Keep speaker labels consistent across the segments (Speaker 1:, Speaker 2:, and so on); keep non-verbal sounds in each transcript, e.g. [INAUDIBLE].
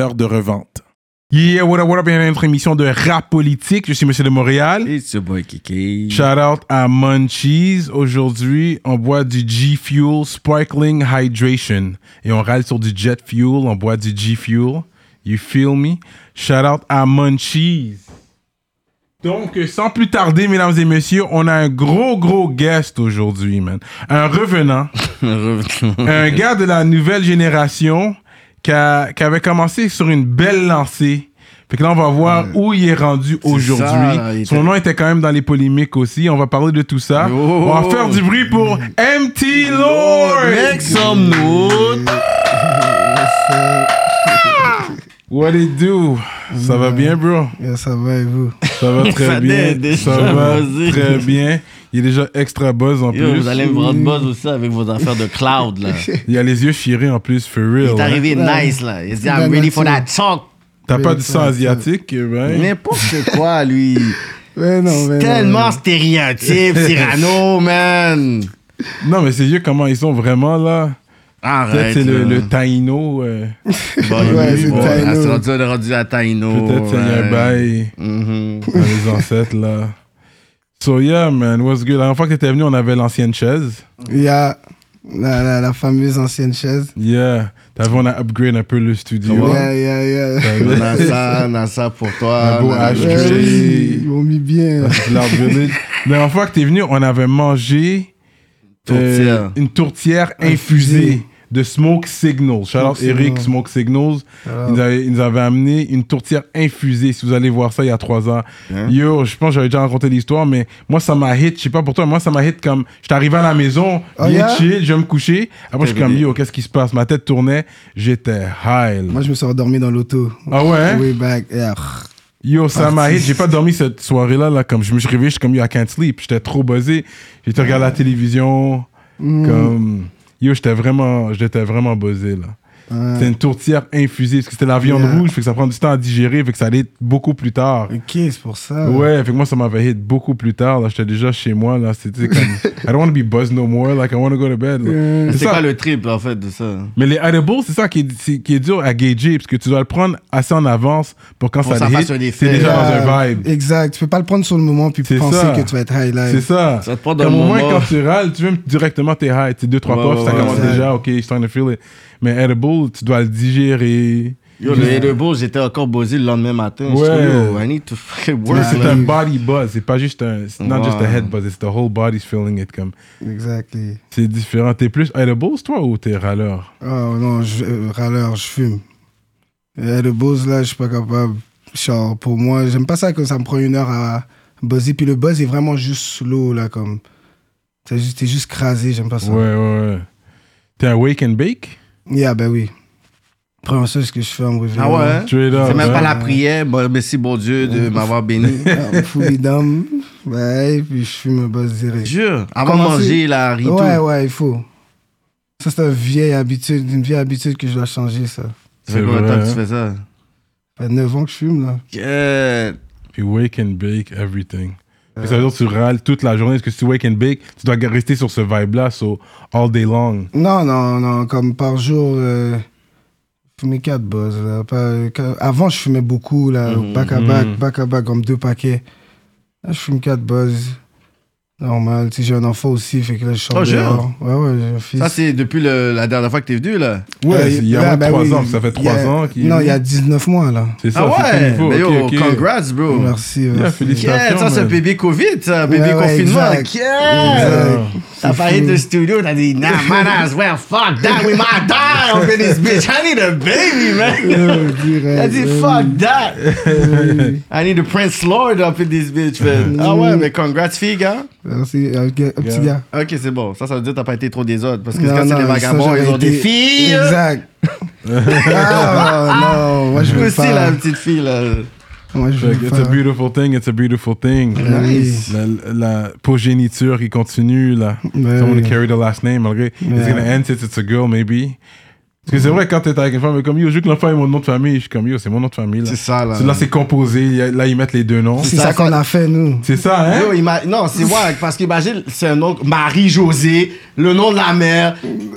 Speaker 1: de revente. Yeah, what up, what up, bienvenue à notre émission de rap politique. Je suis Monsieur de Montréal.
Speaker 2: It's your boy Kiki.
Speaker 1: Shout out à Munchies. Aujourd'hui, on boit du G Fuel Sparkling Hydration. Et on râle sur du Jet Fuel, on boit du G Fuel. You feel me? Shout out à Munchies. Donc, euh, sans plus tarder, mesdames et messieurs, on a un gros, gros guest aujourd'hui, man. Un
Speaker 2: [LAUGHS]
Speaker 1: revenant un gars de la nouvelle génération qui, a- qui avait commencé sur une belle lancée. Fait que là, on va voir où il est rendu
Speaker 2: ça, là, il
Speaker 1: aujourd'hui.
Speaker 2: était-
Speaker 1: Son nom était quand même dans les polémiques aussi. On va parler de tout ça.
Speaker 2: Oh.
Speaker 1: On va faire du bruit pour MT Lord.
Speaker 2: Make some noise.
Speaker 1: What it do? Ça va bien, bro?
Speaker 3: Yeah, ça va et vous
Speaker 1: Ça
Speaker 2: [LAUGHS]
Speaker 1: va très
Speaker 2: Fadel,
Speaker 1: bien.
Speaker 2: déjà,
Speaker 1: Ça va
Speaker 2: vas-y.
Speaker 1: très bien. Il est déjà extra buzz en
Speaker 2: Yo,
Speaker 1: plus.
Speaker 2: vous allez me rendre buzz aussi avec vos affaires de cloud,
Speaker 1: [LAUGHS]
Speaker 2: là.
Speaker 1: Il a les yeux chirés en plus, for real.
Speaker 2: C'est
Speaker 1: hein.
Speaker 2: arrivé
Speaker 3: Ouais.
Speaker 2: nice, là. Il dit,
Speaker 3: La
Speaker 2: I'm ready for that
Speaker 3: nature.
Speaker 2: chunk.
Speaker 1: T'as pas du
Speaker 3: Ouais,
Speaker 1: sang
Speaker 3: ouais.
Speaker 1: asiatique, right?
Speaker 2: N'importe quoi, [LAUGHS] lui.
Speaker 3: Mais non, mais non,
Speaker 2: Tellement
Speaker 3: mais
Speaker 2: stéréotype, Cyrano, man.
Speaker 1: Non, mais ses yeux, comment ils sont vraiment là? Peut-être
Speaker 2: Arrête.
Speaker 1: c'est le,
Speaker 2: là.
Speaker 1: le Taino. euh,
Speaker 2: Bon,
Speaker 3: Ouais,
Speaker 2: lui,
Speaker 3: c'est
Speaker 2: bon,
Speaker 3: Taino.
Speaker 2: à ce rendu, on est rendu à Taino.
Speaker 1: Peut-être c'est
Speaker 2: ouais.
Speaker 1: un bail
Speaker 2: Mhm.
Speaker 1: dans
Speaker 2: [LAUGHS]
Speaker 1: les ancêtres, là. So yeah, man, what's good? La dernière fois que t'étais venu, on avait l'ancienne chaise.
Speaker 3: non. Il y a la, la, la fameuse ancienne chaise.
Speaker 1: Yeah. T'as vu, on a upgrade un peu le studio.
Speaker 2: Ouais.
Speaker 3: Yeah, yeah, yeah.
Speaker 1: T'as vu?
Speaker 2: On
Speaker 1: [LAUGHS]
Speaker 2: a ça, on a ça pour toi.
Speaker 1: Un beau
Speaker 2: on a-
Speaker 1: HQ.
Speaker 3: Ouais,
Speaker 1: J'ai-
Speaker 3: oui, ils m'ont
Speaker 1: [LAUGHS]
Speaker 3: mis bien.
Speaker 1: L'art
Speaker 3: [LAUGHS]
Speaker 1: village. La dernière fois que t'es venu, on avait mangé euh,
Speaker 2: Tourtière.
Speaker 1: une tourtière infusée de Smoke Signals. Shout out
Speaker 3: Smoke
Speaker 1: Eric,
Speaker 3: Signals.
Speaker 1: Smoke Signals. Il nous, avait, il nous avait amené une tourtière infusée. Si vous allez voir ça, il y a trois ans. Yo, je pense que j'avais déjà raconté l'histoire, mais moi, ça m'a hit. Je sais pas pour toi, mais moi, ça m'a hit comme. Je suis arrivé à la maison,
Speaker 3: Oh,
Speaker 1: bien
Speaker 3: yeah?
Speaker 1: chill, je vais me coucher. Après, je suis comme,
Speaker 2: T'avais
Speaker 1: yo, qu'est-ce qui se passe? Ma tête tournait. J'étais high. là.
Speaker 3: Moi, je me suis endormi dans l'auto.
Speaker 1: Ah ouais, hein?
Speaker 3: Way back. Yeah.
Speaker 1: Yo,
Speaker 3: Ah,
Speaker 1: ça m'a hit. J'ai pas dormi cette soirée-là. Là, comme je me suis réveillé, je suis comme, yo, I can't sleep. J'étais trop buzzé. J'étais regardé
Speaker 3: Ah.
Speaker 1: la télévision.
Speaker 3: Mm.
Speaker 1: Comme, yo, j'étais vraiment, j'étais vraiment buzzé, là. C'était une tourtière infusée, parce que c'était la viande
Speaker 3: Ah. Yeah. Ah.
Speaker 1: rouge, fait que ça prend du temps à digérer, fait que ça allait être beaucoup plus tard.
Speaker 3: Ok, c'est pour ça.
Speaker 1: Ouais, fait que moi, ça m'avait hit beaucoup plus tard, là. J'étais déjà chez moi, là. C'était
Speaker 3: [LAUGHS]
Speaker 1: comme, I don't want to be buzzed no more, like, I want to go to bed. là.
Speaker 3: Euh,
Speaker 1: C'est
Speaker 2: C'est
Speaker 1: ça.
Speaker 2: quoi le trip, en fait, de ça?
Speaker 1: Mais les edibles, c'est ça qui est, c'est- qui est dur à gager, parce que tu dois le prendre assez en avance pour quand
Speaker 2: Pour
Speaker 1: ça te
Speaker 2: que ça
Speaker 1: hit,
Speaker 2: fasse un effet.
Speaker 1: t'es déjà dans
Speaker 3: yeah,
Speaker 1: un vibe.
Speaker 3: Exact. Tu peux pas le prendre sur le moment puis
Speaker 1: C'est
Speaker 3: penser
Speaker 1: ça.
Speaker 3: que tu vas être high
Speaker 1: C'est
Speaker 3: life.
Speaker 1: ça.
Speaker 2: Ça te prend dans
Speaker 1: Comme
Speaker 2: le
Speaker 1: au moins
Speaker 2: moment.
Speaker 1: quand tu râles, tu veux directement t'es high, t'es deux trois
Speaker 2: Ouais,
Speaker 1: puffs,
Speaker 2: ouais,
Speaker 1: ça
Speaker 2: ouais,
Speaker 1: commence
Speaker 3: ouais.
Speaker 1: déjà, ok, it's time to feel it. Mais edible, tu dois le digérer.
Speaker 2: Yo, le Edible, j'étais encore buzzé le lendemain matin.
Speaker 1: Ouais.
Speaker 2: J'étais, yo, I need to fucking
Speaker 1: Tu
Speaker 2: work.
Speaker 1: sais, C'est
Speaker 2: là.
Speaker 1: un body buzz, c'est pas juste un, it's not just a
Speaker 2: Ouais.
Speaker 1: head buzz, it's the whole body's feeling it comme.
Speaker 3: Exactly.
Speaker 1: C'est différent. T'es plus edibles toi ou t'es râleur?
Speaker 3: Oh non, je, euh, râleur, je fume. Et le buzz, là, je suis pas capable. Genre, pour moi, j'aime pas ça que ça me prend une heure à buzzer. Puis le buzz est vraiment juste slow, là, comme. T'es juste, t'es juste crasé, j'aime pas ça.
Speaker 1: Ouais ouais. ouais. T'es un wake and bake?
Speaker 3: Yeah, ben oui. Première chose que je fais en brevet.
Speaker 2: Ah ouais? hein?
Speaker 1: Straight up.
Speaker 2: C'est même pas
Speaker 1: hein?
Speaker 2: la prière. Bon, merci, bon Dieu, de m'avoir béni.
Speaker 3: Ah, Fully dumb. Ouais, puis [LAUGHS] je fume un buzz direct.
Speaker 2: Jure, avant de
Speaker 3: Comment
Speaker 2: manger la rito.
Speaker 3: Ouais, ouais, il faut. Ça, c'est une vieille habitude, une vieille habitude que je dois changer, ça.
Speaker 2: Ça fait
Speaker 1: C'est
Speaker 2: combien de temps
Speaker 1: vrai,
Speaker 2: que tu
Speaker 1: hein.
Speaker 2: fais ça?
Speaker 3: Ça fait 9 ans que je fume, là.
Speaker 2: Yeah.
Speaker 1: Puis wake and bake everything. Mais
Speaker 2: Euh.
Speaker 1: Ça veut dire que tu râles toute la journée. Parce que si tu wake and bake, tu dois rester sur ce vibe-là, so all day long.
Speaker 3: Non, non, non, comme par jour, euh, je fumais 4 buzz. Là, pas, euh, quatre- avant, je fumais beaucoup, là,
Speaker 2: Mhm,
Speaker 3: back à back, back à back, comme deux paquets. Là, je fume 4 buzz. Normal, tu sais, j'ai un enfant aussi, fait que là, je sors
Speaker 2: Oh, j'ai
Speaker 3: dehors. Ouais, ouais, j'ai un fils.
Speaker 2: Ça, c'est depuis le- la dernière fois que t'es venu, là.
Speaker 1: Ouais,
Speaker 3: Euh,
Speaker 1: il y a
Speaker 3: là,
Speaker 1: moins de
Speaker 3: ben
Speaker 1: 3
Speaker 3: oui,
Speaker 1: ans, ça fait
Speaker 3: il y a-
Speaker 1: 3 ans qu'il.
Speaker 3: Non, il y a 19 mois, là.
Speaker 1: C'est ça,
Speaker 2: ah
Speaker 1: c'est plus
Speaker 2: ouais?
Speaker 1: nouveau.
Speaker 2: Mais
Speaker 1: Ok,
Speaker 2: yo,
Speaker 1: ok.
Speaker 2: congrats, bro.
Speaker 3: Merci, euh,
Speaker 1: Yeah,
Speaker 3: merci.
Speaker 1: félicitations.
Speaker 2: Yeah, ça, c'est
Speaker 1: man.
Speaker 2: bébé COVID, ça.
Speaker 3: Ouais,
Speaker 2: Bébé
Speaker 3: ouais,
Speaker 2: confinement.
Speaker 3: exact.
Speaker 1: Ah,
Speaker 2: Yeah.
Speaker 3: Exact.
Speaker 2: T'as parlé de studio, t'as dit, nah, man, as well, fuck that, we might die up in this bitch. I need a baby,
Speaker 3: [LAUGHS]
Speaker 2: man.
Speaker 3: Euh, direct,
Speaker 2: T'as dit,
Speaker 3: euh,
Speaker 2: fuck that. I need a Prince Lord up in this bitch, man. Ah ouais, mais congrats, hein. fille, gars.
Speaker 3: Merci, un gars- un petit gars.
Speaker 2: Ok, c'est bon. Ça, ça veut dire que t'as pas été trop des autres. Parce que
Speaker 3: Non,
Speaker 2: quand c'est
Speaker 3: non,
Speaker 2: des
Speaker 3: ça,
Speaker 2: vagabonds,
Speaker 3: j'aurais
Speaker 2: ils ont des
Speaker 3: été-
Speaker 2: filles. [LAUGHS]
Speaker 3: Exact. ah, non, moi je
Speaker 2: Moi
Speaker 3: veux
Speaker 2: aussi,
Speaker 3: pas.
Speaker 2: la petite fille, là.
Speaker 3: Moi je
Speaker 1: Like,
Speaker 3: veux
Speaker 1: it's a
Speaker 3: pas.
Speaker 1: beautiful thing, it's a beautiful thing.
Speaker 3: Nice.
Speaker 1: La, la progéniture qui continue, là.
Speaker 3: Ouais.
Speaker 1: Someone to carry the last name, malgré. It's
Speaker 3: Ouais.
Speaker 1: gonna end since it's a girl, maybe. Parce que c'est vrai, quand t'es avec une femme, mais comme yo, je veux que l'enfant ait mon nom de famille, je suis comme yo, c'est mon nom de famille, là.
Speaker 2: C'est ça, là.
Speaker 1: Parce que Là, c'est composé, il y a- là, ils mettent les deux noms.
Speaker 3: C'est
Speaker 2: Ça,
Speaker 3: ça qu'on a fait, nous.
Speaker 1: C'est ça, hein?
Speaker 2: Yo, ima- Non,
Speaker 3: [LAUGHS]
Speaker 2: c'est wack, parce qu'imagine, c'est un nom, Marie-Josée, le nom de la mère,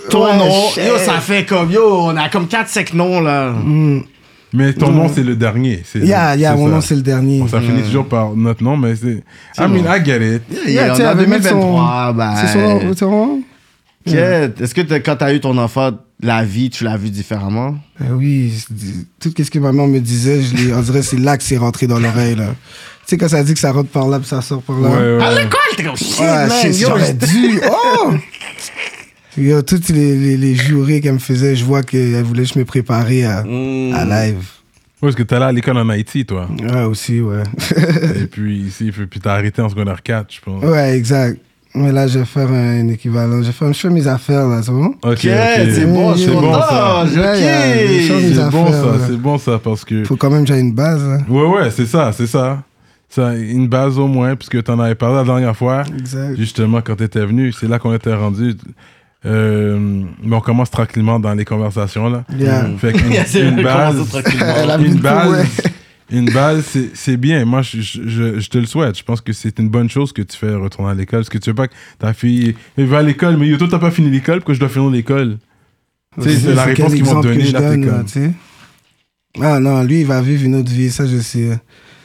Speaker 2: ton
Speaker 3: Ouais,
Speaker 2: nom.
Speaker 3: shit. Mm.
Speaker 2: Yo, ça fait comme, yo, on a comme 4-5 noms, là.
Speaker 1: Mais ton nom, c'est le dernier. c'est-
Speaker 3: Yeah, yeah,
Speaker 1: c'est
Speaker 3: mon
Speaker 1: ça.
Speaker 3: nom c'est le dernier.
Speaker 1: Bon, ça finit toujours par notre nom, mais c'est. I mean, I get it.
Speaker 3: Yeah,
Speaker 2: on
Speaker 3: tu sais,
Speaker 2: est en
Speaker 3: elle veut mettre son-
Speaker 2: 2023, ben.
Speaker 3: C'est son c'est son nom
Speaker 2: Shit. Est-ce que t'as- quand t'as eu ton enfant, la vie, tu l'as vu différemment?
Speaker 3: Ben oui, c'est- tout ce que maman me disait, je l'ai- on dirait c'est là que c'est rentré dans l'oreille. là. Tu sais, quand ça dit que ça rentre par là puis ça sort par là.
Speaker 1: Ouais, ouais.
Speaker 2: À l'école, t'es comme shit,
Speaker 3: Ah,
Speaker 2: man,
Speaker 3: shit,
Speaker 2: yo,
Speaker 3: [LAUGHS] j'aurais dû. Oh! Yo, toutes les, les, les jurés qu'elle me faisait, je vois qu'elle voulait que je me préparais à, à live.
Speaker 1: Ouais, parce que t'es allé à l'école en Haïti, toi.
Speaker 3: Ouais, aussi, ouais. [LAUGHS]
Speaker 1: Et puis ici, puis puis t'as arrêté en secondaire 4, je pense.
Speaker 3: ouais, exact. Mais là, je vais faire un, un équivalent. Je, vais faire, je fais mes affaires, là, c'est bon?
Speaker 1: Ok, ok.
Speaker 2: Ok, c'est
Speaker 3: Mm,
Speaker 2: bon, ah, je suis
Speaker 1: C'est bon,
Speaker 2: content.
Speaker 1: ça.
Speaker 2: Ok.
Speaker 3: Ouais, yeah, les choses,
Speaker 1: C'est
Speaker 3: Mes
Speaker 1: bon,
Speaker 3: affaires,
Speaker 1: ça.
Speaker 3: là.
Speaker 1: C'est bon, ça, parce que.
Speaker 3: Faut quand même que j'aie une base. hein.
Speaker 1: Ouais, ouais, c'est ça, c'est ça. ça. Une base au moins, puisque t'en avais parlé la dernière fois.
Speaker 3: Exact.
Speaker 1: Justement, quand t'étais venu, c'est là qu'on était rendu. Euh, mais on commence tranquillement dans les conversations, là.
Speaker 3: Yeah.
Speaker 1: Fait
Speaker 2: [LAUGHS]
Speaker 1: qu'une
Speaker 2: Mm. Yeah, c'est
Speaker 1: une
Speaker 2: vrai,
Speaker 1: base.
Speaker 2: commence tranquillement.
Speaker 3: Elle a mis
Speaker 1: une
Speaker 3: le coup, ouais.
Speaker 1: base. Une base, c'est- c'est bien. Moi, je, je- je- je te le souhaite. Je pense que c'est une bonne chose que tu fais retourner à l'école. Parce que tu veux pas que ta fille elle va à l'école, mais yo, toi, t'as pas fini l'école, pourquoi je dois finir l'école? Tu sais, c'est la
Speaker 3: quel
Speaker 1: réponse qu'ils vont
Speaker 3: exemple
Speaker 1: te
Speaker 3: que
Speaker 1: donner,
Speaker 3: je
Speaker 1: là, t'es
Speaker 3: donne,
Speaker 1: comme-
Speaker 3: tu sais. Ah non, lui, il va vivre une autre vie, ça, je sais.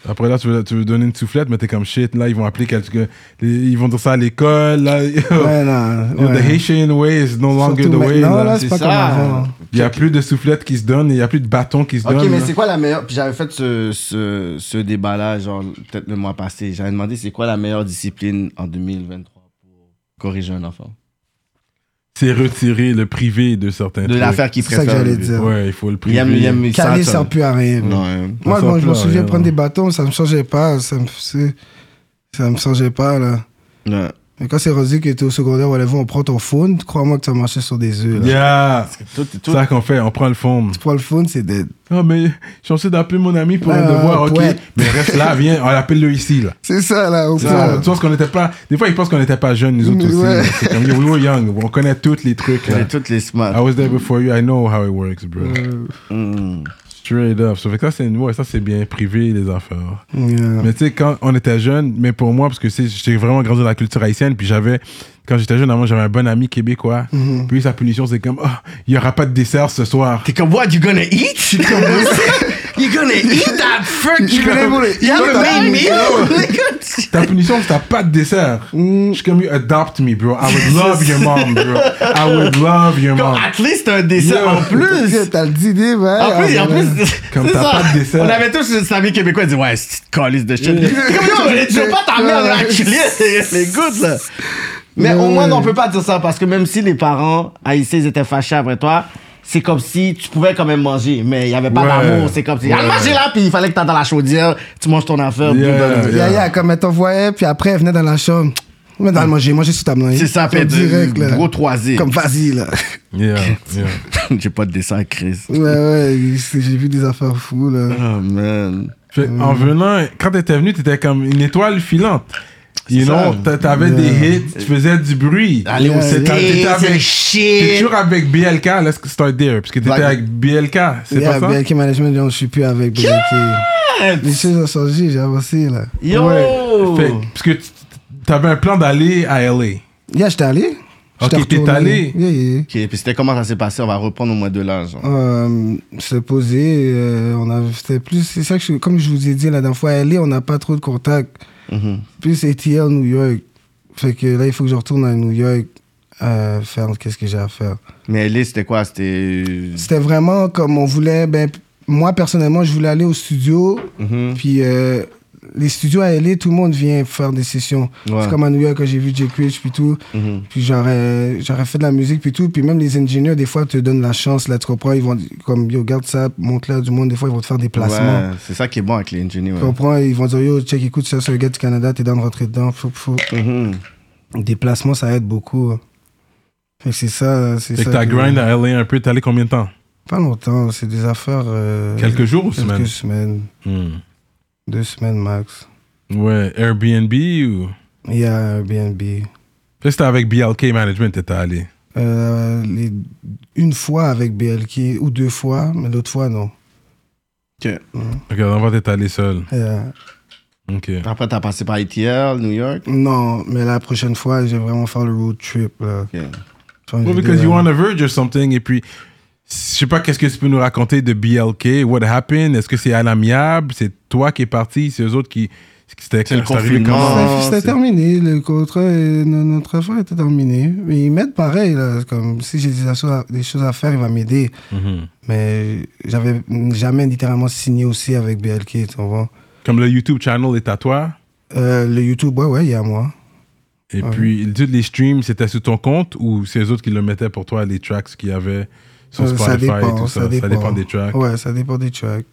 Speaker 1: Après, là, tu veux, tu veux donner une soufflette, mais t'es comme shit. Là, ils vont appeler quelqu'un. Ils vont dire ça à l'école. Là, [LAUGHS] yo,
Speaker 3: Ouais, non.
Speaker 1: yo, Oh.
Speaker 3: ouais.
Speaker 1: The Haitian way is no longer
Speaker 3: Surtout
Speaker 1: the way.
Speaker 3: maintenant,
Speaker 1: là.
Speaker 3: là,
Speaker 2: c'est
Speaker 3: c'est pas comme
Speaker 2: ça.
Speaker 3: avant.
Speaker 1: Il y a plus de soufflette qui se donne, il y a plus de bâton qui se
Speaker 2: Ok,
Speaker 1: donne.
Speaker 2: mais
Speaker 1: là.
Speaker 2: c'est quoi la meilleure. Puis j'avais fait ce, ce, ce débat-là, genre, peut-être le mois passé. J'avais demandé c'est quoi la meilleure discipline en 2023 pour corriger un enfant
Speaker 1: C'est retirer le privé de certains
Speaker 2: De
Speaker 1: trucs.
Speaker 2: l'affaire qu'il
Speaker 3: C'est ça que
Speaker 2: préfère.
Speaker 3: j'allais
Speaker 2: lui.
Speaker 3: dire.
Speaker 1: Ouais, il faut le
Speaker 2: Il
Speaker 1: priver.
Speaker 2: aime, il aime ça.
Speaker 3: Calé,
Speaker 2: ça.
Speaker 3: ça pue à rien.
Speaker 2: Non, hein.
Speaker 3: Moi,
Speaker 1: Ça
Speaker 3: bon,
Speaker 1: sort
Speaker 3: je me
Speaker 1: plus à
Speaker 3: souviens
Speaker 1: rien,
Speaker 3: prendre
Speaker 1: ouais.
Speaker 3: des bâtons, ça me changeait pas, ça me, c'est- ça me changeait pas, là.
Speaker 2: Ouais.
Speaker 3: Mais quand c'est Rosy qui était au secondaire, whatever, on prend ton phone, crois-moi que ça marchait sur des œufs, là.
Speaker 1: Yeah!
Speaker 2: Tout, tout-
Speaker 1: C'est ça qu'on fait, on prend le fond.
Speaker 3: Tu prends le phone, c'est dead.
Speaker 1: Oh, mais je suis censé d'appeler mon ami pour
Speaker 3: Ouais,
Speaker 1: un devoir,
Speaker 3: ouais,
Speaker 1: ok.
Speaker 3: Euh, ouais.
Speaker 1: Mais reste là, viens, on l'appelle le ici, là.
Speaker 3: C'est ça, là, au
Speaker 1: Tu vois,
Speaker 3: fond.
Speaker 1: tu vois, parce qu'on n'était pas. Des fois, ils pensent qu'on n'était pas jeunes, nous autres aussi.
Speaker 3: [LAUGHS] Ouais.
Speaker 1: là. C'est comme, yo, we were young, on connaît tous les trucs, là.
Speaker 2: c'est toutes les smarts.
Speaker 1: I was there before you, I know how it works, bro.
Speaker 2: Mm.
Speaker 1: Straight up. Ça fait que ça, c'est une- ouais, ça, c'est bien privé, les affaires.
Speaker 2: Ah.
Speaker 3: Yeah.
Speaker 1: Mais tu sais, quand on était jeune, mais pour moi, parce que c'est- j'ai vraiment grandi dans la culture haïtienne, puis j'avais, quand j'étais jeune, avant, j'avais un bon ami québécois. Puis sa punition, c'est comme, Ah, il y aura pas de dessert ce soir.
Speaker 2: Mhm. T'es comme, what, you gonna eat? You're [LAUGHS] gonna eat that fuck? You gonna, you have a main [LAUGHS] meal?
Speaker 1: Ta punition, c'est t'as pas de dessert.
Speaker 2: Mhm.
Speaker 1: Je suis comme, you adopt me, bro. I
Speaker 2: [LAUGHS]
Speaker 1: would love your mom, bro. I would love your
Speaker 2: Comme,
Speaker 1: mom.
Speaker 2: at least t'as un dessert
Speaker 1: Yeah.
Speaker 2: en plus.
Speaker 3: Yeah, T'as le dîner, ouais.
Speaker 2: En
Speaker 3: ah,
Speaker 2: plus, en
Speaker 3: voilà.
Speaker 2: plus,
Speaker 1: Comme
Speaker 2: c'est
Speaker 1: t'as
Speaker 2: ça.
Speaker 1: pas de dessert.
Speaker 2: On avait tous une ami québécois, qui dit ouais, c'est une calice de shit. Comme yo, je veux pas ta mère
Speaker 1: [LAUGHS]
Speaker 2: la culier, [LAUGHS] les gouttes là. Mais au moins, on peut pas dire ça parce que même si les parents haïtiens ils étaient fâchés après toi, c'est comme si tu pouvais quand même manger, mais il y avait pas
Speaker 1: Ouais.
Speaker 2: d'amour. C'est comme si, allez
Speaker 1: Ouais.
Speaker 2: manger là, puis il fallait que t'ailles dans la chaudière, tu manges ton affaire.
Speaker 1: Ah, Yeah.
Speaker 2: puis ben, voilà.
Speaker 3: Yeah, yeah, comme elle t'envoyait, puis après, elle venait dans la chambre. Mais dans le manger, manger sous ta main.
Speaker 2: C'est ça, fait
Speaker 3: Comme direct,
Speaker 2: de
Speaker 3: là.
Speaker 2: gros troisième.
Speaker 3: Comme vas-y, là. [LAUGHS]
Speaker 1: Yeah, yeah.
Speaker 2: [LAUGHS] J'ai pas de dessert, Chris.
Speaker 3: Ouais, ouais, c'est- j'ai vu des affaires fous, là.
Speaker 2: Oh man.
Speaker 1: Fait, En venant, quand t'étais venu, t'étais comme une étoile filante. You
Speaker 2: ça.
Speaker 1: know, t'a- t'avais des hits, tu faisais du bruit.
Speaker 2: Aller au
Speaker 3: Yeah,
Speaker 1: T'étais-
Speaker 2: cité,
Speaker 1: t'étais
Speaker 2: c'est
Speaker 1: avec- T'es
Speaker 2: shit.
Speaker 1: toujours avec BLK, let's start there, parce que t'étais
Speaker 2: Like-
Speaker 1: avec BLK, c'est
Speaker 3: Yeah,
Speaker 1: pas ça?
Speaker 3: BLK Management, non, je suis plus avec BLK. Les choses ont changé, j'ai avancé, là.
Speaker 2: Yo!
Speaker 1: Fait, parce que tu- t'avais un plan d'aller à LA.
Speaker 3: Yeah, j'étais allé. J'étais
Speaker 1: Ok, t'es
Speaker 3: retourné.
Speaker 1: allé.
Speaker 3: Yeah, yeah.
Speaker 2: Ok, puis c'était comment ça s'est passé? On va reprendre au mois de l'âge.
Speaker 3: Euh, se poser, euh, on a, c'était plus, c'est ça que je, comme je vous ai dit la dernière fois, LA, on n'a pas trop de contacts. Plus ATL New York. Fait que là, il faut que je retourne à New York, euh, faire qu'est-ce que j'ai à faire.
Speaker 2: Mais LA, c'était quoi? C'était.
Speaker 3: C'était
Speaker 2: Mm-hmm.
Speaker 3: vraiment comme on voulait. Ben, p- moi, personnellement, je voulais aller au studio. Puis euh, les studios à LA, tout le monde vient faire des sessions.
Speaker 2: Ouais. Mm-hmm.
Speaker 3: C'est comme à New York, quand j'ai vu Jake Rich, puis tout. Puis j'aurais, j'aurais fait de la musique, puis tout. Puis même les ingénieurs, des fois, te donnent la chance, là, tu comprends. Ils vont, dire, comme, yo, garde ça, montre-la du monde. Des fois, ils vont te faire des placements.
Speaker 2: Ouais, c'est ça qui est bon avec les engineers.
Speaker 3: Tu
Speaker 2: ouais.
Speaker 3: comprends, ils vont dire, yo, check, écoute, ça, c'est le gars du Canada, t'es dans de rentrer dedans. Fou, fou.
Speaker 2: Mhm.
Speaker 3: Des placements, ça aide beaucoup. Fait que c'est ça, c'est
Speaker 1: Fait que
Speaker 3: ça
Speaker 1: t'as
Speaker 3: que-
Speaker 1: grind à LA un peu, t'es allé combien de temps
Speaker 3: Pas longtemps, c'est des affaires. euh,
Speaker 1: Quelques jours ou
Speaker 3: quelques
Speaker 1: semaines
Speaker 3: semaines,
Speaker 1: Hmm.
Speaker 3: Deux semaines max.
Speaker 1: Ouais, Airbnb ou.
Speaker 3: Il y a Airbnb.
Speaker 1: Fait que c'était avec BLK Management, t'étais allé.
Speaker 3: Euh, les- une fois avec BLK ou deux fois, mais l'autre fois non.
Speaker 2: Ok.
Speaker 1: Ok, avant t'étais allé seul.
Speaker 3: Euh,
Speaker 1: Ok.
Speaker 2: Après, t'as passé par ETL, New York.
Speaker 3: non, mais la prochaine fois, j'ai vraiment faire le road trip. Là.
Speaker 2: Ok.
Speaker 3: Faire une
Speaker 1: Well,
Speaker 3: vidéo,
Speaker 1: because you
Speaker 3: là.
Speaker 1: were on the verge or something, et puis. Je sais pas, qu'est-ce que tu peux nous raconter de BLK? What happened? Est-ce que c'est à l'amiable? C'est toi qui es parti? C'est eux autres qui. C'était
Speaker 2: C'est le
Speaker 1: Ah, c'est arrivé
Speaker 2: confinement.
Speaker 1: comment?
Speaker 3: C'était-
Speaker 2: c'est-
Speaker 3: C'était euh, terminé, le contrat, et no- notre affaire était terminée. Mais ils m'aident pareil, là, comme si j'ai des, asso- des choses à faire, il va m'aider.
Speaker 1: Mhm.
Speaker 3: Mais j'avais jamais littéralement signé aussi avec BLK, tu comprends?
Speaker 1: Comme le YouTube channel est à toi,
Speaker 3: Euh, le YouTube, ouais, ouais, il y a moi.
Speaker 1: et
Speaker 3: Ah
Speaker 1: puis tous les streams, c'était sur ton compte ou c'est eux autres qui le mettaient pour toi, les tracks qu'il y avait sur
Speaker 3: Euh,
Speaker 1: Spotify et tout ça? des tracks.
Speaker 3: Ouais, ça dépend des tracks.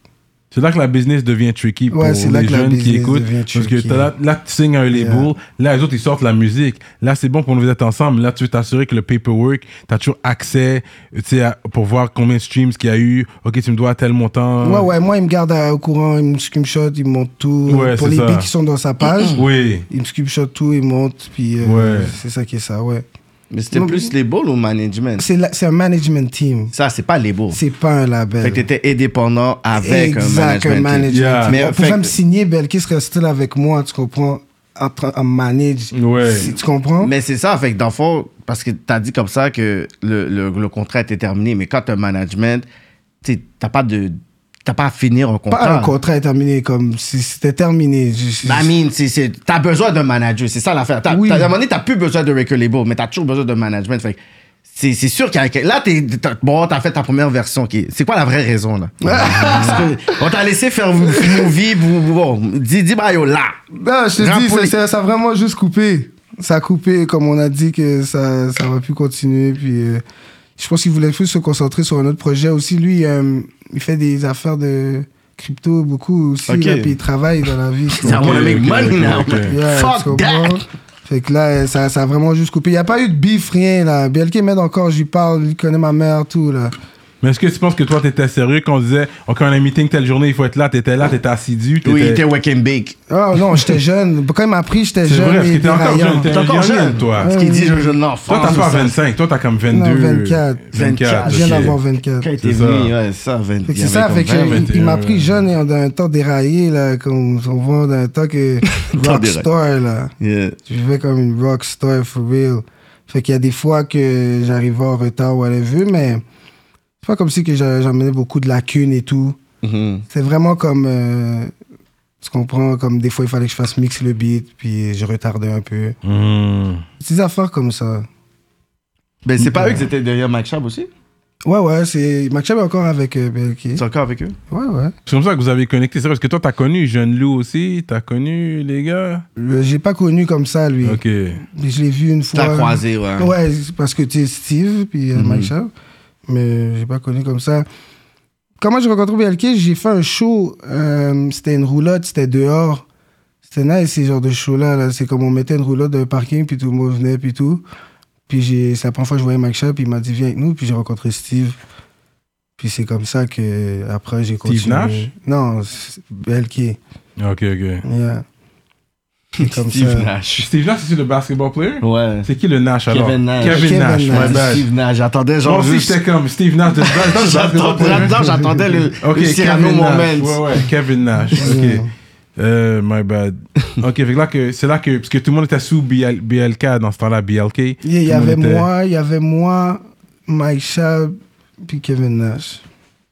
Speaker 1: C'est là que la business devient tricky pour
Speaker 3: Ouais, c'est là
Speaker 1: les
Speaker 3: que la
Speaker 1: jeunes qui
Speaker 3: business
Speaker 1: écoutent.
Speaker 3: devient
Speaker 1: Parce que
Speaker 3: tricky.
Speaker 1: t'as là, là, tu signes un label,
Speaker 3: Yeah.
Speaker 1: là, les autres, ils sortent la musique. Là, c'est bon pour nous être ensemble. Là, tu veux t'assurer que le paperwork, t'as toujours accès tu sais, à- pour voir combien de streams qu'il y a eu. OK, tu me dois tel montant.
Speaker 3: Ouais, ouais, moi, il me garde à- au courant, il me screenshot, il monte tout. Euh,
Speaker 1: Ouais,
Speaker 3: Pour
Speaker 1: c'est
Speaker 3: les
Speaker 1: ça.
Speaker 3: beats qui sont dans sa page,
Speaker 1: Oui.
Speaker 3: il me screenshot tout, il monte, puis euh,
Speaker 1: Ouais.
Speaker 3: c'est ça qui est ça, ouais.
Speaker 2: Mais c'était
Speaker 3: Non,
Speaker 2: plus les balls ou management
Speaker 3: C'est la- c'est un management team,
Speaker 2: Ça, c'est pas les balls.
Speaker 3: c'est pas un label.
Speaker 2: Fait que t'étais indépendant avec
Speaker 3: exact,
Speaker 2: un management.
Speaker 3: management.
Speaker 1: Yeah.
Speaker 2: Mais,
Speaker 3: Mais pour
Speaker 2: fait
Speaker 3: faire me
Speaker 2: que-
Speaker 3: signer, Belkis reste là avec moi, tu comprends, en train en manage.
Speaker 1: Ouais.
Speaker 3: Si tu comprends?
Speaker 2: Mais c'est ça, fait que dans le fond, parce que t'as dit comme ça que le, le, le contrat était terminé, mais quand t'as un management, t'sais, t'as pas de. T'as pas à finir un contrat.
Speaker 3: pas un contrat est terminé, comme si c'était terminé. Je- je-
Speaker 2: Bah, I mean, c'est- c'est- t'as besoin d'un manager, c'est ça l'affaire. T'as,
Speaker 3: Oui.
Speaker 2: t'as, à un moment donné, t'as plus besoin de record label, mais t'as toujours besoin d'un management. Fait que c'est, c'est sûr qu'il y a quelqu'un- Là, t'es, t'as- bon, t'as fait ta première version. Qui, c'est quoi la vraie raison, là?
Speaker 3: [LAUGHS]
Speaker 2: Parce que on t'a laissé faire movie, bou- bou- bon, dis, dis, bah, yo, là.
Speaker 3: Non, je te
Speaker 2: Grand
Speaker 3: dis,
Speaker 2: poulet.
Speaker 3: ça, ça- ça a vraiment juste coupé. Ça a coupé, comme on a dit que ça ça va plus continuer. Puis euh, je pense qu'il voulait plus se concentrer sur un autre projet aussi. Lui, euh, il fait des affaires de crypto beaucoup aussi.
Speaker 2: Ok.
Speaker 3: là, puis il travaille dans la
Speaker 2: [LAUGHS]
Speaker 3: vie.
Speaker 2: I wanna make
Speaker 1: ok,
Speaker 2: money
Speaker 1: ok,
Speaker 2: now.
Speaker 1: ok.
Speaker 3: Yeah,
Speaker 2: Fuck
Speaker 3: tu comprends?
Speaker 2: that.
Speaker 3: Fait que là, euh, ça, ça a vraiment juste coupé. Il n'y a pas eu de bif, rien là. BLK m'aide encore, je lui parle, il connaît ma mère, tout là.
Speaker 1: Mais est-ce que tu penses que toi, t'étais sérieux quand on disait, OK, on a un meeting telle journée, il faut être là, t'étais là, t'étais assidu, t'étais...
Speaker 2: Oui, il était wake and bake.
Speaker 3: Oh non, j'étais jeune. Quand il m'a pris, j'étais
Speaker 1: C'est
Speaker 3: jeune.
Speaker 1: vrai, parce
Speaker 3: et
Speaker 1: que t'es encore
Speaker 3: déraillant.
Speaker 1: jeune, t'es
Speaker 2: T'es
Speaker 1: un
Speaker 2: encore
Speaker 1: jeune,
Speaker 2: jeune,
Speaker 1: toi.
Speaker 2: Ce qu'il dit, je jeune
Speaker 1: Toi,
Speaker 2: enfant.
Speaker 1: t'as pas
Speaker 2: ça.
Speaker 1: 25, toi, t'as comme 22.
Speaker 3: Ah, Non, 24.
Speaker 1: 24,
Speaker 3: Je viens
Speaker 1: ok.
Speaker 3: d'avoir 24.
Speaker 2: Quand il était
Speaker 1: C'est ça.
Speaker 2: venu, ouais, ça, 20
Speaker 3: Fait que
Speaker 2: il avait
Speaker 3: c'est ça,
Speaker 2: comme
Speaker 3: fait que
Speaker 2: 20,
Speaker 3: il-
Speaker 2: 21.
Speaker 3: il m'a
Speaker 1: 21,
Speaker 3: pris
Speaker 1: ouais.
Speaker 3: jeune et on a un temps déraillé, là, comme on voit dans un
Speaker 2: [LAUGHS]
Speaker 3: temps que rockstar, là.
Speaker 2: Yeah.
Speaker 3: Je vivais comme une rockstar, for real. Fait qu'il y a des fois que j'arrivais en retard ou à la vue, mais c'est pas comme si que j'a- j'emmenais beaucoup de lacunes et tout.
Speaker 2: Mhm.
Speaker 3: C'est vraiment comme, euh, tu comprends, comme des fois il fallait que je fasse mix le beat, puis je retardais un peu.
Speaker 1: Hmm.
Speaker 3: Des affaires comme ça.
Speaker 2: Ben, c'est pas eux qui étaient derrière Mike Shab aussi?
Speaker 3: Ouais, ouais, c'est... MacChab est encore avec euh, Belki.
Speaker 2: Ils sont encore avec eux?
Speaker 3: Ouais, ouais.
Speaker 1: C'est comme ça que vous avez connecté. C'est vrai, parce que toi, t'as connu Jeune Lou aussi, t'as connu les gars.
Speaker 3: Le- Euh, J'ai pas connu comme ça, lui.
Speaker 1: Ok.
Speaker 3: Mais je l'ai vu une fois.
Speaker 2: T'as croisé, ouais.
Speaker 3: Ouais, c'est parce que tu es Steve, puis euh, Mike Sharp. Mais euh, j'ai pas connu comme ça. Comment j'ai rencontré BLK J'ai fait un show. euh, c'était une roulotte, c'était dehors. C'était nice, ces genres de shows-là. là. C'est comme on mettait une roulotte dans le parking, puis tout le monde venait, puis tout. Puis j'ai- c'est la première fois que je voyais Mike Sharp, puis il m'a dit Viens avec nous, puis j'ai rencontré Steve. Puis c'est comme ça que après j'ai continué.
Speaker 1: Nash
Speaker 3: Non, c'est BLK.
Speaker 1: Ok, ok.
Speaker 3: Yeah.
Speaker 2: [LAUGHS]
Speaker 3: C'est comme
Speaker 2: Steve
Speaker 3: ça.
Speaker 2: Nash.
Speaker 1: Steve Nash, c'est le basketball player
Speaker 2: Ouais. ben,
Speaker 1: C'est qui le Nash alors
Speaker 2: Kevin Nash.
Speaker 1: Kevin,
Speaker 3: Kevin
Speaker 1: Nash,
Speaker 3: Nash.
Speaker 1: my bad.
Speaker 2: Steve Nash. J'attendais
Speaker 1: Moi
Speaker 2: genre
Speaker 1: aussi,
Speaker 2: juste...
Speaker 1: j'étais comme Steve Nash de de- de- de- basketball
Speaker 2: J'attendais
Speaker 1: player.
Speaker 2: là-dedans, j'attendais le,
Speaker 1: Ok,
Speaker 2: le Cyrano
Speaker 1: Kevin
Speaker 2: Moment.
Speaker 1: Nash. Ouais, ouais, Kevin
Speaker 3: [LAUGHS]
Speaker 1: Nash. Ok. Euh, my bad. Ok, fait que là que- c'est là que. Parce que tout le monde était sous BL- BLK dans ce temps-là, BLK.
Speaker 3: Il y
Speaker 1: Tout le monde
Speaker 3: avait
Speaker 1: était-
Speaker 3: moi, il y avait moi, Mike Schaub, puis Kevin Nash.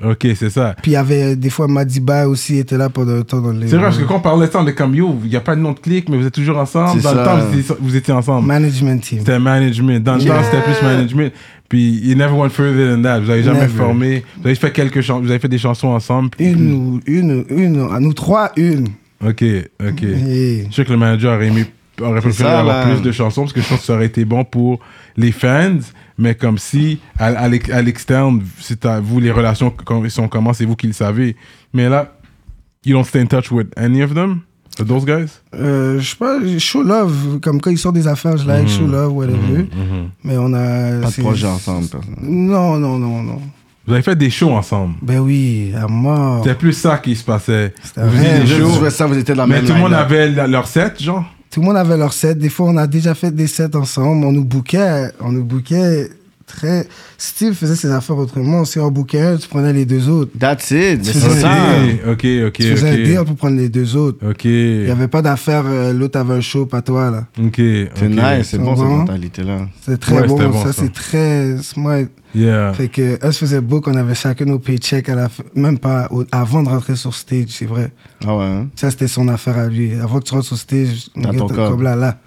Speaker 1: Ok, c'est ça.
Speaker 3: Puis il y avait euh, des fois Madiba aussi était là pendant le temps dans les. euh,
Speaker 1: C'est vrai, parce que quand on parlait de ça, on était comme yo, il n'y a pas de nom de clique, mais vous êtes toujours ensemble.
Speaker 2: C'est
Speaker 1: Dans le
Speaker 2: ça.
Speaker 1: temps, vous étiez- vous étiez ensemble.
Speaker 3: Management team.
Speaker 1: C'était management. Dans le temps, c'était plus management. Puis, you never went further than that. Vous avez jamais
Speaker 3: Never.
Speaker 1: formé. Vous avez fait quelques chansons. Vous avez fait des chansons ensemble.
Speaker 3: Une ou une, ou- une, ou- ah, nous trois, une.
Speaker 1: Ok, ok.
Speaker 3: Et-
Speaker 1: Je sais que le manager aurait aimé aurait préféré
Speaker 2: ça,
Speaker 1: avoir
Speaker 2: là.
Speaker 1: plus de chansons parce que je pense que ça aurait été bon pour les fans, mais comme si à, à l'ex- à l'externe, c'est à vous les relations quand ils sont comment, c'est vous qui le savez. Mais là, you don't stay in touch with any of them, those guys.
Speaker 3: Euh, je sais pas, Show Love, comme quand ils sortent des affaires, je
Speaker 1: Mhm.
Speaker 3: like Show Love, whatever. Mais on a.
Speaker 2: Pas de
Speaker 3: c'est-
Speaker 2: projet ensemble. personne.
Speaker 3: Non, non, non, non.
Speaker 1: Vous avez fait des shows ensemble.
Speaker 3: Ben oui, à mort.
Speaker 1: C'était plus ça qui se passait.
Speaker 3: un
Speaker 1: Vous faisiez
Speaker 3: rêve.
Speaker 1: des
Speaker 2: Je
Speaker 1: shows,
Speaker 2: jouais ça, vous étiez dans la
Speaker 1: mais
Speaker 2: même
Speaker 1: tout le monde
Speaker 2: line-up.
Speaker 1: avait la- leur set, genre.
Speaker 3: Tout le monde avait leur set. Des fois, on a déjà fait des sets ensemble. On nous bookait, on nous bookait très. Steve faisait ses affaires autrement. Si on bookait un, tu prenais les deux autres.
Speaker 2: That's it. mais
Speaker 3: C'est
Speaker 2: C'est
Speaker 1: Ok,
Speaker 2: ça.
Speaker 1: ok, ok,
Speaker 3: tu faisais un deal
Speaker 1: ok.
Speaker 3: pour prendre les deux autres.
Speaker 1: Ok,
Speaker 3: Il n'y avait pas d'affaire, euh, l'autre avait un show, pas toi, là.
Speaker 1: ok.
Speaker 2: C'est
Speaker 1: ok.
Speaker 2: nice, c'est bon cette
Speaker 3: Vraiment.
Speaker 2: mentalité-là.
Speaker 3: C'était très
Speaker 1: Ouais,
Speaker 3: bon.
Speaker 1: c'était bon,
Speaker 3: Ça,
Speaker 1: ça. Ah.
Speaker 3: c'est très smart.
Speaker 1: Yeah.
Speaker 3: Fait que, eux se faisaient book, on avait chacun nos paychecks à la fin- même pas au- avant de rentrer sur stage, c'est vrai.
Speaker 2: Ah ouais. hein?
Speaker 3: Ça, c'était son affaire à lui. Avant que tu rentres sur stage, on
Speaker 2: T'as
Speaker 3: regarde
Speaker 2: ton
Speaker 3: ton
Speaker 2: cob.
Speaker 3: cobla là.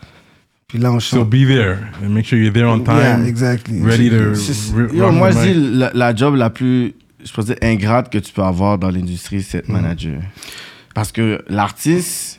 Speaker 3: Puis là, on
Speaker 1: So
Speaker 3: chante.
Speaker 1: be there and make sure you're there on
Speaker 3: Yeah,
Speaker 1: time.
Speaker 3: exactly.
Speaker 1: Ready to
Speaker 2: C'est- c'est-
Speaker 1: re-
Speaker 2: Yo,
Speaker 1: rock
Speaker 2: moi,
Speaker 1: the
Speaker 2: je dis
Speaker 1: mic.
Speaker 2: la, la job la plus, je peux dire, ingrate que tu peux avoir dans l'industrie, c'est être manager. Parce que l'artiste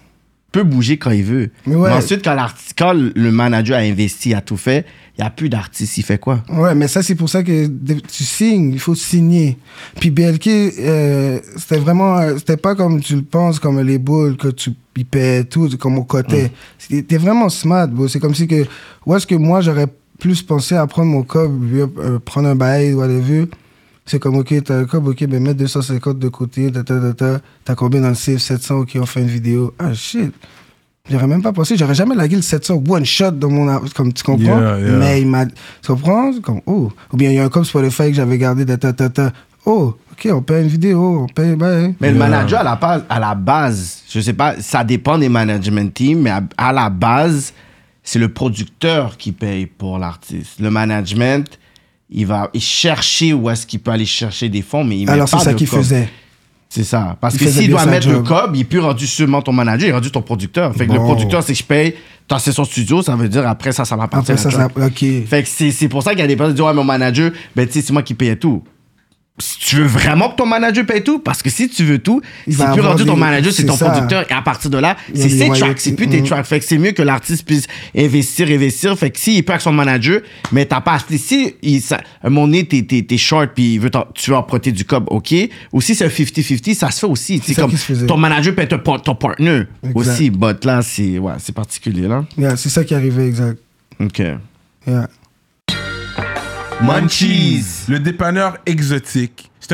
Speaker 2: peut bouger quand il veut.
Speaker 3: Mais ouais.
Speaker 2: Mais ensuite, quand, l'arti- quand le manager a investi, a tout fait, il n'y a plus d'artiste, il fait quoi?
Speaker 3: Ouais, mais ça, c'est pour ça que de- tu signes, il faut signer. Puis BLK, euh, c'était vraiment, euh, c'était pas comme tu le penses, comme les boules que tu pipais, tout, comme au côté. C'était T'es vraiment smart, bro. C'est comme si que, où est-ce que moi, j'aurais plus pensé à prendre mon cob, euh, euh, prendre un bail, whatever. C'est comme, ok, t'as un cob, ok, ben mettre 250 de côté, ta, ta, ta, ta. T'as combien dans le safe 700, ok, on fait une vidéo. Ah, shit. J'aurais même pas pensé, j'aurais jamais lagué le 700 one shot dans mon. a- Comme tu comprends?
Speaker 1: Yeah, yeah.
Speaker 3: Mais il m'a. Tu comprends? C'est Comme, oh. Ou bien il y a un cop Spotify que j'avais gardé, ta ta ta ta. Oh, ok, on paye une vidéo, on paye, ben.
Speaker 2: Mais le manager, à la, base, à la base, je sais pas, ça dépend des management teams, mais à, à la base, c'est le producteur qui paye pour l'artiste. Le management, il va chercher où est-ce qu'il peut aller chercher des fonds, mais il met
Speaker 3: Alors
Speaker 2: pas
Speaker 3: c'est ça
Speaker 2: de
Speaker 3: qu'il
Speaker 2: com.
Speaker 3: faisait.
Speaker 2: C'est ça. Parce
Speaker 3: Il
Speaker 2: que
Speaker 3: faisait
Speaker 2: s'il
Speaker 3: bien
Speaker 2: doit
Speaker 3: sa
Speaker 2: mettre le
Speaker 3: job.
Speaker 2: cob, il est plus rendu seulement ton manager, il est rendu ton producteur. Fait que le
Speaker 3: Bon.
Speaker 2: producteur, c'est que je paye, t'as c'est son studio, ça veut dire après ça, ça m'appartient.
Speaker 3: Après ça, ça. Ok.
Speaker 2: Fait que c'est c'est pour ça qu'il y a des personnes qui disent Ouais, mon manager, ben tu sais, c'est moi qui payais tout. Si tu veux vraiment que ton manager paye tout, parce que si tu veux tout,
Speaker 3: Il
Speaker 2: c'est
Speaker 3: va
Speaker 2: plus
Speaker 3: avoir
Speaker 2: rendu ton
Speaker 3: des-
Speaker 2: manager, c'est
Speaker 3: c'est
Speaker 2: ton
Speaker 3: ça.
Speaker 2: producteur. Et à partir de là,
Speaker 3: Il y a
Speaker 2: c'est
Speaker 3: des
Speaker 2: ses
Speaker 3: royalties.
Speaker 2: tracks, c'est plus tes
Speaker 3: Mhm.
Speaker 2: tracks. Fait que c'est mieux que l'artiste puisse investir, investir. Fait que s'il peut avec son manager, mais t'as pas acheté. Si il, ça, à un moment donné, t'es, t'es, t'es short puis il veut t'en- tu veux emprunter du cob, ok. Ou si c'est un 50-50, ça se fait aussi. C'est
Speaker 3: ça
Speaker 2: comme
Speaker 3: qui se faisait.
Speaker 2: ton manager peut être ton, ton partner
Speaker 3: Exact.
Speaker 2: aussi. But là, c'est, ouais, c'est particulier là.
Speaker 3: Yeah, c'est ça qui arrivait, exact.
Speaker 2: Ok.
Speaker 3: Yeah.
Speaker 2: Munchies.
Speaker 1: Le dépanneur exotique. C'est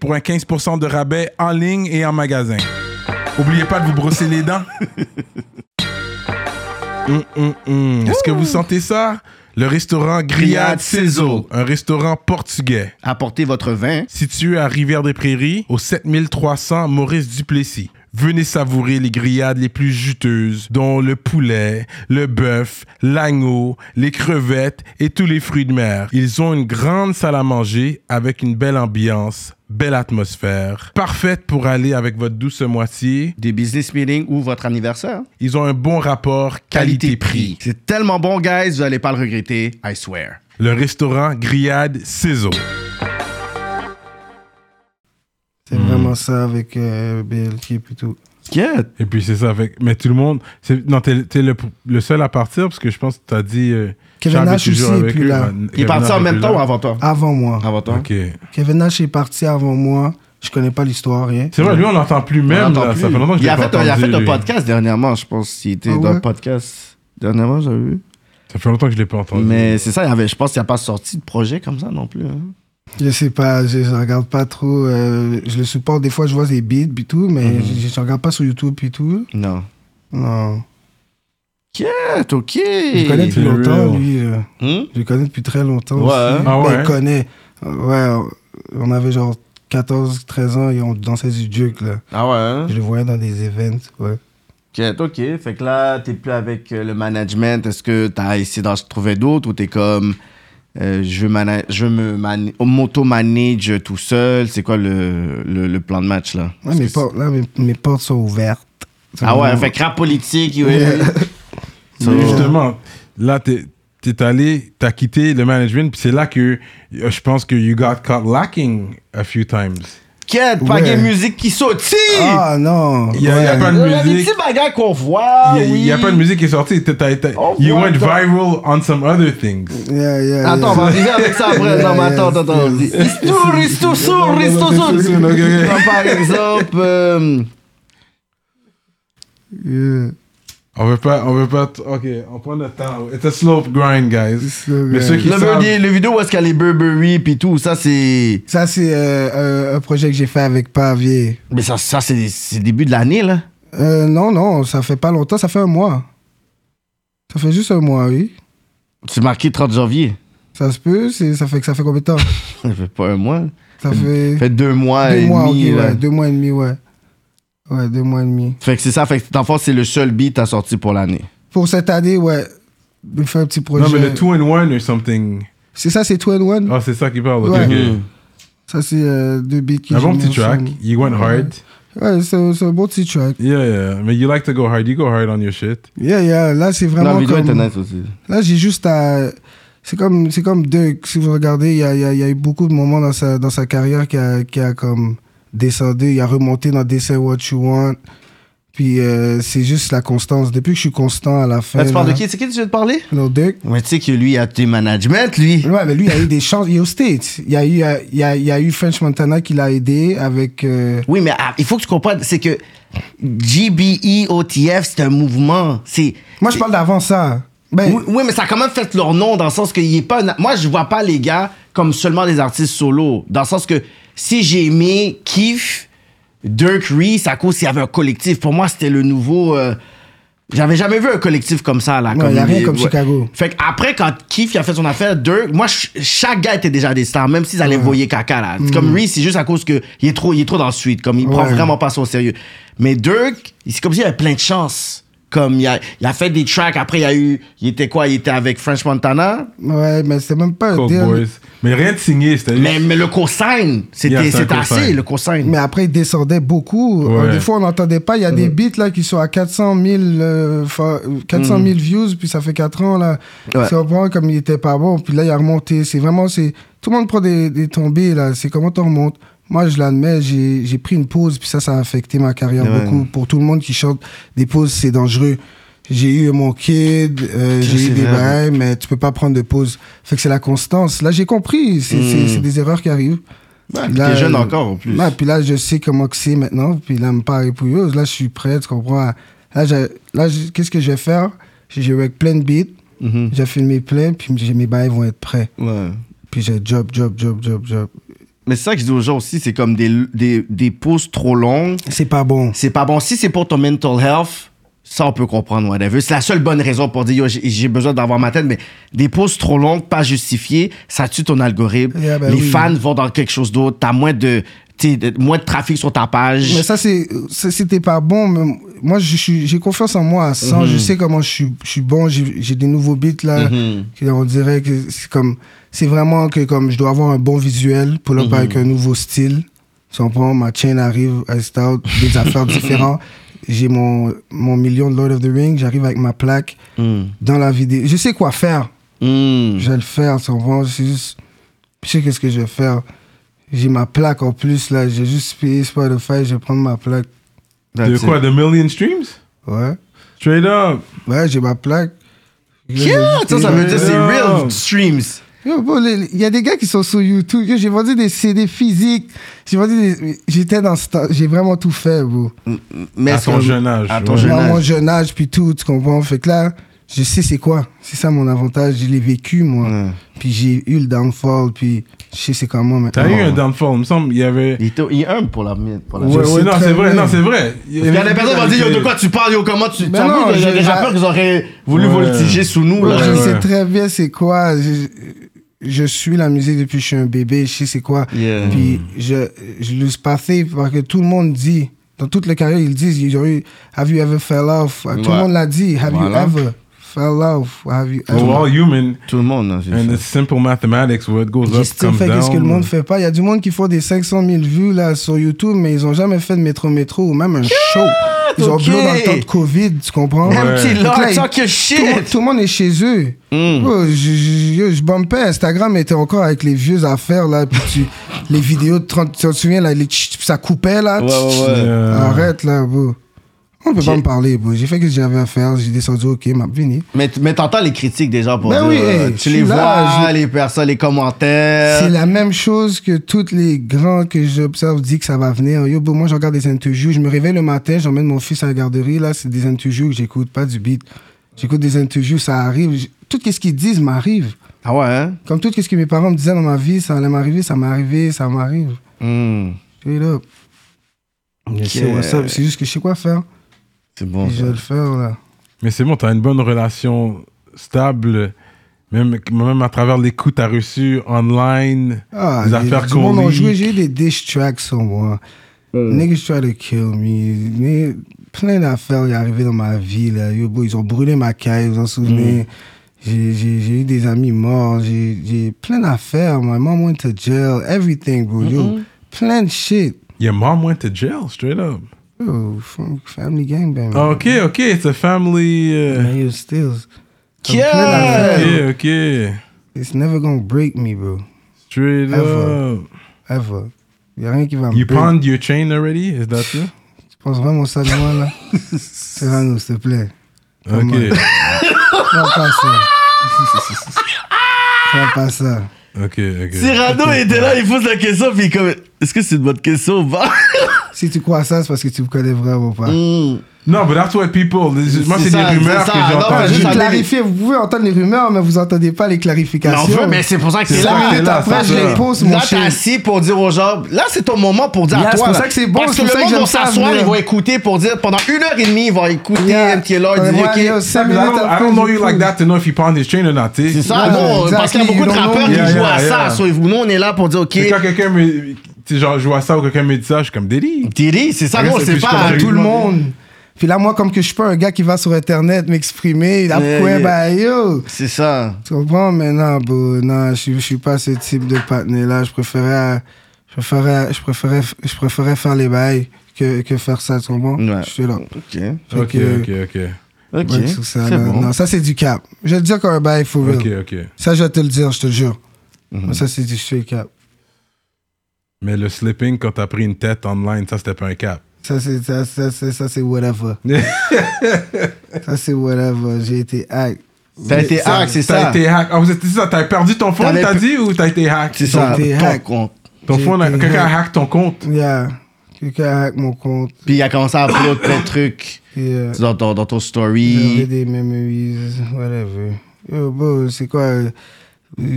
Speaker 1: pour un 15% de rabais en ligne et en magasin. Oubliez pas de vous brosser les dents. Hum, hum, hum. Est-ce que vous sentez ça? Le restaurant Grillade
Speaker 2: Grillade
Speaker 1: Sizzle,
Speaker 2: Sizzle.
Speaker 1: un restaurant portugais
Speaker 2: Apportez votre vin.
Speaker 1: situé à Rivière-des-Prairies, au 7300 Maurice-Duplessis. Venez savourer les grillades les plus juteuses, dont le poulet, le bœuf, l'agneau, les crevettes et tous les fruits de mer. Ils ont une grande salle à manger avec une belle ambiance, belle atmosphère, parfaite pour aller avec votre douce moitié.
Speaker 2: Des business meetings ou votre anniversaire.
Speaker 1: Ils ont un bon rapport qualité-prix.
Speaker 2: C'est tellement bon, guys, vous allez pas le regretter, I swear.
Speaker 1: Le restaurant Grillade Ciseaux.
Speaker 3: C'est
Speaker 2: Hmm.
Speaker 3: vraiment ça avec euh, BLK et tout.
Speaker 2: Yeah.
Speaker 1: Et puis c'est ça. Fait, que- mais tout le monde. c'est- Non, t'es t'es le, le seul à partir parce que je pense que t'as dit. euh,
Speaker 3: Kevin
Speaker 1: Charles est
Speaker 3: Nash
Speaker 1: toujours
Speaker 3: aussi est
Speaker 1: avec
Speaker 3: plus
Speaker 1: eux,
Speaker 3: là.
Speaker 1: mais
Speaker 2: Il est
Speaker 1: Kevin
Speaker 2: parti
Speaker 1: Nash
Speaker 2: en
Speaker 1: est
Speaker 2: même
Speaker 1: plus
Speaker 2: temps hein.
Speaker 1: là.
Speaker 2: ou avant toi?
Speaker 3: Avant moi.
Speaker 2: Avant toi.
Speaker 1: Ah. Ok. C'est
Speaker 3: Kevin Nash est parti avant moi. Je connais pas l'histoire, rien.
Speaker 1: vrai, lui, on l'entend plus
Speaker 2: On
Speaker 1: même.
Speaker 2: l'entend
Speaker 1: là.
Speaker 2: plus.
Speaker 1: Ça fait longtemps que je
Speaker 2: il, a
Speaker 1: l'ai
Speaker 2: fait
Speaker 1: pas
Speaker 2: un, il a
Speaker 1: entendu,
Speaker 2: fait un
Speaker 1: lui.
Speaker 2: podcast dernièrement, je pense. Il était
Speaker 3: Ah
Speaker 2: dans
Speaker 3: ouais?
Speaker 2: un podcast dernièrement, j'avais vu.
Speaker 1: Ça fait longtemps que je l'ai pas entendu.
Speaker 2: Mais c'est ça, il y avait, je pense qu'il n'y a pas sorti de projet comme ça non plus. hein.
Speaker 3: Je sais pas, je, je regarde pas trop. euh, je le supporte, des fois je vois des beats puis tout, mais
Speaker 2: Hmm.
Speaker 3: je, je regarde pas sur YouTube puis tout.
Speaker 2: Non.
Speaker 3: Non.
Speaker 2: Quête, ok.
Speaker 3: Je le connais depuis
Speaker 1: C'est
Speaker 3: longtemps,
Speaker 1: real.
Speaker 3: lui. euh. là.
Speaker 2: Hmm?
Speaker 3: Je le connais depuis très longtemps.
Speaker 2: Ouais, hein?
Speaker 3: Aussi.
Speaker 1: Ah
Speaker 3: Ben,
Speaker 1: ouais?
Speaker 3: il connaît. Euh, Ouais, on avait genre 14, 13 ans et on dansait du Duke, là.
Speaker 2: Ah ouais. hein?
Speaker 3: Je le voyais dans des events, ouais.
Speaker 2: Ok, ok. Fait que là, t'es plus avec euh, le management. Est-ce que t'as essayé d'en trouver d'autres ou t'es comme euh, je veux, mana- je veux me man- m'auto-manage tout seul C'est quoi le, le, le plan de match là
Speaker 3: Là, mes,
Speaker 2: Parce que
Speaker 3: portes, là, mes, mes portes sont ouvertes.
Speaker 2: c'est- Ah ouais, fait que rap politique, ouais.
Speaker 3: Yeah.
Speaker 2: So-
Speaker 1: Mais justement, là, t'es t'es allé, t'as quitté le management, puis c'est là que euh, je pense que you got caught lacking a few times.
Speaker 2: Quête, pas
Speaker 3: Ouais.
Speaker 2: de musique qui sautille
Speaker 3: Ah non.
Speaker 1: Il y a- il y a
Speaker 3: Ouais.
Speaker 1: pas de-
Speaker 2: Il y a des
Speaker 1: musique.
Speaker 2: petits bagages qu'on voit.
Speaker 1: Il
Speaker 2: Euh, oui.
Speaker 1: n'y a, pas de musique qui est sortie. t'as- t'as- t'as-
Speaker 2: Oh,
Speaker 1: you
Speaker 2: ouais,
Speaker 1: went
Speaker 2: attends.
Speaker 1: viral on some other things.
Speaker 3: Yeah, yeah,
Speaker 2: Attends, on va
Speaker 3: yeah.
Speaker 2: arriver avec ça après. Non, mais attends, attends, attends.
Speaker 3: Yes,
Speaker 2: Risto, risto, so, risto, so.
Speaker 1: Ok, ok.
Speaker 2: Comme Par exemple, euh,
Speaker 3: Yeah.
Speaker 1: On veut pas, on veut pas. t- Ok, on prend notre temps. It's a slow grind, guys.
Speaker 3: It's a slow
Speaker 1: Mais
Speaker 3: grind.
Speaker 1: ceux qui
Speaker 2: le,
Speaker 1: savent,
Speaker 2: vidéo, le vidéo où est-ce qu'elle est Burberry puis tout, ça c'est.
Speaker 3: Ça, c'est euh, euh, un projet que j'ai fait avec Pavier.
Speaker 2: Mais ça, ça c'est c'est début de l'année là.
Speaker 3: Euh, non, non, ça fait pas longtemps, ça fait un mois. Ça fait juste un mois, oui.
Speaker 2: C'est marqué 30 janvier. [LAUGHS]
Speaker 3: Ça se peut, c'est- ça fait que ça fait combien de temps
Speaker 2: Ça fait pas un mois.
Speaker 3: Ça fait
Speaker 2: Ça fait deux mois
Speaker 3: deux
Speaker 2: et
Speaker 3: mois,
Speaker 2: demi.
Speaker 3: ok,
Speaker 2: là.
Speaker 3: ouais, deux mois et demi, ouais. Ouais, deux mois et demi.
Speaker 2: Fait que c'est ça, fait que dans le fond, c'est le seul beat à sortir pour l'année.
Speaker 3: Pour cette année, ouais, de faire un petit projet.
Speaker 1: Non, mais le 2 in 1 or something.
Speaker 3: C'est ça, c'est 2 One.
Speaker 1: Oh, c'est ça qui parle. ok,
Speaker 3: Ouais. Mm.
Speaker 1: ok.
Speaker 2: Hmm.
Speaker 3: Ça, c'est euh, deux beats qui
Speaker 1: Un bon petit
Speaker 3: mis
Speaker 1: track.
Speaker 3: ensemble.
Speaker 1: You went hard.
Speaker 3: Ouais, c'est c'est un bon petit track.
Speaker 1: Yeah, yeah. Mais you like to go hard. You go hard on your shit.
Speaker 3: Yeah, yeah, là, c'est
Speaker 2: Non, la
Speaker 3: vraiment
Speaker 2: vidéo
Speaker 3: Ah, comme...
Speaker 2: internet aussi.
Speaker 3: Là, j'ai juste à. C'est comme, c'est comme Dirk. Si vous regardez, il y a, il y a- il y a eu beaucoup de moments dans sa, dans sa carrière qui a, qui a comme descendu. Il a remonté dans They Say What You Want. Puis euh, c'est juste la constance. Depuis que je suis constant à la fin.
Speaker 1: Ah,
Speaker 2: Là, tu parles
Speaker 3: là,
Speaker 2: de qui C'est qui tu veux te parler
Speaker 3: Lil Durk.
Speaker 2: Mais tu sais que lui, il a tes management, lui.
Speaker 3: Ouais, mais lui, il a eu des chances. Il est aux States. Il y a eu, euh, il y a, il y a eu French Montana qui l'a aidé avec. euh,
Speaker 2: Oui, mais ah, il faut que tu comprennes, c'est que E GBEOTF, c'est un mouvement. C'est.
Speaker 3: Moi, je parle d'avant ça. Ben,
Speaker 2: Oui, oui, mais ça a quand même fait leur nom dans le sens qu'il est pas. un- Moi, je vois pas les gars comme seulement des artistes solo. Dans le sens que si j'ai aimé Keef, Dirk Reese, à cause qu'il y avait un collectif. Pour moi, c'était le nouveau. euh, J'avais jamais vu un collectif comme ça là.
Speaker 3: Ouais,
Speaker 2: comme
Speaker 3: y a rien
Speaker 2: les-
Speaker 3: comme Chicago.
Speaker 2: Fait que après quand Keef il a fait son affaire, Dirk, moi ch- chaque gars était déjà des stars, même s'ils allaient voyer caca là. Comme Reese, c'est juste à cause que il est trop, il est trop dans le suite. Comme il prend
Speaker 3: Mm. Ouais.
Speaker 2: vraiment pas ça au sérieux. Mais Dirk, il- c'est comme s'il avait plein de chance. Comme il a, il a fait des tracks, après il y a eu, il était quoi, il était avec French Montana,
Speaker 3: ouais, mais c'est même pas un
Speaker 1: Coke
Speaker 3: deal.
Speaker 1: boys. Mais rien de signé, c'était
Speaker 2: mais, mais le cosign, c'était
Speaker 1: Yeah, c'est un
Speaker 2: c'était assez,
Speaker 1: cosign.
Speaker 2: le cosign.
Speaker 3: Mais après, il descendait beaucoup. Euh,
Speaker 1: Ouais.
Speaker 3: Des fois, on n'entendait pas. Il y a des beats là, qui sont à 400 000, euh, fa- 400 000 views, puis ça fait 4 ans. Là.
Speaker 2: Mm. Ouais.
Speaker 3: C'est vraiment comme il était pas bon. Puis là, il a remonté. C'est vraiment. c'est Tout le monde prend des, des tombées. là. C'est comment tu remontes. Moi, je l'admets, j'ai j'ai pris une pause, puis ça, ça a affecté ma carrière
Speaker 2: Ouais.
Speaker 3: beaucoup. Pour tout le monde qui chante, des pauses, c'est dangereux. J'ai eu mon kid, euh, j'ai
Speaker 2: c'est
Speaker 3: eu des
Speaker 2: vrai.
Speaker 3: bails, mais tu peux pas prendre de pause. Fait que c'est la constance. Là, j'ai compris. C'est
Speaker 2: Mm.
Speaker 3: c'est- c'est des erreurs qui arrivent.
Speaker 2: Ouais,
Speaker 3: Puis
Speaker 2: Bah, puis
Speaker 3: là,
Speaker 2: t'es jeune
Speaker 3: euh,
Speaker 2: encore en plus.
Speaker 3: Ouais, puis là, je sais comment que c'est maintenant. Puis là, me paraît pouilleuse. Là, je suis prêt, tu comprends. Là, j'ai- là j'ai- qu'est-ce que je vais faire J'ai j'ai avec plein de beats.
Speaker 2: Mhm.
Speaker 3: J'ai filmé plein, puis j'ai- mes bails vont être prêts.
Speaker 2: Ouais.
Speaker 3: Puis j'ai job, job, job, job, job.
Speaker 2: Mais c'est ça que je dis aux gens aussi, c'est comme des, des, des pauses trop longues.
Speaker 3: C'est pas bon.
Speaker 2: C'est pas bon. Si c'est pour ton mental health, ça, on peut comprendre, whatever. C'est la seule bonne raison pour dire, yo, j'ai- j'ai besoin d'avoir ma tête, mais des pauses trop longues, pas justifiées, ça tue ton algorithme.
Speaker 3: Yeah, ben
Speaker 2: Les
Speaker 3: oui.
Speaker 2: fans vont dans quelque chose d'autre. T'as moins de, t'sais, de- moins de trafic sur ta page.
Speaker 3: Mais ça, c'est, ça, c'était pas bon. mais moi, je suis, j'ai confiance en moi à 100. Je sais comment je suis, je suis bon. J'ai, j'ai des nouveaux beats là. qui- On dirait que c'est comme, c'est vraiment que comme je dois avoir un bon visuel pour up avec un nouveau style. Tu comprends? Ma chaîne arrive, I start, des affaires différentes. J'ai mon, mon million de Lord of the Rings. J'arrive avec ma plaque
Speaker 2: Mm.
Speaker 3: dans la vidéo. Je sais quoi faire.
Speaker 2: Hmm.
Speaker 3: Je vais le faire, tu comprends? C'est juste. Je sais qu'est-ce que je vais faire. J'ai ma plaque en plus, là. J'ai juste payé Spotify, je vais prendre ma plaque.
Speaker 1: De quoi De million streams
Speaker 3: Ouais.
Speaker 1: Straight up.
Speaker 3: Ouais, j'ai ma plaque.
Speaker 2: Yeah, ça, ça veut dire c'est
Speaker 1: Yeah.
Speaker 2: real streams.
Speaker 3: Yo, bro, les- les- Il y a des gars qui sont sur YouTube. Yo, J'ai vendu des CD physiques. J'ai vendu des- J'étais dans ce temps. J'ai vraiment tout fait, bro.
Speaker 2: Mais
Speaker 1: À
Speaker 2: est-ce
Speaker 1: ton
Speaker 2: que-
Speaker 1: jeune âge,
Speaker 2: À ton
Speaker 1: ouais.
Speaker 2: jeune
Speaker 3: Moi, mon
Speaker 2: âge.
Speaker 3: jeune âge, puis tout, tu comprends? Fait que là, je sais c'est quoi. C'est ça mon avantage. Je l'ai vécu, moi.
Speaker 2: Ouais.
Speaker 3: Puis j'ai eu le downfall, puis je sais c'est comment maintenant.
Speaker 1: T'as eu un downfall, il me semble. Il y avait.
Speaker 2: Il est il est humble pour la mienne. Pour la
Speaker 3: Oh. Ouais,
Speaker 1: Je
Speaker 3: ouais,
Speaker 1: sais, non,
Speaker 3: très
Speaker 1: c'est vrai,
Speaker 3: bien.
Speaker 1: non, c'est vrai.
Speaker 2: Il y a des personnes qui vont dire, yo, de quoi tu parles, yo, comment tu.
Speaker 3: Mais
Speaker 2: T'as
Speaker 3: non,
Speaker 2: vu, j'ai
Speaker 3: je-
Speaker 2: j'ai peur qu'ils auraient voulu
Speaker 1: Ouais.
Speaker 2: voltiger sous nous, là.
Speaker 3: je
Speaker 1: ouais.
Speaker 3: sais très bien c'est quoi. Je, je suis la musique depuis que je suis un bébé. Je sais c'est quoi.
Speaker 2: Yeah.
Speaker 3: Puis je, je l'use pas fait parce que tout le monde dit Dans toutes les carrières, ils disent, ils ont eu, have you ever fell off? Tout
Speaker 2: Ouais.
Speaker 3: le monde l'a dit, have
Speaker 2: Voilà.
Speaker 3: you ever fell off? Have you
Speaker 1: We're
Speaker 3: ever-
Speaker 1: all human.
Speaker 2: Tout le monde, hein, c'est
Speaker 1: And
Speaker 2: ça.
Speaker 1: it's simple mathematics. What goes
Speaker 3: J'ai
Speaker 1: up
Speaker 3: still
Speaker 1: comes
Speaker 3: fait qu'est-ce que le
Speaker 1: down.
Speaker 3: monde fait pas. Il y a du monde qui font des 500 000 vues là sur YouTube, mais ils ont jamais fait de métro métro ou même un show. Ils ont
Speaker 2: ok.
Speaker 3: upload dans le temps de Covid, tu comprends?
Speaker 2: Même
Speaker 1: Ouais.
Speaker 2: petit
Speaker 3: Donc là,
Speaker 2: Lord,
Speaker 3: il-
Speaker 2: talk your
Speaker 3: Tout, le monde-
Speaker 2: shit.
Speaker 3: tout le monde est chez eux. Oh, je, je, je- je bumpais. Instagram était encore avec les vieux affaires là, puis tu- les vidéos de 30, tu te souviens là, les tch- ça coupait là.
Speaker 2: Ouais,
Speaker 3: tch-
Speaker 2: ouais, ouais.
Speaker 1: Yeah.
Speaker 3: Arrête là, bro. On peut
Speaker 2: J'ai-
Speaker 3: pas me parler, bro. J'ai fait ce que j'avais à faire, j'ai descendu, ok, m'a fini.
Speaker 2: Mais, mais t'entends les critiques des gens pour dire,
Speaker 3: Ben oui,
Speaker 2: euh,
Speaker 3: hey, je
Speaker 2: tu
Speaker 3: suis
Speaker 2: les
Speaker 3: là,
Speaker 2: vois,
Speaker 3: je-
Speaker 2: les personnes, les commentaires.
Speaker 3: C'est la même chose que toutes les grands que j'observe disent que ça va venir. Yo, bro, moi, je regarde des interviews. Je me réveille le matin, j'emmène mon fils à la garderie. Là, c'est des interviews que j'écoute, pas du beat. J'écoute des interviews, ça arrive. J- Tout ce qu'ils disent m'arrive.
Speaker 2: Ah ouais, hein?
Speaker 3: Comme tout ce que mes parents me disaient dans ma vie, ça allait m'arriver, ça m'est arrivé, ça m'arrive.
Speaker 2: Hmm.
Speaker 3: Straight up. Je sais what's up, C'est juste que je sais quoi faire.
Speaker 2: C'est bon.
Speaker 3: Et je
Speaker 2: ça.
Speaker 3: vais le faire, là.
Speaker 1: Mais c'est bon, t'as une bonne relation stable. Même, même à travers les coups, t'as reçu online.
Speaker 3: Ah,
Speaker 1: Des
Speaker 3: les-
Speaker 1: affaires
Speaker 3: du monde
Speaker 1: qu'on
Speaker 3: ont
Speaker 1: lit.
Speaker 3: joué, j'ai eu des diss tracks sur moi. Niggas try to kill me. Ni- Plein d'affaires qui sont arrivées dans ma vie. Là. Yo, bro, ils ont brûlé ma caille, vous vous en souvenez. J'ai- J'ai j'ai eu des amis morts. J'ai j'ai plein d'affaires. My mom went to jail. Everything, bro. Yo, plein de shit.
Speaker 1: Your mom went to jail, straight up.
Speaker 3: Yo, fam- family gangbang. man.
Speaker 1: Ok, ok, it's a family. euh,
Speaker 3: Man, yo, stills. Comme
Speaker 2: Yeah.
Speaker 3: plein d'affaires.
Speaker 1: Ok, ok.
Speaker 3: It's never gonna break me, bro.
Speaker 1: Straight
Speaker 3: Ever.
Speaker 1: up.
Speaker 3: Ever. Y a rien qui va me
Speaker 1: You
Speaker 3: break.
Speaker 1: pawned your chain already? Is that it?
Speaker 3: Tu penses vraiment ça de moi,
Speaker 1: [LAUGHS]
Speaker 3: là? Serrano, s'il te plaît.
Speaker 1: Ok,
Speaker 3: Prends pas ça. Prends pas ça.
Speaker 1: ok, ok.
Speaker 2: Cyrano était là, il pose la question, puis il est comme, est-ce que c'est une bonne question ou
Speaker 3: [LAUGHS]
Speaker 2: pas?
Speaker 3: Si tu crois ça, c'est parce que tu me connais vraiment pas.
Speaker 2: Mm.
Speaker 1: Non, but that's what people. Moi,
Speaker 2: C'est
Speaker 1: c'est des
Speaker 2: ça,
Speaker 1: rumeurs
Speaker 2: c'est
Speaker 1: que
Speaker 2: ça.
Speaker 1: j'ai
Speaker 2: Non, mais
Speaker 1: entendues.
Speaker 3: J'ai
Speaker 2: juste à-
Speaker 3: clarifié, Ah, vous pouvez entendre les rumeurs, mais vous entendez pas les
Speaker 2: Mais
Speaker 3: clarifications.
Speaker 2: on veut, mais c'est pour ça que c'est
Speaker 3: Cinq
Speaker 2: là.
Speaker 3: minutes
Speaker 1: c'est là,
Speaker 3: après,
Speaker 1: c'est
Speaker 3: je
Speaker 1: ça.
Speaker 3: les pose, mon
Speaker 2: Là, t'es
Speaker 3: chien.
Speaker 2: assis pour dire aux gens, là, c'est ton moment pour dire
Speaker 3: Yeah,
Speaker 2: à
Speaker 3: c'est
Speaker 2: toi.
Speaker 3: pour
Speaker 2: là.
Speaker 3: ça que c'est bon,
Speaker 2: Parce
Speaker 3: c'est
Speaker 2: que
Speaker 3: pour ça
Speaker 2: le
Speaker 3: que
Speaker 2: monde
Speaker 3: j'aime
Speaker 2: va
Speaker 3: ça,
Speaker 2: s'asseoir,
Speaker 3: venir.
Speaker 2: ils vont écouter pour dire pendant une heure et demie, ils vont écouter un petit Lord.
Speaker 3: Ouais,
Speaker 2: ils disent,
Speaker 3: moi, yo,
Speaker 2: ok.
Speaker 3: cinq
Speaker 1: I mean, I
Speaker 3: minutes
Speaker 1: don't, I
Speaker 3: après,
Speaker 1: don't know
Speaker 3: je
Speaker 1: you like
Speaker 3: pose.
Speaker 1: that to know if you pawned his chain or not. tu sais.
Speaker 2: C'est ça,
Speaker 3: Ouais,
Speaker 2: non, parce qu'il y a
Speaker 3: exactly,
Speaker 2: beaucoup de
Speaker 3: you don't
Speaker 2: rappeurs qui
Speaker 3: know.
Speaker 1: Yeah,
Speaker 2: jouent à
Speaker 1: yeah,
Speaker 2: ça.
Speaker 1: yeah.
Speaker 2: so, nous, on est là pour dire, ok,
Speaker 1: Et quand quelqu'un me. Tu sais, genre, je vois ça ou quelqu'un me dit ça, je suis comme délit.
Speaker 2: Thierry, c'est ça,
Speaker 1: Ouais,
Speaker 2: non,
Speaker 1: c'est
Speaker 2: c'est
Speaker 1: plus
Speaker 2: pas
Speaker 1: correct.
Speaker 2: à
Speaker 3: à
Speaker 2: tout
Speaker 3: tout le monde. Puis là, moi, comme que je suis pas un gars qui va sur Internet m'exprimer, là,
Speaker 2: Yeah,
Speaker 3: pourquoi,
Speaker 2: yeah.
Speaker 3: bah, yo.
Speaker 2: C'est ça.
Speaker 3: Tu comprends? Mais non, bro, non, je suis- je suis pas ce type de patiné-là. Je préférais, je préférais, je préférais, je préférais faire les bails que, que faire ça, tu comprends?
Speaker 2: Ouais.
Speaker 3: Je suis là.
Speaker 2: Ok.
Speaker 3: Fait
Speaker 1: Ok,
Speaker 3: que-
Speaker 1: ok, ok.
Speaker 2: Ok.
Speaker 3: Ouais, sur ça,
Speaker 2: C'est
Speaker 3: là.
Speaker 2: bon.
Speaker 3: Non, ça, c'est du cap. Je vais te dire qu'un bail, faut
Speaker 1: Ok,
Speaker 3: real.
Speaker 1: ok.
Speaker 3: Ça, je vais te le dire, je te le jure.
Speaker 2: Mhm.
Speaker 3: Ça, c'est du straight cap.
Speaker 1: Mais le slipping quand t'as pris une tête online, ça c'était pas un cap.
Speaker 3: Ça, c'est, ça, ça, ça, ça, c'est
Speaker 2: [LAUGHS]
Speaker 3: whatever. ça, c'est whatever. J'ai été hack.
Speaker 2: T'as été
Speaker 3: Ça-
Speaker 2: hack, c'est
Speaker 1: T'as
Speaker 2: ça.
Speaker 1: été hack. Ah, vous êtes c'est ça, t'as perdu ton phone,
Speaker 2: T'avais
Speaker 1: t'as
Speaker 2: pu-
Speaker 1: dit, ou t'as été hack?
Speaker 2: C'est ça.
Speaker 3: T'as été
Speaker 2: Ton
Speaker 3: hack.
Speaker 2: compte.
Speaker 1: Ton
Speaker 3: J'ai
Speaker 1: phone, a-
Speaker 3: été
Speaker 1: quelqu'un a
Speaker 3: hack.
Speaker 1: hack ton compte.
Speaker 3: Yeah. Quelqu'un a hack mon compte.
Speaker 2: Puis il a commencé à upload plein de trucs
Speaker 3: Et, euh,
Speaker 2: dans ton, dans ton
Speaker 3: J'avais
Speaker 2: story. Oh,
Speaker 3: des memories, whatever. Yo, bro, c'est quoi? euh,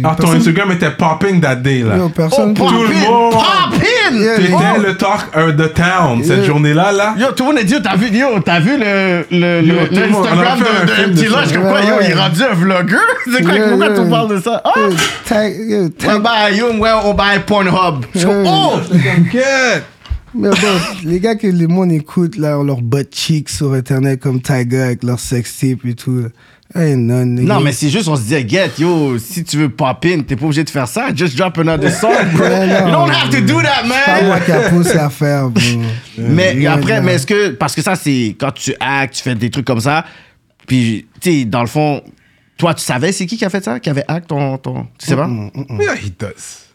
Speaker 1: Ah, ton
Speaker 3: personne-
Speaker 1: Instagram était popping that day, là.
Speaker 3: Yo, personne.
Speaker 2: pop
Speaker 1: Tout le
Speaker 2: in,
Speaker 1: monde.
Speaker 2: Pop in!
Speaker 3: Yeah,
Speaker 1: T'étais
Speaker 3: oh.
Speaker 1: le talk of the town cette
Speaker 3: Yeah.
Speaker 1: journée-là, là.
Speaker 2: Yo, tout le monde a dit, yo, t'as vu, yo, t'as vu le, le,
Speaker 1: Yo,
Speaker 2: le-
Speaker 1: tout le monde,
Speaker 2: l'Instagram
Speaker 1: on a fait un
Speaker 2: de,
Speaker 1: film
Speaker 2: de MT
Speaker 1: de ça.
Speaker 2: Lodge, comme quoi,
Speaker 3: Ouais,
Speaker 2: yo, il est
Speaker 3: ouais.
Speaker 2: rendu un vlogueur. [LAUGHS] C'est quoi,
Speaker 3: Yeah,
Speaker 2: pourquoi
Speaker 3: yeah.
Speaker 2: tu parles de ça? Ah!
Speaker 3: Yo, tag, yo,
Speaker 2: Ouais,
Speaker 3: tag.
Speaker 2: bah, yo, ouais, on buy Pornhub. Je suis comme,
Speaker 3: Ouais.
Speaker 2: Oh!
Speaker 1: T'inquiète.
Speaker 3: Mais bon, les gars que le monde écoute, là, ont leur butt cheeks sur Internet comme Tiger avec leur sex tape et tout. Hey, non, nigga.
Speaker 2: Non, mais c'est juste, on se dit, get, yo, si tu veux pop in, t'es pas obligé de faire ça. Just drop another song, bro. [LAUGHS]
Speaker 3: Ouais, non.
Speaker 2: You don't have to do that,
Speaker 3: Pas
Speaker 2: man.
Speaker 3: moi qui a poussé l'affaire, bro.
Speaker 2: [LAUGHS] Mais
Speaker 3: Ouais,
Speaker 2: après,
Speaker 3: non.
Speaker 2: mais est-ce que. Parce que ça, c'est quand tu actes, tu fais des trucs comme ça. Puis, tu sais, dans le fond, toi, tu savais c'est qui qui a fait ça Qui avait hack ton. ton tu sais pas
Speaker 1: [LAUGHS] Yeah, he does.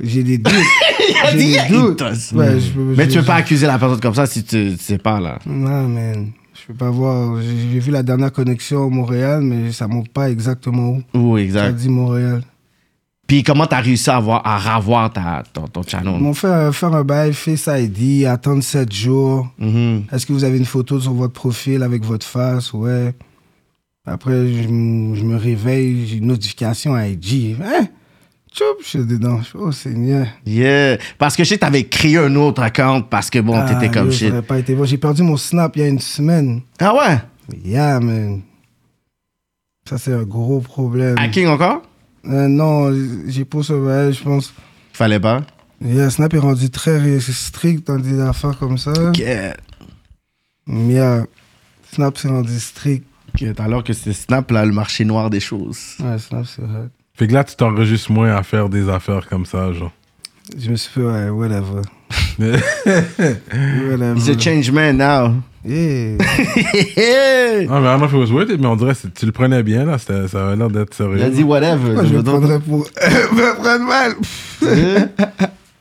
Speaker 3: Mm, J'ai des
Speaker 2: [LAUGHS]
Speaker 3: doutes.
Speaker 2: a
Speaker 3: J'ai
Speaker 2: dit,
Speaker 3: des
Speaker 2: il
Speaker 3: doutes.
Speaker 2: does.
Speaker 3: Ouais, je peux-
Speaker 2: Mais
Speaker 3: je-
Speaker 2: tu peux pas accuser la personne comme ça si tu tu sais pas, là.
Speaker 3: Non, man. Je peux pas voir. J'ai j'ai vu la dernière connexion à Montréal, mais ça monte pas exactement où.
Speaker 2: Ou
Speaker 3: Ça
Speaker 2: exact.
Speaker 3: dit Montréal.
Speaker 2: Puis, comment t'as réussi à, avoir, à ravoir ta, ton, ton channel
Speaker 3: Ils m'ont fait euh, faire un bail Face ID, attendre 7 jours.
Speaker 2: Mhm.
Speaker 3: Est-ce que vous avez une photo sur votre profil avec votre face Ouais. Après, je, m- je me réveille, j'ai une notification à IG. Hein Tchoup, je suis dedans. Je suis, Oh Seigneur.
Speaker 2: Yeah. Parce que je sais que t'avais créé un autre account parce que bon, Ah, t'étais comme
Speaker 3: Ah, yo, ça
Speaker 2: shit.
Speaker 3: aurait pas été bon. J'ai perdu mon snap il y a une semaine.
Speaker 2: Ah ouais?
Speaker 3: Yeah, man. Ça, c'est un gros problème.
Speaker 2: Hacking encore?
Speaker 3: Euh, non, j'ai pas ce bail, je pense.
Speaker 2: Fallait pas.
Speaker 3: Yeah, Snap est rendu très ré- strict dans des affaires comme ça.
Speaker 2: Yeah.
Speaker 3: Yeah, Snap s'est rendu strict.
Speaker 2: Ok, Alors que c'est Snap, là, le marché noir des choses.
Speaker 3: Ouais, Snap, c'est vrai.
Speaker 1: Fait que là, tu t'enregistres moins à faire des affaires comme ça, genre.
Speaker 3: Je me suis fait, ouais, whatever. whatever.
Speaker 2: He's a change man
Speaker 3: [LAUGHS]
Speaker 2: now. [LAUGHS]
Speaker 3: Yeah.
Speaker 2: Il
Speaker 1: Ah, mais I don't know if it was worth it, mais on dirait que tu le prenais bien, là. C'était- Ça avait l'air d'être sérieux.
Speaker 2: a dit whatever.
Speaker 3: Moi, je me
Speaker 2: Donc,
Speaker 3: prendrais pour. [LAUGHS] je me prendre mal.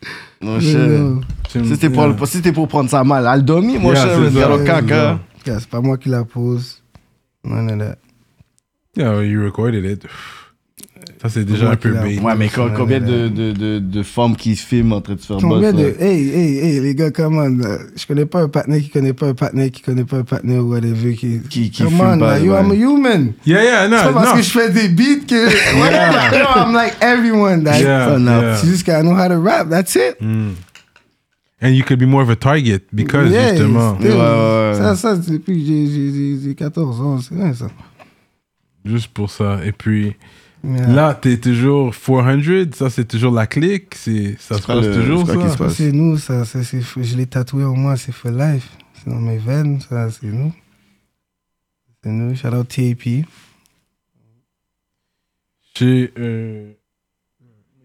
Speaker 3: [LAUGHS]
Speaker 2: Mon cher.
Speaker 1: Tu me-
Speaker 2: Si t'es pour,
Speaker 1: Yeah.
Speaker 2: si t'es pour prendre ça mal, Aldomi, mon
Speaker 1: Yeah,
Speaker 2: cher,
Speaker 1: c'est ça.
Speaker 2: c'est le
Speaker 1: Yeah.
Speaker 2: caca.
Speaker 3: Yeah, c'est pas moi qui la pose. Non, non, non.
Speaker 1: Yeah, you recorded it. Pff. Ça, c'est déjà
Speaker 3: Moi
Speaker 1: un
Speaker 3: qui
Speaker 1: peu
Speaker 3: l'a-
Speaker 1: bait.
Speaker 2: Ouais, mais co-
Speaker 3: Ouais,
Speaker 2: combien de,
Speaker 3: ouais.
Speaker 2: de, de, de femmes qui se filment en train de se faire
Speaker 3: Combien
Speaker 2: boss,
Speaker 3: de.
Speaker 2: là?
Speaker 3: Hey, hey, hey, les gars, come on. là. Je connais pas un partenaire qui connaît pas un partenaire qui connaît pas un partenaire ou whatever qui.
Speaker 2: Qui- qui
Speaker 3: come
Speaker 2: fume
Speaker 3: on,
Speaker 2: pas,
Speaker 3: là, you
Speaker 2: ouais.
Speaker 3: I'm a human.
Speaker 1: Yeah, yeah,
Speaker 3: C'est
Speaker 1: non,
Speaker 3: pas parce
Speaker 1: Ah, non.
Speaker 3: que je fais des beats
Speaker 1: [LAUGHS]
Speaker 3: que. Whatever. No, I'm like everyone. Like,
Speaker 1: Yeah,
Speaker 2: fun, là.
Speaker 1: yeah.
Speaker 3: You just gotta know how to rap, that's it.
Speaker 1: And you could be more of a target because,
Speaker 3: Yeah,
Speaker 1: justement,
Speaker 3: still.
Speaker 2: Ouais, ouais, ouais.
Speaker 3: Ça, ça, c'est depuis que j'ai- j'ai- j'ai- j'ai 14 ans, c'est vrai ça.
Speaker 1: juste pour ça. Et puis,
Speaker 3: Yeah.
Speaker 1: là, t'es toujours 400, ça, c'est toujours la clique, c'est, ça se
Speaker 2: quoi
Speaker 1: passe
Speaker 2: le-
Speaker 1: toujours,
Speaker 2: c'est quoi qui se
Speaker 1: ça.
Speaker 3: Ça, c'est nous, ça, ça, c'est- je l'ai tatoué en moi, c'est for life. C'est dans mes veines, ça, c'est nous. C'est nous, shout out TAP.
Speaker 1: J'ai, euh,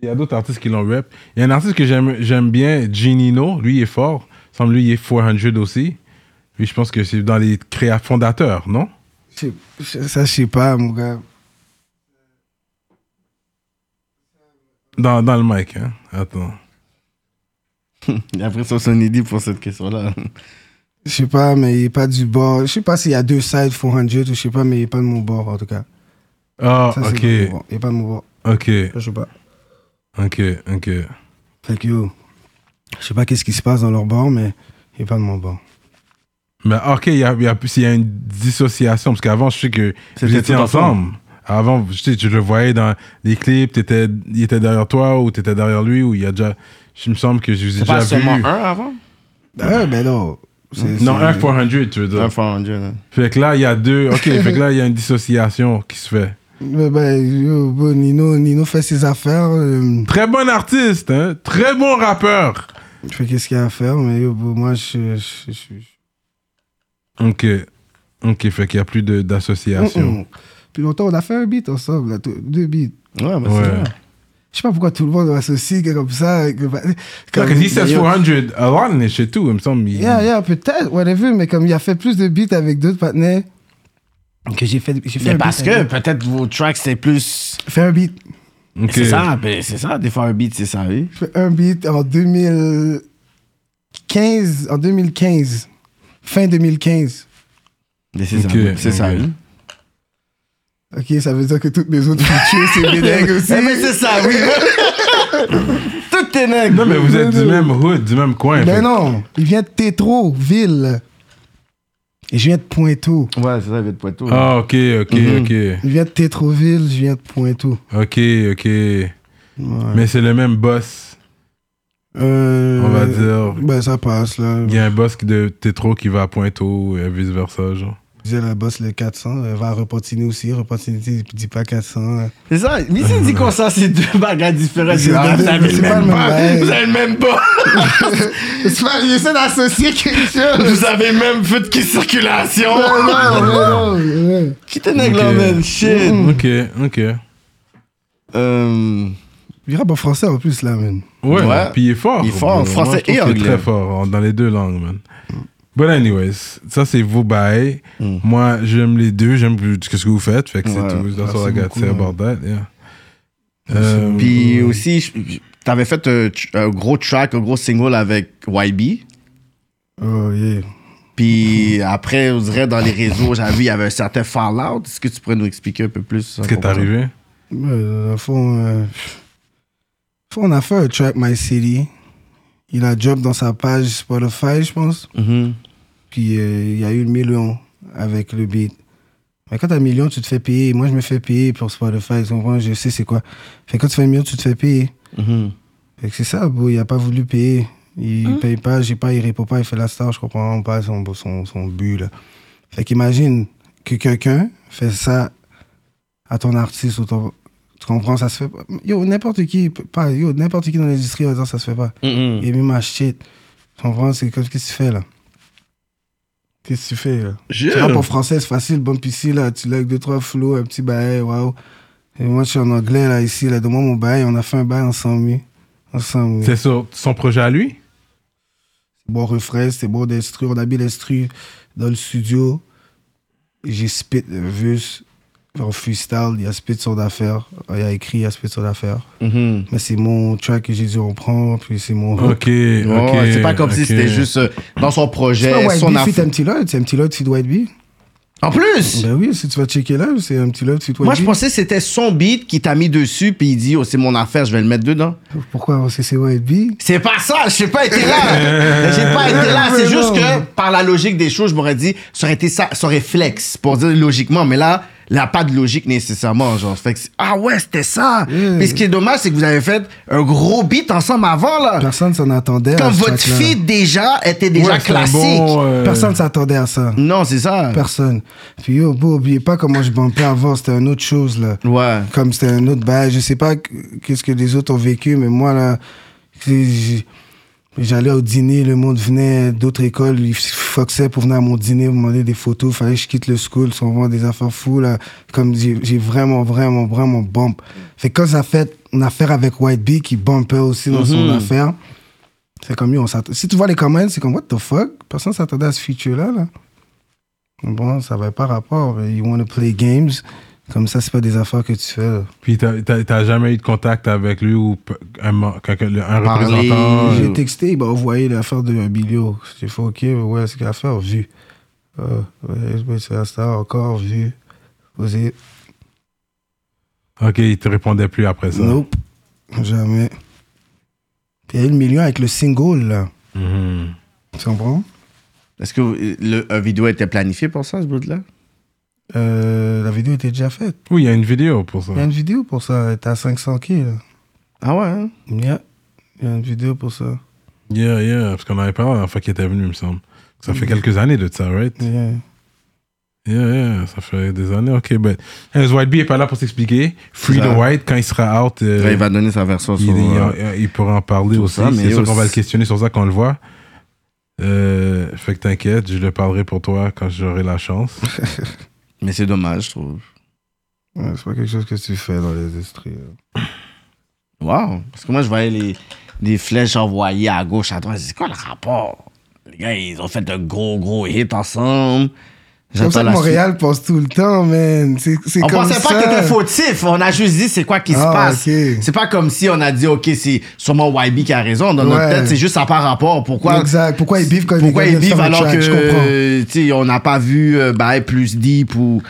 Speaker 1: il y a d'autres artistes qui l'ont rep. Il y a un artiste que j'aime, j'aime bien, Ginino, lui, il est fort. Il semble, lui, il est 400 aussi. Lui, je pense que c'est dans les créa fondateurs, non?
Speaker 3: Je sais- Ça, je sais pas, mon gars.
Speaker 1: Dans, dans le mic, hein. Attends.
Speaker 2: Et Après ça, on est dit pour cette question-là.
Speaker 3: Je sais pas, mais il est pas du bord. Je sais pas s'il y a deux sides 400 ou je sais pas, mais il est pas de mon bord, en tout cas.
Speaker 1: Ah,
Speaker 3: Ça, c'est
Speaker 1: ok,
Speaker 3: pas de mon bord. Il est pas de mon bord.
Speaker 1: ok,
Speaker 3: Ça, je sais pas.
Speaker 1: ok, ok.
Speaker 3: Fait que, yo, je sais pas qu'est-ce qui se passe dans leur bord, mais il est pas de mon bord.
Speaker 1: Mais ok, il y a, il y a- s'il y a une dissociation, parce qu'avant, je sais que
Speaker 2: C'était
Speaker 1: vous étiez
Speaker 2: tout
Speaker 1: ensemble. Avant, je sais, tu le voyais dans les clips, t'étais- il était derrière toi ou t'étais derrière lui, ou il y a déjà. Je me semble que je vous ai déjà vu.
Speaker 2: un avant
Speaker 3: Ouais, ben non. C'est-
Speaker 1: Non,
Speaker 3: c'est-
Speaker 1: un 400, tu veux dire.
Speaker 2: Un fois en Dieu, là.
Speaker 1: Fait que là, il y a deux. Ok, fait que là, il y a une dissociation qui se fait.
Speaker 3: Ben, ben, yo, bon, Nino, Nino fait ses affaires. euh,
Speaker 1: Très bon artiste, hein. Très bon rappeur.
Speaker 3: je fais qu'est-ce qu'il y a à faire, mais yo, bon, moi, je, je, je- je-
Speaker 1: Ok. Ok, fait qu'il y a plus de- d'association.
Speaker 3: Mm-mm. Depuis longtemps, on a fait un beat ensemble, là, deux deux beats.
Speaker 2: Ouais, mais
Speaker 1: Ouais.
Speaker 2: c'est vrai.
Speaker 3: Je sais pas pourquoi tout le monde associe que comme ça. avec le-
Speaker 1: Parce que he says
Speaker 3: Yo,
Speaker 1: 400 a lot in this shit too, il me semble. il-
Speaker 3: Yeah, yeah, peut-être, whatever, mais comme il a fait plus de beats avec d'autres partenaires que j'ai fait, j'ai fait un
Speaker 2: Mais
Speaker 3: beat
Speaker 2: parce que
Speaker 3: avec-
Speaker 2: peut-être vos tracks, c'est plus.
Speaker 3: Fait un beat.
Speaker 1: Ok.
Speaker 2: C'est ça, ben, c'est ça. Des fois, un beat, c'est ça, oui.
Speaker 3: J'ai fait un beat en 2015, en 2015, fin 2015.
Speaker 2: Mais c'est ça,
Speaker 1: Ok,
Speaker 2: ben, c'est
Speaker 1: ok.
Speaker 2: ça, oui.
Speaker 3: Ok, ça veut dire que toutes mes autres [LAUGHS] futures,
Speaker 2: [LAUGHS]
Speaker 3: c'est Bédègue aussi.
Speaker 2: Eh ben, c'est ça, [LAUGHS] oui. Tout est nègre.
Speaker 1: Non, mais vous êtes du même hood, du même coin. fait
Speaker 3: Ben
Speaker 1: que-
Speaker 3: non, il vient de Tétro, ville. Et je viens de Pointeau.
Speaker 2: Ouais, Mhm. c'est ça, il vient de Poitou.
Speaker 1: Ah, ok, ok,
Speaker 3: Il vient de Tétroville, je viens de Pointeau.
Speaker 1: ok. Ok, ok. Mais c'est le même boss.
Speaker 3: Euh,
Speaker 1: On va dire-
Speaker 3: Ben, ça passe, là.
Speaker 1: Il y a un boss qui- de Tétro qui va à Pointeau et vice-versa, genre.
Speaker 3: J'ai la bosse le 400, elle va à Repentigny aussi. Repentigny, tu dis pas hein. 400. là.
Speaker 2: C'est ça. Mais si tu dis comme ça, c'est deux bagages différents.
Speaker 3: C'est
Speaker 2: Ah,
Speaker 3: deux-
Speaker 2: Vous avez le
Speaker 3: c'est pas
Speaker 2: même
Speaker 3: le
Speaker 2: pas.
Speaker 3: même
Speaker 2: Vous avez le même pas. [LAUGHS]
Speaker 3: C'est pas- J'essaie d'associer quelque [LAUGHS] chose.
Speaker 2: Vous avez le même feu de qui- circulation.
Speaker 3: Non, non, non,
Speaker 1: [LAUGHS]
Speaker 3: non.
Speaker 2: [LAUGHS] Qui t'es nègre, là,
Speaker 1: Ok. Mhm. Mm.
Speaker 2: man? Shit.
Speaker 1: Ok, ok.
Speaker 2: Euh.
Speaker 3: Il rappe en français en plus, là, man.
Speaker 1: Ouais,
Speaker 2: Ouais.
Speaker 1: puis il est fort.
Speaker 2: Il est fort en
Speaker 1: Moi,
Speaker 2: français
Speaker 1: je trouve
Speaker 2: et
Speaker 1: qu'il est
Speaker 2: anglais. Mm.
Speaker 1: très fort en- dans les deux langues, man. But anyways, ça c'est vos bails. Moi, j'aime les deux, j'aime plus ce que vous faites. Fait que
Speaker 2: Ouais,
Speaker 1: c'est tout. That's
Speaker 3: merci
Speaker 1: all I got to say
Speaker 3: beaucoup,
Speaker 1: about that, yeah. Euh,
Speaker 2: Puis aussi, je- je- t'avais fait un, tr- un gros track, un gros single avec YB.
Speaker 3: Oh, yeah.
Speaker 2: Puis après, on dirait dans les réseaux, j'avais vu, il y avait un certain fallout. Est-ce que tu pourrais nous expliquer un peu plus?
Speaker 1: Qu'est-ce qui est arrivé?
Speaker 3: Ouais, Dans le fond, euh, fond, on a fait un track My City. Il a job dans sa page Spotify, je pense.
Speaker 2: Mhm.
Speaker 3: Puis euh, il y a eu le million avec le beat. Mais quand t'as un million, tu te fais payer. Moi, je me fais payer pour Spotify. Tu comprends? Je sais c'est quoi. Fait que quand tu fais un million, tu te fais payer.
Speaker 2: Mhm.
Speaker 3: Fait que c'est ça, bro. Il a pas voulu payer. Il paye pas, j'ai pas, il répond pas, il fait la star. Je comprends vraiment pas son, son, son but, là. Fait qu'imagine que quelqu'un fait ça à ton artiste ou ton, Tu comprends, ça se fait pas. Yo, n'importe qui, peut pas, yo, n'importe qui dans l'industrie va dire ça se fait pas.
Speaker 2: Mhm.
Speaker 3: Et même ma shit. Tu comprends, c'est comme, qu'est-ce que tu fais là Qu'est-ce que tu fais là
Speaker 2: Je-
Speaker 3: Tu rappes en français, c'est facile, bump ici là, tu likes deux, trois flots, un petit bail, waouh. Et moi, je suis en anglais là, ici, là, donne-moi mon bail, on a fait un bail ensemble. oui. Ensemble. oui.
Speaker 1: C'est sur son projet à lui
Speaker 3: bon refrain, c'est bon d'instru. On a mis l'instru dans le studio. J'ai spit le verse en freestyle. Il y a spit son affaire. Il y a écrit, il y a spit son affaire.
Speaker 2: Mhm.
Speaker 3: Mais c'est mon track que j'ai dû reprendre, puis c'est mon hook.
Speaker 1: Ok, ok.
Speaker 2: Ouais, c'est pas comme si
Speaker 1: ok.
Speaker 2: c'était juste euh, dans son
Speaker 3: C'est
Speaker 2: projet,
Speaker 3: pas White
Speaker 2: son
Speaker 3: Bee feat
Speaker 2: affaire.
Speaker 3: MT Lloyd, c'est MT Lloyd feat White Bee.
Speaker 2: En plus,
Speaker 3: Ben oui, si tu vas checker là, c'est MT Lloyd feat White
Speaker 2: moi je
Speaker 3: Bee.
Speaker 2: pensais que c'était son beat qui t'a mis dessus, puis il dit, oh, c'est mon affaire, je vais le mettre dedans.
Speaker 3: Pourquoi Parce que c'est White Bee.
Speaker 2: C'est pas ça, j'ai pas été
Speaker 1: [LAUGHS]
Speaker 2: là. j'ai pas été là. C'est juste que par la logique des choses, je m'aurais dit, ça aurait été ça, ça aurait flex pour dire logiquement, mais là, là, pas de logique nécessairement. Genre, Fait que c'est- ah ouais, c'était ça.
Speaker 1: Hmm.
Speaker 3: Mm.
Speaker 2: Mais ce qui est dommage, c'est que vous avez fait un gros beat ensemble avant, là.
Speaker 3: Personne s'en attendait. à
Speaker 2: Comme
Speaker 3: ce
Speaker 2: votre
Speaker 3: track-là.
Speaker 2: feed déjà était
Speaker 1: Ouais,
Speaker 2: déjà
Speaker 1: c'est un
Speaker 2: classique.
Speaker 1: bon, euh,
Speaker 3: Personne s'attendait à ça.
Speaker 2: Non, c'est ça.
Speaker 3: Personne. Puis yo, beau, oubliez pas comment je bumpais avant, c'était une autre chose là.
Speaker 2: Ouais.
Speaker 3: comme c'était un autre bail. Je sais pas qu- qu'est-ce que les autres ont vécu, mais moi, là, c'est- j'- j'allais au dîner, le monde venait d'autres écoles, ils foxaient pour venir à mon dîner, me demander des photos, fallait que je quitte le school, ils vraiment des affaires fous, là. Comme j'ai j'ai vraiment, vraiment, vraiment bump. Fait que quand ça fait une affaire avec White Bee qui bumpait aussi dans son affaire, c'est comme, yo, on s'attend- si tu vois les comments, c'est comme, what the fuck? Personne s'attendait à ce feature-là, là. Bon, ça va pas rapport. mais You want to play games. Comme ça, c'est pas des affaires que tu fais. là.
Speaker 1: Puis t'as- t'as t'as jamais eu de contact avec lui ou p- un, mo- quelqu'un- le- un
Speaker 2: Parler.
Speaker 1: représentant
Speaker 2: Ouais.
Speaker 3: J'ai texté, il m'a envoyé l'affaire de Bilio. J'ai fait, OK, ouais, c'est l'affaire, vu. Euh, ouais, je me suis fait ça encore, vu. Osé.
Speaker 1: euh, Ok, il te répondait plus après ça.
Speaker 3: Nope. Jamais. Puis il y a eu le million avec le single, là.
Speaker 1: Mhm.
Speaker 3: Tu comprends?
Speaker 2: Est-ce que euh, le, un vidéo était planifié pour ça, ce bout-là?
Speaker 3: Euh, la vidéo était déjà faite.
Speaker 1: Oui, il y a une vidéo pour ça.
Speaker 3: Il y a une vidéo pour ça. Elle est à 500K, là.
Speaker 2: Ah ouais, hein?
Speaker 3: Yeah. Il y a une vidéo pour ça.
Speaker 1: Yeah, yeah, parce qu'on avait parlé la dernière fois qu'il était venu, il me semble. Ça fait quelques années de ça, right?
Speaker 3: Yeah.
Speaker 1: Yeah, yeah, ça fait des années. Ok, but. As White Bee est pas là pour s'expliquer. Free
Speaker 2: Ça.
Speaker 1: the White, quand il sera out, euh,
Speaker 2: Là, il va donner sa version
Speaker 1: il,
Speaker 2: sur...
Speaker 1: il-
Speaker 2: euh,
Speaker 1: il pourra en parler
Speaker 2: tout
Speaker 1: aussi.
Speaker 2: ça, mais
Speaker 1: C'est sûr
Speaker 2: aussi-
Speaker 1: qu'on va le questionner sur ça quand on le voit. Euh, fait que t'inquiète, je le parlerai pour toi quand j'aurai la chance.
Speaker 2: Mais c'est dommage, je trouve.
Speaker 3: Ouais, c'est pas quelque chose que tu fais dans les esprits. là.
Speaker 2: Wow! Parce que moi, je voyais les, les flèches envoyées à gauche, à droite. C'est quoi le rapport? Les gars, ils ont fait de gros, gros hits ensemble.
Speaker 3: C'est comme ça que
Speaker 2: la
Speaker 3: Montréal pense tout le temps, man. C'est c'est
Speaker 2: suite. On
Speaker 3: comme
Speaker 2: pensait pas
Speaker 3: ça.
Speaker 2: que t'étais fautif. On a juste dit c'est quoi qui se
Speaker 3: Ah,
Speaker 2: passe.
Speaker 3: ok.
Speaker 2: C'est pas comme si on a dit, OK, c'est sûrement YB qui a raison. Dans notre
Speaker 3: Ouais.
Speaker 2: tête, c'est juste ça par rapport. Pourquoi?
Speaker 3: Exact. Pourquoi ils bivent quand
Speaker 2: Pourquoi
Speaker 3: ils
Speaker 2: ils vivent
Speaker 3: sur un
Speaker 2: alors
Speaker 3: track, Je comprends.
Speaker 2: que tu sais, on n'a pas vu euh, bah, plus deep ou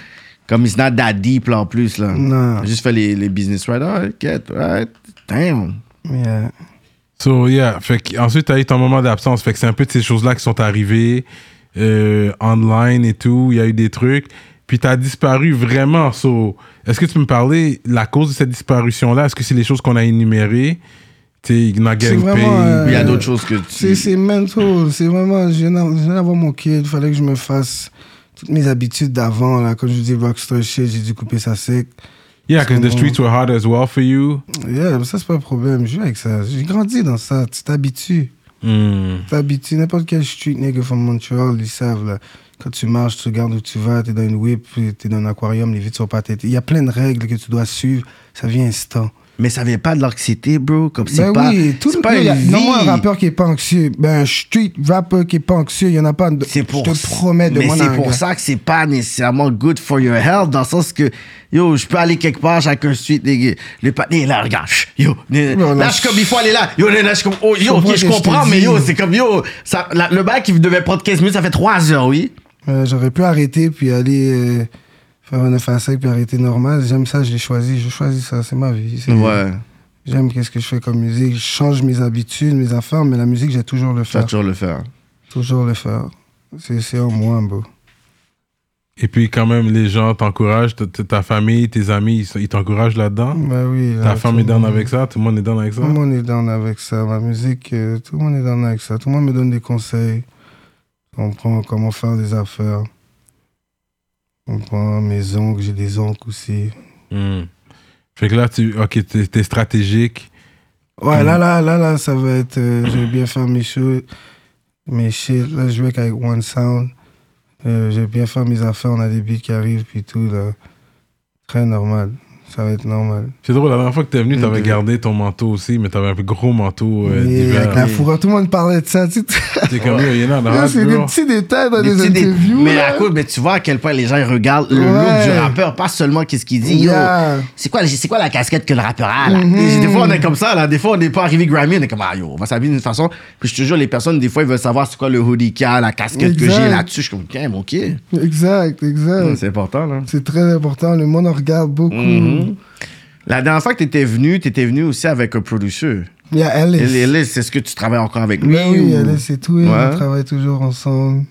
Speaker 2: comme it's not that deep là, en plus là.
Speaker 3: Non.
Speaker 2: J'ai Juste fait les, les business right ah, get right damn.
Speaker 3: Yeah.
Speaker 1: So, yeah. Fait que, ensuite, t'as eu ton moment d'absence. Fait que c'est un peu de ces choses-là qui sont arrivées euh, online et tout. Il y a eu des trucs. Puis t'as disparu vraiment. So, est-ce que tu peux me parler la cause de cette disparition-là? Est-ce que c'est les choses qu'on a énumérées? Tu sais, not getting paid.
Speaker 3: vraiment, euh,
Speaker 2: Il y a d'autres choses que
Speaker 3: C'est,
Speaker 2: tu.
Speaker 3: c'est mental. C'est vraiment, je viens d'av- je viens d'avoir mon kid. Il fallait que je me fasse toutes mes habitudes d'avant. Là. Quand je dis rockstar shit, j'ai dû couper ça sec.
Speaker 1: Yeah, because the streets were hard as well for you.
Speaker 3: Yeah, mais ça, c'est pas un problème. Je vis avec ça. J'ai grandi dans ça. Tu t'habitues.
Speaker 1: Hmm.
Speaker 3: Tu t'habitues. N'importe quel street nigga from Montreal, ils savent. Là. Quand tu marches, tu regardes où tu vas. T'es dans une whip, puis t'es dans un aquarium, les vitres sont pas têtes. Il y a plein de règles que tu dois suivre. Ça vient instant.
Speaker 2: Mais ça vient pas de l'anxiété, bro. Comme c'est
Speaker 3: Ben
Speaker 2: pas.
Speaker 3: oui, tout
Speaker 2: c'est
Speaker 3: le
Speaker 2: pas
Speaker 3: monde.
Speaker 2: une
Speaker 3: y a-
Speaker 2: vie.
Speaker 3: Donne-moi un rappeur qui est pas anxieux. Ben, un street rapper qui est pas anxieux, il y en a pas.
Speaker 2: C'est pour.
Speaker 3: Je te promets de
Speaker 2: Mais
Speaker 3: moi.
Speaker 2: c'est pour ça que c'est pas nécessairement good for your health dans le sens que yo, je peux aller quelque part, chacun suite les le patin est là, regarde, chut, yo, né,
Speaker 3: Non, non,
Speaker 2: là je suis comme il faut aller là, yo, né, là je suis comme oh,
Speaker 3: Je
Speaker 2: yo,
Speaker 3: comprends
Speaker 2: ok, je
Speaker 3: ce que je te
Speaker 2: comprends, mais
Speaker 3: dis.
Speaker 2: yo, c'est comme yo, ça, la- le bac il devait prendre 15 minutes, ça fait 3 heures, oui.
Speaker 3: Euh, J'aurais pu arrêter puis aller euh, faire un 9 à 5 puis arrêter normal. J'aime ça, je l'ai choisi. Je choisis ça, c'est ma vie. c'est- J'aime qu'est-ce que je fais comme musique. Je change mes habitudes, mes affaires, mais la musique, j'ai toujours le
Speaker 2: ça
Speaker 3: faire.
Speaker 2: toujours le faire.
Speaker 3: Toujours le faire. C'est c'est en moi, bro.
Speaker 1: Et puis, quand même, les gens t'encouragent, ta- ta ta famille, tes amis, ils sont- ils t'encouragent là-dedans.
Speaker 3: Ben oui. là,
Speaker 1: Ta femme
Speaker 3: tout
Speaker 1: est
Speaker 3: le
Speaker 1: down
Speaker 3: monde-
Speaker 1: avec ça, tout le monde est down avec ça.
Speaker 3: Tout le monde est down avec ça. Ma musique, euh, tout le monde est down avec ça. Tout le monde me donne des conseils. Je comprends comment faire des affaires. Je comprends mes oncles, j'ai des oncles aussi.
Speaker 1: Hmm. Fait que là, tu, ok, t'es t'es stratégique.
Speaker 3: Ouais, là, là, là, là, ça va être. euh, je vais bien faire mes choses. Mes shit. Là, je jouais avec One Sound. Euh, je vais bien faire mes affaires. On a des beats qui arrivent, puis tout, là. Très normal. Ça va être normal.
Speaker 1: C'est drôle, la dernière fois que t'es
Speaker 3: Mm-hmm.
Speaker 1: venu, t'avais gardé ton manteau aussi, mais t'avais un gros manteau euh,
Speaker 3: Mais avec la
Speaker 1: d'hiver.
Speaker 3: fourrure, tout le monde parlait de ça, tu sais.
Speaker 1: T'es comme, yo, il y en a dans
Speaker 3: Là,
Speaker 1: la
Speaker 3: [LAUGHS] c'est des petits détails dans
Speaker 2: Des
Speaker 3: les
Speaker 2: petits dé-
Speaker 3: interviews.
Speaker 2: mais
Speaker 3: là.
Speaker 2: à cause, mais tu vois à quel point les gens ils regardent le
Speaker 3: Ouais.
Speaker 2: look du rappeur, pas seulement qu'est-ce qu'il dit. Yo,
Speaker 3: Yeah. Mm-hmm.
Speaker 2: c'est quoi, c'est quoi la casquette que le rappeur a là Et Des fois on est comme ça là, des fois on n'est pas arrivé Grammy, on est comme ah yo, on va s'habiller d'une façon. Puis je te jure les personnes des fois ils veulent savoir c'est quoi le hoodie qu'il y a, la casquette que
Speaker 3: Exact.
Speaker 2: j'ai là-dessus. Je suis comme damn, ok,
Speaker 3: Exact, exact.
Speaker 2: c'est important là.
Speaker 3: C'est très important. Le monde en regarde beaucoup.
Speaker 2: Mm-hmm. La dernière fois que t'étais venu, t'étais venu aussi avec un producer.
Speaker 3: Il y a Alice.
Speaker 2: Et Ellis, est-ce que tu travailles encore avec lui
Speaker 3: Ben oui,
Speaker 2: ou-
Speaker 3: Alice c'est tout. et
Speaker 2: Ouais.
Speaker 3: On travaille toujours ensemble.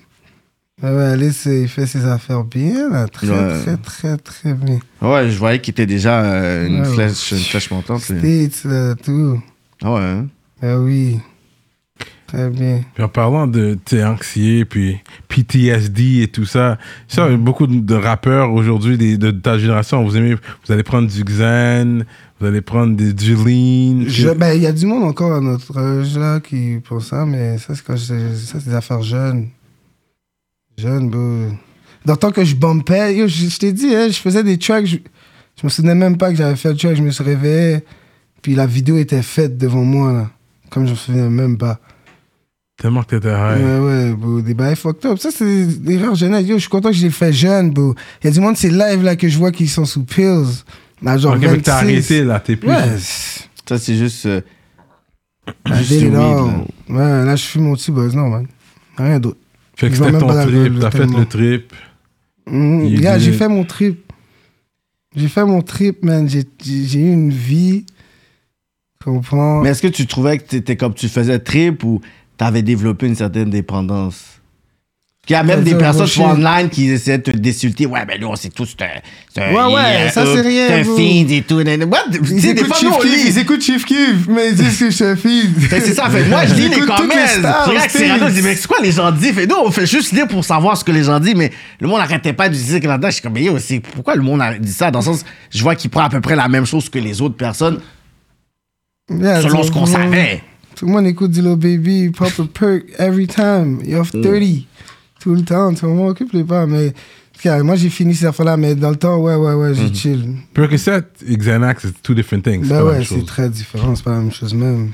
Speaker 3: Ah ouais, Alice, il fait ses affaires bien, là. Très,
Speaker 2: Ouais.
Speaker 3: très, très, très bien.
Speaker 2: Ouais, je voyais qu'il était déjà euh, une,
Speaker 3: Ouais, ouais.
Speaker 2: flèche, une flèche montante. c'est-
Speaker 3: States, là, tout.
Speaker 2: Ah ouais. hein?
Speaker 3: Ah oui. Très bien.
Speaker 1: Puis en parlant de t'es anxieux, puis PTSD et tout ça, ça,
Speaker 3: Mm-hmm.
Speaker 1: beaucoup de, de rappeurs aujourd'hui des- de, ta génération, vous aimez, vous allez prendre du Xan, vous allez prendre des, du Lean.
Speaker 3: Je- ben, il y a du monde encore à notre âge, là, qui pense ça, mais ça, c'est quand je- ça, c'est des affaires jeunes. Jeunes, bro. Dans le temps que je bumpais, yo, je, je t'ai dit, hein, je faisais des tracks, je, je me souvenais même pas que j'avais fait le track, je me suis réveillé, puis la vidéo était faite devant moi, là. Comme je me souvenais même pas.
Speaker 1: Tellement que t'étais high.
Speaker 3: Ouais, ouais, bro, des bails fucked up. Ça, c'est des erreurs jeunesse. Yo, je suis content que je l'ai fait jeune, bro. Il y a du monde, c'est live, là, que je vois qu'ils sont sous pills. Là, genre
Speaker 1: Ok, mais t'as
Speaker 3: 26.
Speaker 1: arrêté là, t'es plus.
Speaker 3: Ouais, c'est-
Speaker 2: Ça, c'est juste. euh,
Speaker 3: Ah,
Speaker 2: juste
Speaker 3: dès
Speaker 2: du
Speaker 3: là,
Speaker 2: weed, là.
Speaker 3: ouais, là, je suis mon petit buzz, non, man. Rien d'autre.
Speaker 1: Fait que
Speaker 3: je vois
Speaker 1: c'était
Speaker 3: même
Speaker 1: ton
Speaker 3: pas la
Speaker 1: trip,
Speaker 3: gueule,
Speaker 1: t'as fait
Speaker 3: tellement.
Speaker 1: le trip.
Speaker 3: Mhm.
Speaker 1: Il est
Speaker 3: Gars, j'ai
Speaker 1: dit-
Speaker 3: fait mon trip. J'ai fait mon trip, man. J'ai j'ai- j'ai eu une vie. Tu comprends?
Speaker 2: Mais est-ce que tu trouvais que t'étais comme tu faisais trip ou t'avais développé une certaine dépendance? Parce qu'il y a même
Speaker 3: Ça,
Speaker 2: des
Speaker 3: c'est un
Speaker 2: personnes sur
Speaker 3: bullshit.
Speaker 2: online qui essaient de te désulter. Ouais, ben nous, c'est tous. Ouais,
Speaker 3: Ouais, ouais, ça, c'est rien,
Speaker 2: C'est un
Speaker 3: vous.
Speaker 2: feed et tout. nan, nan. What? Tu sais, des fois, nous, on
Speaker 3: Chief Keef,
Speaker 2: lit.
Speaker 3: ils écoutent Chief Keef, mais ils disent que je suis un fils.
Speaker 2: Fait que C'est ça,
Speaker 3: [LAUGHS]
Speaker 2: fait que moi je lis
Speaker 3: Ils
Speaker 2: les
Speaker 3: écoutent
Speaker 2: comments.
Speaker 3: toutes les stars,
Speaker 2: Je regarde
Speaker 3: aux
Speaker 2: Cyrano, je dis,
Speaker 3: States.
Speaker 2: mais c'est quoi les gens disent? Fait que nous, on fait juste lire pour savoir ce que les gens disent, mais le monde n'arrêtait pas d'utiliser Canada. Je suis comme, mais yo, c'est pourquoi le monde a dit ça? Dans le sens, je vois qu'il prend à peu près la même chose que les autres personnes,
Speaker 3: Yeah,
Speaker 2: selon ce
Speaker 3: tout
Speaker 2: qu'on
Speaker 3: le Ah, monde-
Speaker 2: savait.
Speaker 3: Tout le monde écoute du Lil Baby, Pop a Perk, every time. You're
Speaker 1: Mm.
Speaker 3: off 30. Tout le temps, tout le monde, occupe-les pas. Mais, gars, moi, j'ai fini ces affaires-là, mais dans le temps, ouais, ouais, ouais, j'ai chill.
Speaker 1: Percocet et Xanax, c'est two different things. Mm-hmm. c'est
Speaker 3: Ben
Speaker 1: pas la
Speaker 3: ouais,
Speaker 1: même
Speaker 3: c'est
Speaker 1: chose.
Speaker 3: très différent, c'est pas la même chose même.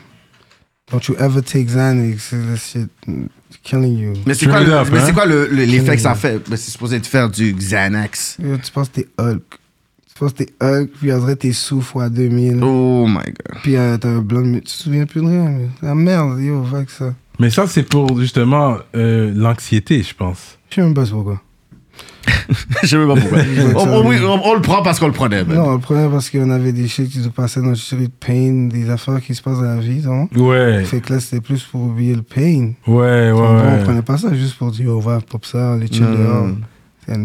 Speaker 3: Don't you ever take Xanax, this shit mm, killing you.
Speaker 2: Mais c'est
Speaker 1: Straight
Speaker 2: quoi, le-
Speaker 1: up,
Speaker 2: mais
Speaker 1: hein?
Speaker 2: c'est quoi le- le- l'effet que ça fait? Ben, c'est supposé de faire du Xanax.
Speaker 3: Yo, tu penses que t'es Hulk. Tu penses que t'es Hulk, puis après t'es sous fois 2000,
Speaker 2: Oh my
Speaker 3: [LAUGHS]
Speaker 2: god.
Speaker 3: puis euh, t'as un blanc, mais tu te souviens plus de rien. mais La merde, yo, va que ça.
Speaker 1: Mais ça, c'est pour justement euh, l'anxiété, je pense.
Speaker 3: Je sais même pas c'est pourquoi.
Speaker 2: Je sais même pas pourquoi. [LAUGHS] on, on- oui, on- on le prend parce qu'on le prenait. ben.
Speaker 3: Non, on le prenait parce qu'on avait des shit qui nous passaient dans le shit de pain, des affaires qui se passent dans la vie, non?
Speaker 1: Ouais,
Speaker 3: Fait que là, c'était plus pour oublier le pain.
Speaker 1: ouais, ouais.
Speaker 3: On
Speaker 1: ouais.
Speaker 3: prenait pas ça juste pour dire, on va pop ça, on les chill
Speaker 2: Non, non,
Speaker 3: dehors.
Speaker 2: non.
Speaker 3: Il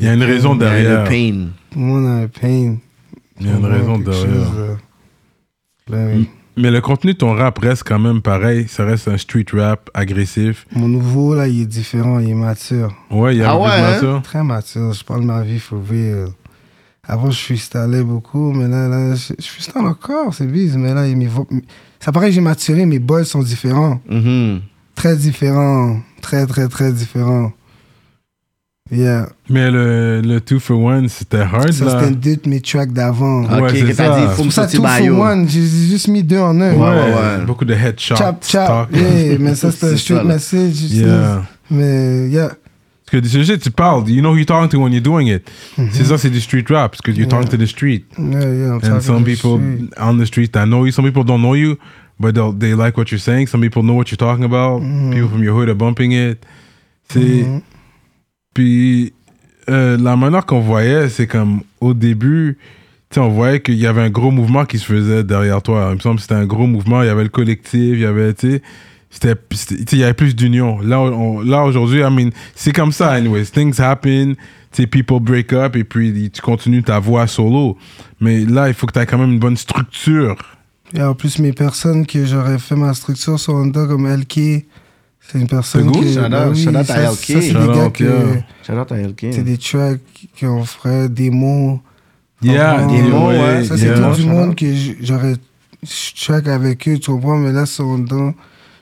Speaker 1: Il y a une raison
Speaker 2: Il y a
Speaker 1: derrière.
Speaker 2: le pain.
Speaker 3: Tout le monde a un pain.
Speaker 1: Il y a une raison
Speaker 3: Quelque
Speaker 1: derrière. Mm.
Speaker 3: chose, euh, ben oui.
Speaker 1: Mais le contenu de ton rap reste quand même pareil. Ça reste un street rap agressif.
Speaker 3: Mon nouveau, là, il est différent, il est mature.
Speaker 1: Ouais, il y a
Speaker 2: Ah
Speaker 1: un peu de
Speaker 2: ouais,
Speaker 1: mature.
Speaker 3: Très mature, je parle de ma vie, faut real. Avant, je freestylais beaucoup, mais là, là je, je freestyle encore, c'est bise, mais là, il m'y va- ça paraît que j'ai maturé, mes boys sont différents.
Speaker 2: Mhm.
Speaker 3: Très différents. Très, très, très différents. Yeah.
Speaker 1: Mais le, le 2 for 1, c'était hard,
Speaker 3: Ça,
Speaker 1: là.
Speaker 3: c'était deux de mes tracks d'avant.
Speaker 1: Ouais,
Speaker 2: ok,
Speaker 1: c'est
Speaker 2: que
Speaker 1: ça.
Speaker 2: t'as dit, il faut
Speaker 3: C'est
Speaker 2: me
Speaker 3: pour ça, two
Speaker 2: sortir
Speaker 3: for
Speaker 2: bio.
Speaker 3: one, j'ai j'ai juste mis deux en un.
Speaker 1: Ouais,
Speaker 2: Ouais, ouais.
Speaker 1: Beaucoup de headshots.
Speaker 3: Chap, chap.
Speaker 1: talk.
Speaker 3: Yeah, mais ça, c'est un
Speaker 2: [LAUGHS] C'est ça,
Speaker 3: street
Speaker 2: là.
Speaker 3: message. tu sais.
Speaker 1: Yeah.
Speaker 3: Mais, yeah.
Speaker 1: Parce que du shit, tu parles. You know who you're talking to when you're doing it. C'est ça, c'est du street rap. Parce que you're talking to the street.
Speaker 3: Mm-hmm. Yeah, yeah, I'm
Speaker 1: And
Speaker 3: talking
Speaker 1: some
Speaker 3: to the
Speaker 1: people
Speaker 3: street.
Speaker 1: on the street that know you. Some people don't know you, but they'll- they like what you're saying. Some people know what you're talking about.
Speaker 3: Mm-hmm.
Speaker 1: People from your hood are bumping it. C'est. Puis euh, la manière qu'on voyait, c'est comme au début, tu sais, on voyait qu'il y avait un gros mouvement qui se faisait derrière toi. Il me semble que c'était un gros mouvement. Il y avait le collectif, il y avait, tu sais, c'était- c'était- tu sais, il y avait plus d'union. Là, on- là aujourd'hui, I mean, c'est comme ça, anyways. Things happen, tu sais, people break up, et puis tu continues ta voie solo. Mais là, il faut que tu aies quand même une bonne structure.
Speaker 3: Et en plus, mes personnes que j'aurais fait ma structure sur Honda comme LK, c'est une personne
Speaker 1: C'est good,
Speaker 3: que...
Speaker 2: shout out-
Speaker 3: bah oui,
Speaker 2: shout out à
Speaker 3: ça, ça,
Speaker 2: LK.
Speaker 3: c'est des
Speaker 1: Shout
Speaker 3: gars
Speaker 1: out,
Speaker 3: que...
Speaker 1: yeah.
Speaker 2: Shout out à LK.
Speaker 3: C'est des tracks qu'on ferait, des mots.
Speaker 1: Yeah,
Speaker 3: Comprends?
Speaker 1: yeah,
Speaker 3: Non,
Speaker 1: ouais,
Speaker 3: ouais, Ah, Ça, c'est
Speaker 1: yeah.
Speaker 3: tout du monde que j- j'aurais track avec eux, tu comprends, mais là, ils sont dans.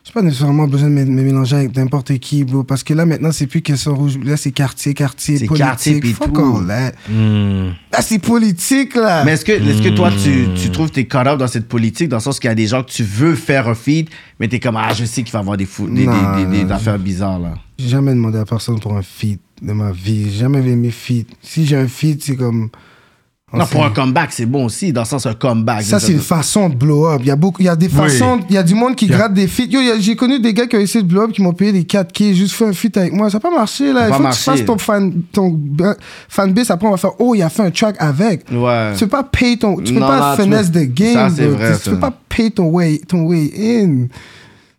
Speaker 3: J'ai pas nécessairement besoin de me, me mélanger avec n'importe qui, bro, parce que là, maintenant, c'est plus question rouge. Là, c'est quartier, quartier,
Speaker 2: C'est
Speaker 3: politique.
Speaker 2: quartier, puis
Speaker 3: Fuck
Speaker 2: tout. Hmm.
Speaker 3: all that. Là, c'est politique, là.
Speaker 2: Mais est-ce que, est-ce que toi, tu, tu trouves que t'es caught up dans cette politique, dans le sens qu'il y a des gens que tu veux faire un feed, mais t'es comme, ah, je sais qu'il va avoir des, fou, des,
Speaker 3: Non.
Speaker 2: des, des- des affaires bizarres, là.
Speaker 3: J'ai jamais demandé à personne pour un feat de ma vie. J'ai jamais aimé mes feats. Si j'ai un feat, c'est comme. on
Speaker 2: Non,
Speaker 3: sait-
Speaker 2: pour un comeback, c'est bon aussi, dans le sens un comeback.
Speaker 3: Ah, Ça, c'est une façon de blow up. Il y a beaucoup, il y a des façons, il y a du monde qui gratte des feats. Yo, il y a- j'ai connu des gars qui ont essayé de blow up, qui m'ont payé des 4K, juste fait un feat avec moi. Ça n'a pas marché,
Speaker 2: Ça
Speaker 3: là.
Speaker 2: a
Speaker 3: il
Speaker 2: pas
Speaker 3: faut
Speaker 2: marché.
Speaker 3: que tu fasses ton fan, ton ba- fanbase. Après, on va faire, oh, il a fait un track avec.
Speaker 2: Ouais.
Speaker 3: Tu peux pas payer ton, tu peux
Speaker 2: Non, non,
Speaker 3: pas
Speaker 2: tu
Speaker 3: finesse
Speaker 2: peux-
Speaker 3: the game.
Speaker 2: Ça, c'est
Speaker 3: bro.
Speaker 2: vrai,
Speaker 3: Tu-
Speaker 2: ça.
Speaker 3: Tu peux pas payer ton way, ton way in.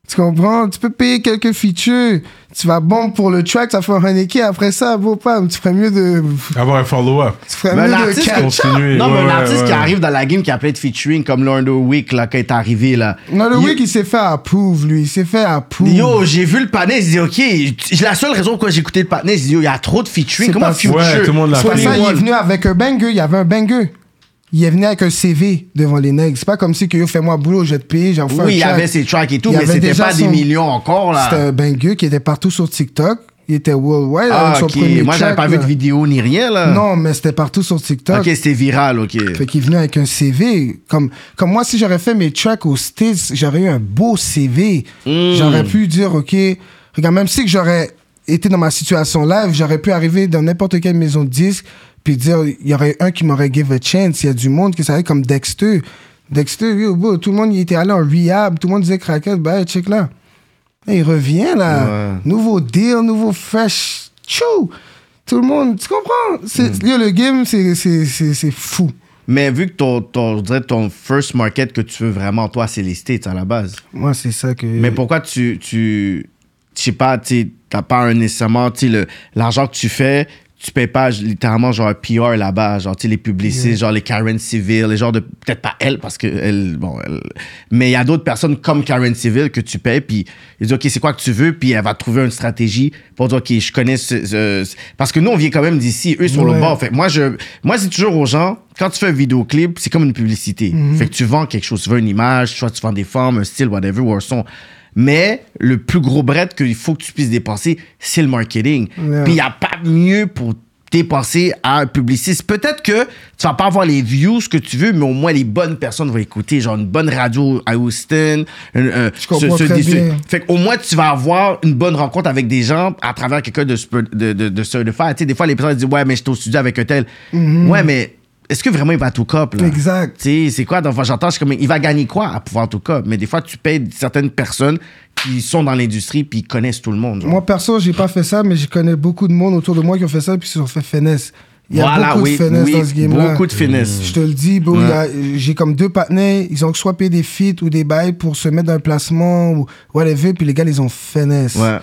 Speaker 3: Tu comprends? Tu peux payer quelques features. Tu vas bon pour le track, ça fait un Renéki. Après ça, beau pas. Tu ferais mieux de,
Speaker 1: Avoir un follow-up.
Speaker 3: tu ferais
Speaker 2: Mais un
Speaker 3: mieux de
Speaker 2: artiste,
Speaker 3: catch.
Speaker 2: que-
Speaker 1: Continuer,
Speaker 2: non, mais
Speaker 1: ouais,
Speaker 2: un artiste
Speaker 1: ouais,
Speaker 2: qui
Speaker 1: ouais.
Speaker 2: arrive dans la game qui a plein de featuring comme Lorne Week là, quand il est arrivé là.
Speaker 3: Non, le
Speaker 2: Yo-
Speaker 3: week, il s'est fait approve, lui. Il s'est fait approve.
Speaker 2: Yo, j'ai vu le panel, j'ai dit ok. tu- La seule raison pourquoi j'ai écouté le panel, j'ai dit yo, il y a trop de featuring.
Speaker 3: C'est
Speaker 2: Comment
Speaker 3: pas-
Speaker 2: Future
Speaker 1: Ouais, tout le monde l'a
Speaker 3: C'est pas ça,
Speaker 2: 21?
Speaker 3: il est venu avec un banger, il y avait un banger. Il est venu avec un CV devant les nègres. C'est pas comme si que yo, fais-moi boulot, je vais te payer, j'en fais un
Speaker 2: Oui, il
Speaker 3: track.
Speaker 2: avait ses tracks et tout, mais
Speaker 3: Il avait
Speaker 2: c'était
Speaker 3: déjà
Speaker 2: pas des
Speaker 3: son-
Speaker 2: millions encore là.
Speaker 3: C'était un banger qui était partout sur TikTok. Il était worldwide
Speaker 2: Ah,
Speaker 3: avec son
Speaker 2: ok.
Speaker 3: premier
Speaker 2: Moi, j'avais
Speaker 3: track,
Speaker 2: pas vu
Speaker 3: là.
Speaker 2: de vidéo ni rien là.
Speaker 3: Non, mais c'était partout sur TikTok.
Speaker 2: Ok, c'était viral, ok.
Speaker 3: Fait qu'il est venu avec un CV. Comme, comme moi, si j'aurais fait mes tracks aux States, j'aurais eu un beau CV. J'aurais pu dire, OK, regarde, même si que j'aurais été dans ma situation live, j'aurais pu arriver dans n'importe quelle maison de disques puis dire, il y aurait un qui m'aurait give a chance. Il y a du monde qui savait comme Dexter. Dexter, yo, bro, tout le monde il était allé en rehab. Tout le monde disait, craquette, bah, check là. Et il revient là.
Speaker 2: Ouais.
Speaker 3: Nouveau deal, nouveau fresh. Tchou! Tout le monde, tu comprends? C'est- yo, le game, c'est- c'est c'est- c'est fou.
Speaker 2: Mais vu que ton, ton, je dirais ton first market que tu veux vraiment, toi, c'est les States à la base.
Speaker 3: Moi, c'est ça que.
Speaker 2: Mais pourquoi tu. tu je sais pas, tu sais, t'as pas un nécessairement. tu sais, le- L'argent que tu fais, tu payes pas littéralement genre un PR là-bas, genre tu sais, les publicistes, genre les Karen Civil, les genres de. Peut-être pas elle, parce que elle. Bon, elle- Mais il y a d'autres personnes comme Karen Civil que tu payes, puis ils disent, OK, c'est quoi que tu veux, puis elle va trouver une stratégie pour dire, OK, je connais ce. ce- ce- Parce que nous, on vient quand même d'ici, eux sont le
Speaker 3: Ouais.
Speaker 2: bord. Fait que moi, je, moi, c'est toujours aux gens, quand tu fais un vidéoclip, c'est comme une publicité.
Speaker 3: Mhm.
Speaker 2: Fait que tu vends quelque chose, tu veux une image, soit tu vends des formes, un style, whatever, ou un son. Mais le plus gros bret qu'il faut que tu puisses dépenser, c'est le marketing.
Speaker 3: Ouais.
Speaker 2: Puis il n'y a pas mieux pour dépenser à un publiciste. Peut-être que tu vas pas avoir les views que tu veux, mais au moins les bonnes personnes vont écouter, genre une bonne radio à Houston. une- euh,
Speaker 3: Je comprends très bien.
Speaker 2: fait qu'au moins, tu vas avoir une bonne rencontre avec des gens à travers quelqu'un de, spe- de, de, de certified. Tu sais, des fois, les personnes disent Ouais, mais j'étais au studio avec un tel. Ouais, mais est-ce que vraiment il va tout cop là?
Speaker 3: Mhm. Exact.
Speaker 2: Tu sais, c'est quoi? Donc, j'entends, je suis comme Il va gagner quoi à pouvoir tout cop? Mais des fois, tu payes certaines personnes qui sont dans l'industrie puis ils connaissent tout le monde. genre.
Speaker 3: Moi, perso, j'ai pas fait ça, mais je connais beaucoup de monde autour de moi qui ont fait ça, puis ils ont fait finesse. Il y a beaucoup de finesse dans ce game-là.
Speaker 2: beaucoup de finesse.
Speaker 3: Je te le dis, bro,
Speaker 2: Ouais.
Speaker 3: il y a- j'ai comme deux partenaires, ils ont soit payé des feats ou des bails pour se mettre dans un placement ou whatever, puis les gars, ils ont finesse.
Speaker 2: Ouais.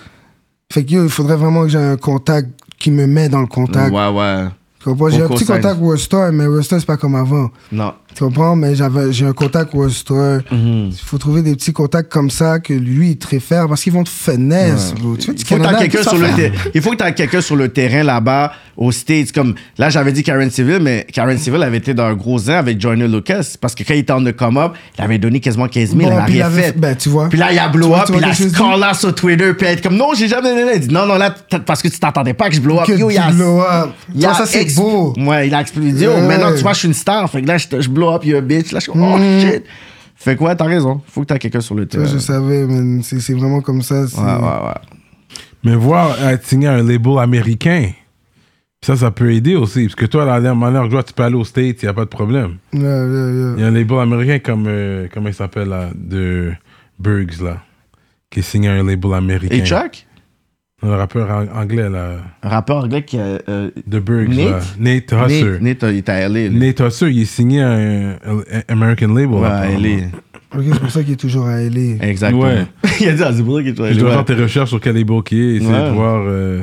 Speaker 3: Fait que yo, il faudrait vraiment que j'ai un contact qui me met dans le contact.
Speaker 2: Ouais, ouais.
Speaker 3: Tu comprends? J'ai un
Speaker 2: Beaucoup
Speaker 3: petit
Speaker 2: sign.
Speaker 3: contact Worcester, mais Worcester, c'est pas comme avant.
Speaker 2: Non.
Speaker 3: Tu comprends? Mais j'avais, j'ai un contact Worcester.
Speaker 2: Mhm.
Speaker 3: Il faut trouver des petits contacts comme ça que lui, il te réfère parce qu'ils vont te finesse, bro. Tu fais du
Speaker 2: Il faut que t'as
Speaker 3: Canada,
Speaker 2: quelqu'un
Speaker 3: qu'est-ce
Speaker 2: sur
Speaker 3: que
Speaker 2: le
Speaker 3: ça fait?
Speaker 2: ter- il faut que t'aies quelqu'un sur le terrain là-bas aux States comme là j'avais dit Karen Civil mais Karen Civil avait été dans un gros zin avec Joyner Lucas parce que quand il était en de come up il avait donné quasiment 15 000
Speaker 3: Bon,
Speaker 2: il a
Speaker 3: puis il
Speaker 2: rien
Speaker 3: avait-
Speaker 2: fait
Speaker 3: ben, tu vois.
Speaker 2: puis là il a
Speaker 3: Tu
Speaker 2: blow
Speaker 3: vois-
Speaker 2: up
Speaker 3: tu
Speaker 2: puis
Speaker 3: vois
Speaker 2: il a
Speaker 3: qu'est-ce que je dis?
Speaker 2: score là sur Twitter puis elle est comme non j'ai jamais donné il dit non non là t'as- parce que tu t'attendais pas que je blow up
Speaker 3: Que
Speaker 2: yo il a
Speaker 3: du blow up.
Speaker 2: il
Speaker 3: Toi,
Speaker 2: a
Speaker 3: ça, c'est
Speaker 2: exp-
Speaker 3: beau.
Speaker 2: ouais il a explosé yo
Speaker 3: Ouais.
Speaker 2: maintenant tu vois je suis une star fait que là je, te- je blow up you a bitch là je suis comme, oh shit fait quoi t'as raison faut que t'aies quelqu'un sur le terrain
Speaker 3: Ouais, Mm. Je savais, man. C'est, c'est vraiment comme ça. c'est-
Speaker 2: ouais ouais ouais
Speaker 1: Mais voir être signé à un label américain, ça, ça peut aider aussi. Parce que toi, la dernière manière que je vois, tu peux aller aux States, il n'y a pas de problème.
Speaker 3: Ouais, ouais, ouais.
Speaker 1: Il y a un label américain comme, euh, comment il s'appelle là, de Bergs là, qui est signé à un label américain.
Speaker 2: et Chuck
Speaker 1: Le rappeur an- anglais là,
Speaker 2: un rappeur anglais qui a euh,
Speaker 1: de Bergs là. Nate Husser.
Speaker 2: Nate, Nate, il est à LA. là.
Speaker 1: Nate Husser, il est signé à un, un American label.
Speaker 2: Ouais, à
Speaker 1: apparemment.
Speaker 2: LA.
Speaker 3: Ok, c'est pour ça qu'il est toujours à LA.
Speaker 2: Exactement.
Speaker 1: Ouais.
Speaker 2: [LAUGHS] il a dit, ah, c'est pour ça qu'il est à
Speaker 1: Je dois
Speaker 2: LA.
Speaker 1: faire tes recherches sur quel label qui est, essayer
Speaker 2: Ouais.
Speaker 1: de voir. euh,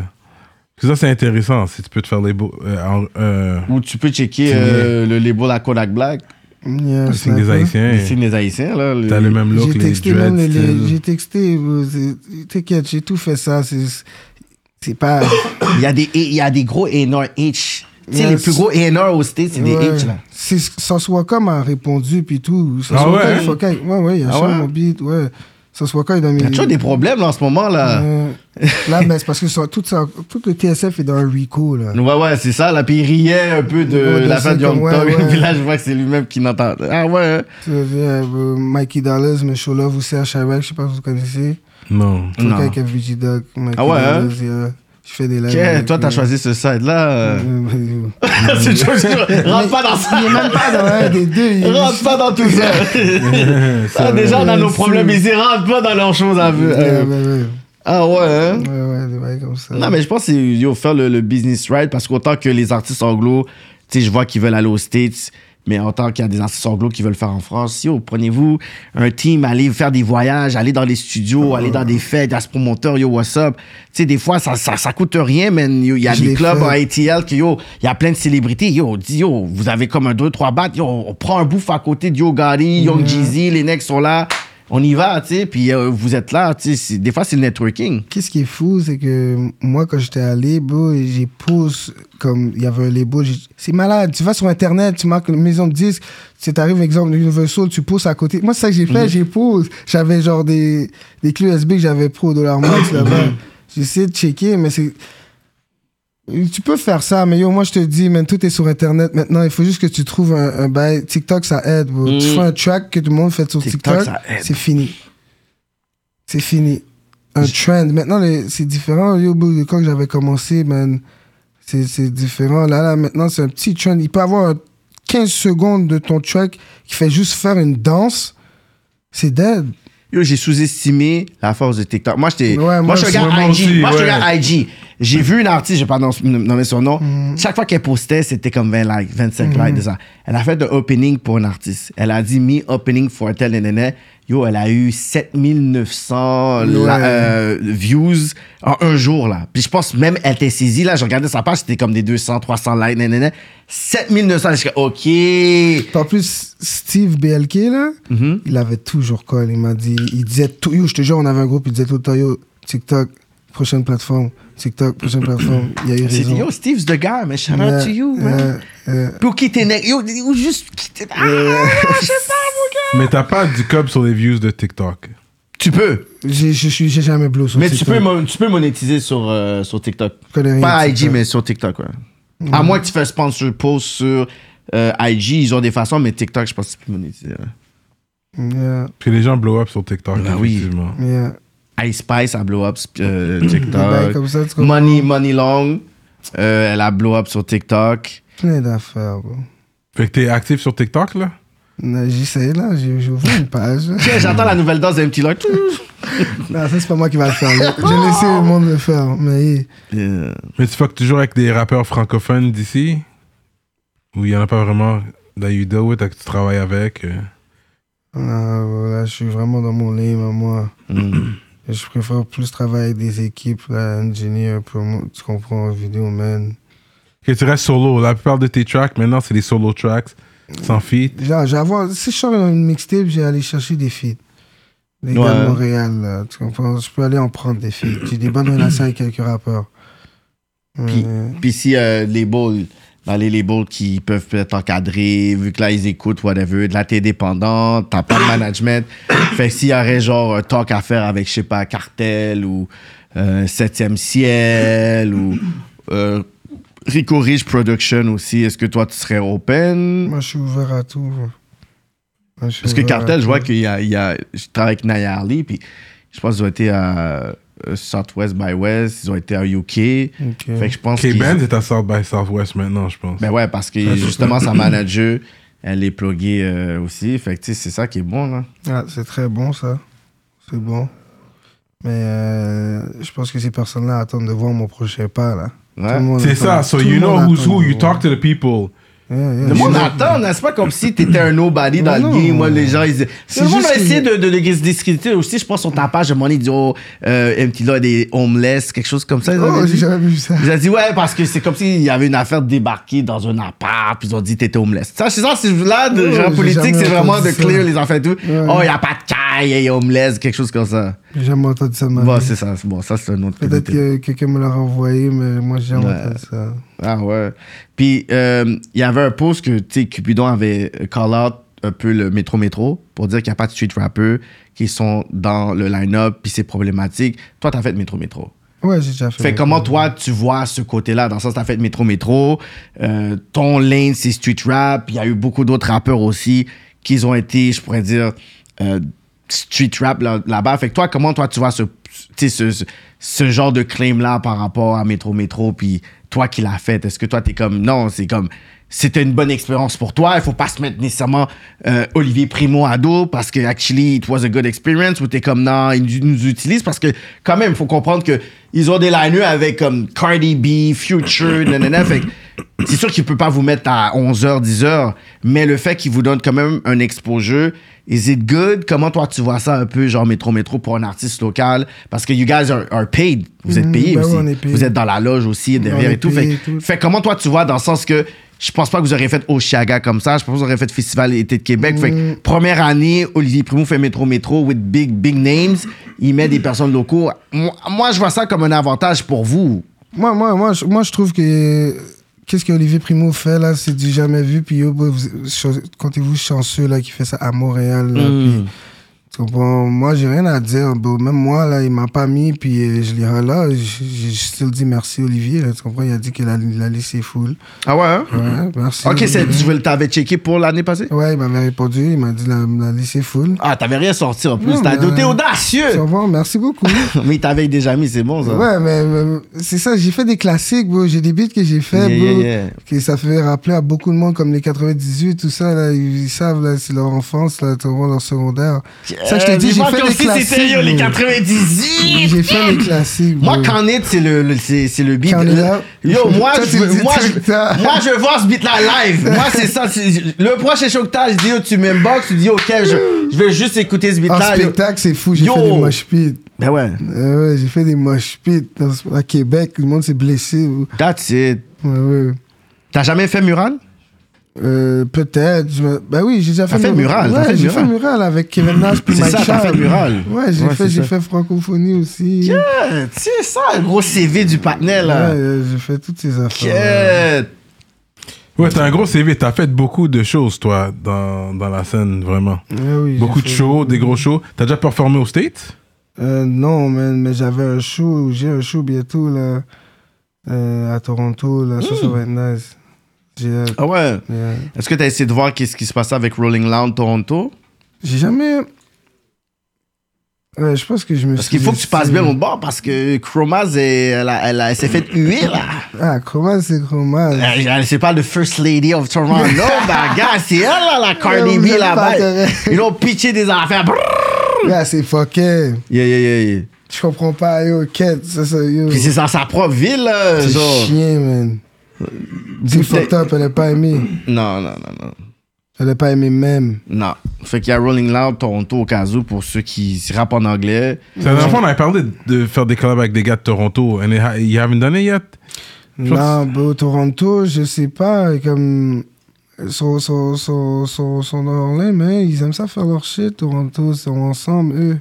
Speaker 1: parce que ça, c'est intéressant si tu peux te faire label. euh, en- euh,
Speaker 2: Ou tu peux checker euh, le label à Kodak Black.
Speaker 3: Yeah,
Speaker 1: le signe
Speaker 3: c'est
Speaker 1: des
Speaker 3: un peu-
Speaker 1: Haïtiens.
Speaker 2: Les signes des Haïtiens, là. le-
Speaker 1: T'as le même look,
Speaker 3: J'ai
Speaker 1: les
Speaker 3: texté, même
Speaker 1: dreads.
Speaker 3: les- les-
Speaker 1: still.
Speaker 3: j'ai texté. bro, c'est- T'inquiète, j'ai tout fait ça. C'est, c'est pas.
Speaker 2: Il y a des, il y a des gros énormes H Tu sais,
Speaker 3: Ouais,
Speaker 2: les plus
Speaker 3: c'est-
Speaker 2: gros A&R aux States, c'est des
Speaker 3: Ouais.
Speaker 2: H, là.
Speaker 3: C'est Saswakam a répondu, puis tout.
Speaker 1: Ah
Speaker 3: Saswakam,
Speaker 1: ouais?
Speaker 3: il faut qu'il- Ouais, ouais, il y a
Speaker 2: Ah
Speaker 3: Sean
Speaker 2: ouais?
Speaker 3: Morbid, ouais. Saswakam est dans mes.
Speaker 2: Il y a toujours des problèmes, là, en ce moment, là.
Speaker 3: Euh, [LAUGHS] là, mais c'est parce que ça- tout, ça- tout le TSF est dans un Rico, là.
Speaker 2: Ouais, ouais, c'est ça, là. Puis il riait un peu de
Speaker 3: Ouais, de
Speaker 2: la fin
Speaker 3: ça,
Speaker 2: de Young
Speaker 3: comme, ouais,
Speaker 2: Thug. [LAUGHS]
Speaker 3: ouais.
Speaker 2: Puis là, je vois que c'est lui-même qui n'entend. Ah ouais, hein.
Speaker 3: Tu vois, euh, Mikey Dallas, mais Love aussi à Chirac, je sais pas si vous connaissez.
Speaker 1: Non.
Speaker 3: Tout
Speaker 2: Non.
Speaker 3: le avec VG Dog, Mikey
Speaker 2: Ah ouais, hein?
Speaker 3: Dallas, yeah. Je fais des lives.
Speaker 2: Ok,
Speaker 3: avec
Speaker 2: toi, t'as
Speaker 3: lui.
Speaker 2: choisi ce
Speaker 3: [LAUGHS]
Speaker 2: side-là. euh.
Speaker 3: Euh,
Speaker 2: c'est toujours. [LAUGHS] Rentre pas dans ça.
Speaker 3: Il est même pas dans un des deux. il est-
Speaker 2: Rentre pas dans tout ça. Ah, déjà, on a nos problèmes, mais ils rentrent pas dans leurs choses hein, euh, à vue.
Speaker 3: Ouais, ouais, ouais.
Speaker 2: Ah ouais, hein?
Speaker 3: Ouais, ouais, des bails comme ça.
Speaker 2: Non, mais je pense que c'est yo, faire le, le business right parce qu'autant que les artistes anglo, tu sais, je vois qu'ils veulent aller aux States, mais autant qu'il y a des artistes anglo qui veulent faire en France, yo, prenez-vous un team, allez faire des voyages, allez dans les studios, allez dans des fêtes, il y a ce promoteur, yo, what's up. Tu sais, des fois, ça, ça, ça coûte rien, man. Yo, Il y a
Speaker 3: Je
Speaker 2: des
Speaker 3: l'ai
Speaker 2: clubs
Speaker 3: fait.
Speaker 2: en ATL qui, yo, il y a plein de célébrités, yo, dis, yo, vous avez comme un 2-3 battes, yo, on prend un bouffe à côté de Yo Gotti, Young Jeezy, les necks sont là. On y va, tu sais, puis euh, vous êtes là, tu sais. c'est- Des fois, c'est le networking.
Speaker 3: Qu'est-ce qui est fou, c'est que moi, quand j'étais allé, bro, j'ai poussé, comme il y avait un label, j'ai- c'est malade. Tu vas sur Internet, tu marques une maison de disques, tu t'arrives, exemple, Universal, tu pousses à côté. Moi, c'est ça que j'ai
Speaker 2: Mhm.
Speaker 3: fait, j'ai poussé. J'avais genre des, des clés USB que j'avais pro au dollar max
Speaker 2: Mhm.
Speaker 3: là-bas. J'essayais ben, de checker, mais c'est. Tu peux faire ça, mais yo, moi, je te dis, man, tout est sur Internet maintenant. Il faut juste que tu trouves un, un bail. TikTok, ça aide, bro. Tu fais un track que tout le monde fait sur
Speaker 2: Mhm. TikTok,
Speaker 3: TikTok,
Speaker 2: ça aide.
Speaker 3: c'est fini. C'est fini. Un trend. Maintenant, les- c'est différent. Yo, bro, quand que j'avais commencé, man, c'est c'est différent. Là, là, maintenant, c'est un petit trend. Il peut avoir un 15 secondes de ton track qui fait juste faire une danse. C'est dead.
Speaker 2: Yo, j'ai sous-estimé la force de TikTok. Moi, j'étais.
Speaker 3: Ouais,
Speaker 2: moi,
Speaker 3: moi,
Speaker 2: je regarde
Speaker 1: moi
Speaker 2: IG.
Speaker 1: aussi,
Speaker 2: moi, je
Speaker 1: ouais.
Speaker 2: regarde IG. J'ai vu une artiste, je vais pas nom- nommer son nom. Chaque fois qu'elle postait, c'était comme 20 likes, 25 likes, de ça. Elle a fait un opening pour un artiste. Elle a dit me opening for tel nanana. Yo, elle a eu 7900 la-
Speaker 3: Ouais.
Speaker 2: euh, views en un jour, là. Puis je pense même, elle était saisie, là. Je regardais sa page, c'était comme des 200, 300 likes, nanana. 7900, je suis comme, OK.
Speaker 3: Puis En plus, Steve BLK, là,
Speaker 2: Mm-hmm.
Speaker 3: il avait toujours call. Il m'a dit, il disait tout, yo, je te jure, on avait un groupe, il disait tout le temps, yo, TikTok, prochaine plateforme, TikTok, prochaine plateforme. Il y a eu
Speaker 2: C'est
Speaker 3: raison.
Speaker 2: dit, yo, Steve's the guy, man. Shout out
Speaker 3: Yeah,
Speaker 2: to you, man.
Speaker 3: yeah, yeah.
Speaker 2: Pour quitter Nec. Yo, ou juste quitter. Ah, je sais pas, mon gars.
Speaker 1: Mais t'as pas du cob sur les views de TikTok.
Speaker 2: Tu peux.
Speaker 3: J'ai- Je suis, j'ai jamais blow sur
Speaker 2: Mais tu
Speaker 3: TikTok.
Speaker 2: peux, mon- tu peux monétiser sur, euh, sur TikTok.
Speaker 3: connais rien
Speaker 2: Pas
Speaker 3: de
Speaker 2: IG,
Speaker 3: TikTok.
Speaker 2: mais sur TikTok, ouais. À moins que tu fasses sponsor post sur euh, IG, ils ont des façons, mais TikTok, je pense que tu peux monétiser. hein. ouais.
Speaker 3: Yeah,
Speaker 1: Parce que les gens blow up sur TikTok,
Speaker 2: Bah oui.
Speaker 1: effectivement.
Speaker 3: yeah.
Speaker 2: Ice Spice a blow up sur euh, TikTok.
Speaker 3: bails comme ça, tu comprends?
Speaker 2: Money, Money Long, euh, elle a blow up sur [LAUGHS] TikTok.
Speaker 3: Plein d'affaires, bro.
Speaker 1: Fait que t'es actif sur TikTok, là?
Speaker 3: Non, J'essaie là, j'ai j'ai ouvert une page.
Speaker 2: Tiens, J'attends la nouvelle danse d'un petit [LAUGHS] lock.
Speaker 3: [LAUGHS] non, ça c'est pas moi qui va le faire. Oh! J'ai laissé le monde le faire. Mais
Speaker 2: Euh,
Speaker 1: Mais tu fuck toujours avec des rappeurs francophones d'ici? Ou il y en a pas vraiment that you deal with, que tu travailles avec? euh?
Speaker 3: non, Ah, voilà, je suis vraiment dans mon livre, moi.
Speaker 2: hmm.
Speaker 3: Je préfère plus travailler avec des équipes, là, engineer, promo, tu comprends, vidéo, man.
Speaker 1: Que tu restes solo. La plupart de tes tracks, maintenant, c'est des solo tracks, sans feat.
Speaker 3: Genre, j'ai avoir, si je sors une mixtape, j'ai aller chercher des feats. Les
Speaker 2: Ouais.
Speaker 3: gars de Montréal, là, tu comprends, je peux aller en prendre des feats. J'ai des bonnes relations avec quelques rappeurs.
Speaker 2: Puis,
Speaker 3: Euh,
Speaker 2: puis si euh, les labels, dans les labels qui peuvent peut-être encadrer, vu que là, ils écoutent, whatever, de là, t'es dépendant, t'as pas de management. [COUGHS] fait que s'il y aurait genre un talk à faire avec, je sais pas, Cartel ou euh, Septième Ciel ou [COUGHS] euh, Rico Rich Production aussi, est-ce que toi, tu serais open?
Speaker 3: moi, je suis ouvert à tout. Moi, je suis
Speaker 2: Parce que
Speaker 3: ouvert à
Speaker 2: Cartel, je
Speaker 3: tout.
Speaker 2: vois qu'il y a, il y a- Je travaille avec Naya Harley, puis je pense qu'ils ont été à euh, Southwest by West, ils ont été à UK.
Speaker 3: Ok.
Speaker 2: Fait que je pense qu'ils-
Speaker 1: K-Band est Ben, à South by Southwest maintenant, je pense.
Speaker 2: Ben ouais, parce que justement, sa manager, elle est pluguée euh, aussi. Fait que tu sais, c'est ça qui est bon, là.
Speaker 3: Ah, c'est très bon, ça. C'est bon. Mais euh, je pense que ces personnes-là attendent de voir mon prochain pas, là. Tout le
Speaker 2: Ouais.
Speaker 3: monde
Speaker 1: C'est ça.
Speaker 3: attend-
Speaker 1: So
Speaker 3: tout le
Speaker 1: you know
Speaker 3: monde
Speaker 1: who's
Speaker 3: attend
Speaker 1: who.
Speaker 3: de
Speaker 1: You
Speaker 3: voir.
Speaker 1: talk to the people.
Speaker 3: Yeah, yeah.
Speaker 2: Le monde attend, là. c'est pas comme si t'étais un nobody dans le
Speaker 3: Non.
Speaker 2: game. Moi, les gens, ils.
Speaker 3: C'est
Speaker 2: le monde
Speaker 3: juste
Speaker 2: a
Speaker 3: que-
Speaker 2: essayé de, de, de se discréditer aussi. Je pense sur ta page de money, ils disent, oh, euh, MT là, des homeless, quelque chose comme ça. ils
Speaker 3: Oh,
Speaker 2: avaient
Speaker 3: j'ai
Speaker 2: dit.
Speaker 3: jamais
Speaker 2: [LAUGHS]
Speaker 3: vu ça.
Speaker 2: Ils ont dit, ouais, parce que c'est comme s'il y avait une affaire débarquée dans un appart, puis ils ont dit, t'étais homeless. Ça, c'est ça, c'est là, de
Speaker 3: Ouais,
Speaker 2: genre
Speaker 3: Oh, j'ai
Speaker 2: politique,
Speaker 3: jamais
Speaker 2: c'est vraiment de
Speaker 3: entendu ça.
Speaker 2: clear les enfants et tout.
Speaker 3: Ouais.
Speaker 2: Oh, il n'y a pas de aïe, aïe, homeless, quelque chose comme ça.
Speaker 3: J'ai jamais entendu ça de ma
Speaker 2: Bon,
Speaker 3: vie.
Speaker 2: c'est ça. c'est- Bon, ça, c'est un autre
Speaker 3: Peut-être
Speaker 2: comité.
Speaker 3: que quelqu'un me l'a renvoyé, mais moi, j'ai jamais
Speaker 2: Ouais.
Speaker 3: entendu ça.
Speaker 2: Ah ouais. Puis, euh, il y avait un post que, tu sais, Cupidon avait call out un peu le métro-métro pour dire qu'il n'y a pas de street rappers qui sont dans le line-up, puis c'est problématique. Toi, t'as fait métro-métro.
Speaker 3: Ouais, j'ai déjà fait.
Speaker 2: Fait comment toi tu vois ce côté-là dans le sens t'as fait métro métro, euh, ton lane c'est street rap, il y a eu beaucoup d'autres rappeurs aussi qui ont été, je pourrais dire euh, street rap là- là-bas. fait que toi comment toi tu vois ce tu sais, ce, ce, ce genre de claim là par rapport à métro métro puis toi qui l'as fait, est-ce que toi t'es comme non c'est comme c'était une bonne expérience pour toi. Il faut pas se mettre nécessairement euh, Olivier Primo à dos parce que actually it was a good experience ou t'es comme non, ils nous- nous utilisent parce que quand même, faut comprendre que ils ont des liners avec comme Cardi B,
Speaker 3: [COUGHS]
Speaker 2: Future, nanana. fait que c'est sûr qu'il peut pas vous mettre à 11h, 10h, mais le fait qu'ils vous donnent quand même un exposure, is it good? Comment toi tu vois ça un peu, genre métro métro pour un artiste local? Parce que you guys are, are paid. Vous êtes
Speaker 3: Mhm,
Speaker 2: payés
Speaker 3: ben oui,
Speaker 2: aussi.
Speaker 3: on est payés.
Speaker 2: Vous êtes dans la loge aussi, derrière
Speaker 3: est
Speaker 2: et tout. Fait,
Speaker 3: payés
Speaker 2: que-
Speaker 3: et tout.
Speaker 2: fait que comment toi tu vois dans le sens que je pense pas que vous auriez fait Oshiaga comme ça, je pense pas que vous auriez fait Festival Été de Québec. Fait
Speaker 3: Mm.
Speaker 2: que première année, Olivier Primo fait métro métro with big big names, il met des personnes locaux. Moi, moi, je vois ça comme un avantage pour vous.
Speaker 3: Moi, moi, moi, je, moi, je trouve que. Qu'est-ce que Olivier Primo fait là, c'est du jamais vu. Puis yo, bah, vous- ch- comptez-vous chanceux là qui fait ça à Montréal. Là,
Speaker 2: Hmm.
Speaker 3: puis, tu comprends? Moi, j'ai rien à dire. hein, bro. Même moi là, il m'a pas mis. Puis euh, je l'ai là, je still dis merci Olivier. Là, tu comprends? Il a dit que la, la liste est full.
Speaker 2: Ah ouais. hein?
Speaker 3: Ouais, merci.
Speaker 2: Ok, c'est-
Speaker 3: Olivier.
Speaker 2: tu veux- t'avais checké pour l'année passée.
Speaker 3: Ouais, il m'avait répondu. Il m'a dit la, la liste est full.
Speaker 2: Ah, t'avais rien sorti en plus.
Speaker 3: Non,
Speaker 2: T'as
Speaker 3: mais- euh,
Speaker 2: doté audacieux.
Speaker 3: Au revoir, merci beaucoup.
Speaker 2: [LAUGHS] Mais t'avais déjà mis, c'est bon ça.
Speaker 3: Ouais, mais, mais c'est ça, j'ai fait des classiques, bro. J'ai des beats que j'ai fait,
Speaker 2: Yeah,
Speaker 3: bro.
Speaker 2: yeah, yeah.
Speaker 3: Que ça fait rappeler à beaucoup de monde, comme les 98, tout ça, là. Ils, ils savent, là, c'est leur enfance, là, t'auras leur secondaire. Ça, je te
Speaker 2: Euh,
Speaker 3: dis,
Speaker 2: mais
Speaker 3: j'ai
Speaker 2: moi,
Speaker 3: fait
Speaker 2: comme
Speaker 3: des
Speaker 2: si
Speaker 3: classiques.
Speaker 2: c'était, yo, les
Speaker 3: bro.
Speaker 2: 98.
Speaker 3: J'ai fait les classiques, bro.
Speaker 2: Moi, Can It, c'est le, le- c'est, c'est le beat. Euh,
Speaker 3: Can It Up.
Speaker 2: Yo, moi,
Speaker 3: Toi,
Speaker 2: je,
Speaker 3: tu
Speaker 2: veux-
Speaker 3: dis
Speaker 2: moi,
Speaker 3: tout
Speaker 2: je,
Speaker 3: le temps.
Speaker 2: moi, je veux voir ce beat-là live. moi, c'est ça. c'est- le prochain show que t'as, je dis, yo, tu m'inbox, tu dis, ok, je, je vais juste écouter ce
Speaker 3: Mm. En
Speaker 2: beat-là. yo.
Speaker 3: spectacle, c'est fou, j'ai
Speaker 2: Yo.
Speaker 3: fait des mosh pits.
Speaker 2: Ben ouais.
Speaker 3: Euh, ouais, j'ai fait des mosh pits dans- à Québec, tout le monde s'est blessé. bro.
Speaker 2: That's it.
Speaker 3: Ouais, ouais.
Speaker 2: T'as jamais fait Mural?
Speaker 3: Euh, peut-être. je me- Ben oui, j'ai déjà fait,
Speaker 2: fait
Speaker 3: le-
Speaker 2: Mural, t'as fait
Speaker 3: Ouais, j'ai fait
Speaker 2: Mural.
Speaker 3: mural avec Kevin Nash puis
Speaker 2: C'est
Speaker 3: Mike
Speaker 2: ça, t'as
Speaker 3: Sharp.
Speaker 2: fait Mural.
Speaker 3: Ouais, j'ai
Speaker 2: Ouais,
Speaker 3: fait,
Speaker 2: c'est
Speaker 3: j'ai
Speaker 2: ça.
Speaker 3: fait francophonie aussi.
Speaker 2: Euh, Tu sais, ça, un gros CV du partner,
Speaker 3: Ouais,
Speaker 2: là.
Speaker 3: euh, j'ai fait toutes ces affaires.
Speaker 2: Que-
Speaker 1: Ouais, t'as un gros CV. T'as fait beaucoup de choses, toi, dans, dans la scène, vraiment.
Speaker 3: Ouais, oui, j'ai
Speaker 1: Beaucoup de
Speaker 3: fait-
Speaker 1: shows, des gros shows. T'as déjà performé aux States?
Speaker 3: Euh, non, man, mais j'avais un show, j'ai un show bientôt là, euh, à Toronto, là,
Speaker 2: Hmm.
Speaker 3: ça, ça va être nice. J'ai hâte,
Speaker 2: Ah ouais.
Speaker 3: j'ai euh, hâte.
Speaker 2: Est-ce que t'as essayé de voir qu'est-ce qui se passait avec Rolling Loud Toronto?
Speaker 3: J'ai jamais. Ouais, je pense que je me
Speaker 2: Parce
Speaker 3: suis
Speaker 2: qu'il faut que tu passes bien au bord parce que Chromaz, elle, a- elle, a- elle s'est fait huer, là.
Speaker 3: Ah, comment c'est comment
Speaker 2: Elle, Euh, elle c'est pas le First Lady of
Speaker 3: [LAUGHS]
Speaker 2: Toronto. Non, bah, gars, c'est elle, là, la Cardi
Speaker 3: Non, vous
Speaker 2: B,
Speaker 3: êtes
Speaker 2: là-bas. [LAUGHS]
Speaker 3: pas correct.
Speaker 2: Ils ont pitché des affaires.
Speaker 3: Là, c'est fucké.
Speaker 2: Yeah, yeah, yeah, yeah.
Speaker 3: Je comprends pas, yo, quête, ça, ça, yo.
Speaker 2: Puis c'est dans sa propre ville, là,
Speaker 3: C'est
Speaker 2: genre.
Speaker 3: chien, man. C'est fucked up, elle a pas aimé.
Speaker 2: Non, non, non, non.
Speaker 3: Elle a pas aimé même.
Speaker 2: Non. Fait qu'il y a Rolling Loud Toronto au cas où pour ceux qui se rappent en anglais.
Speaker 1: C'est la dernière fois, on avait parlé de faire des collabs avec des gars de Toronto. And they ha- you haven't done it yet? pense-
Speaker 3: Non, bah, au Toronto, je sais pas, comme sont sont sont sont sont dans leur lane, mais ils aiment ça faire leur shit. Toronto, ils sont ensemble eux,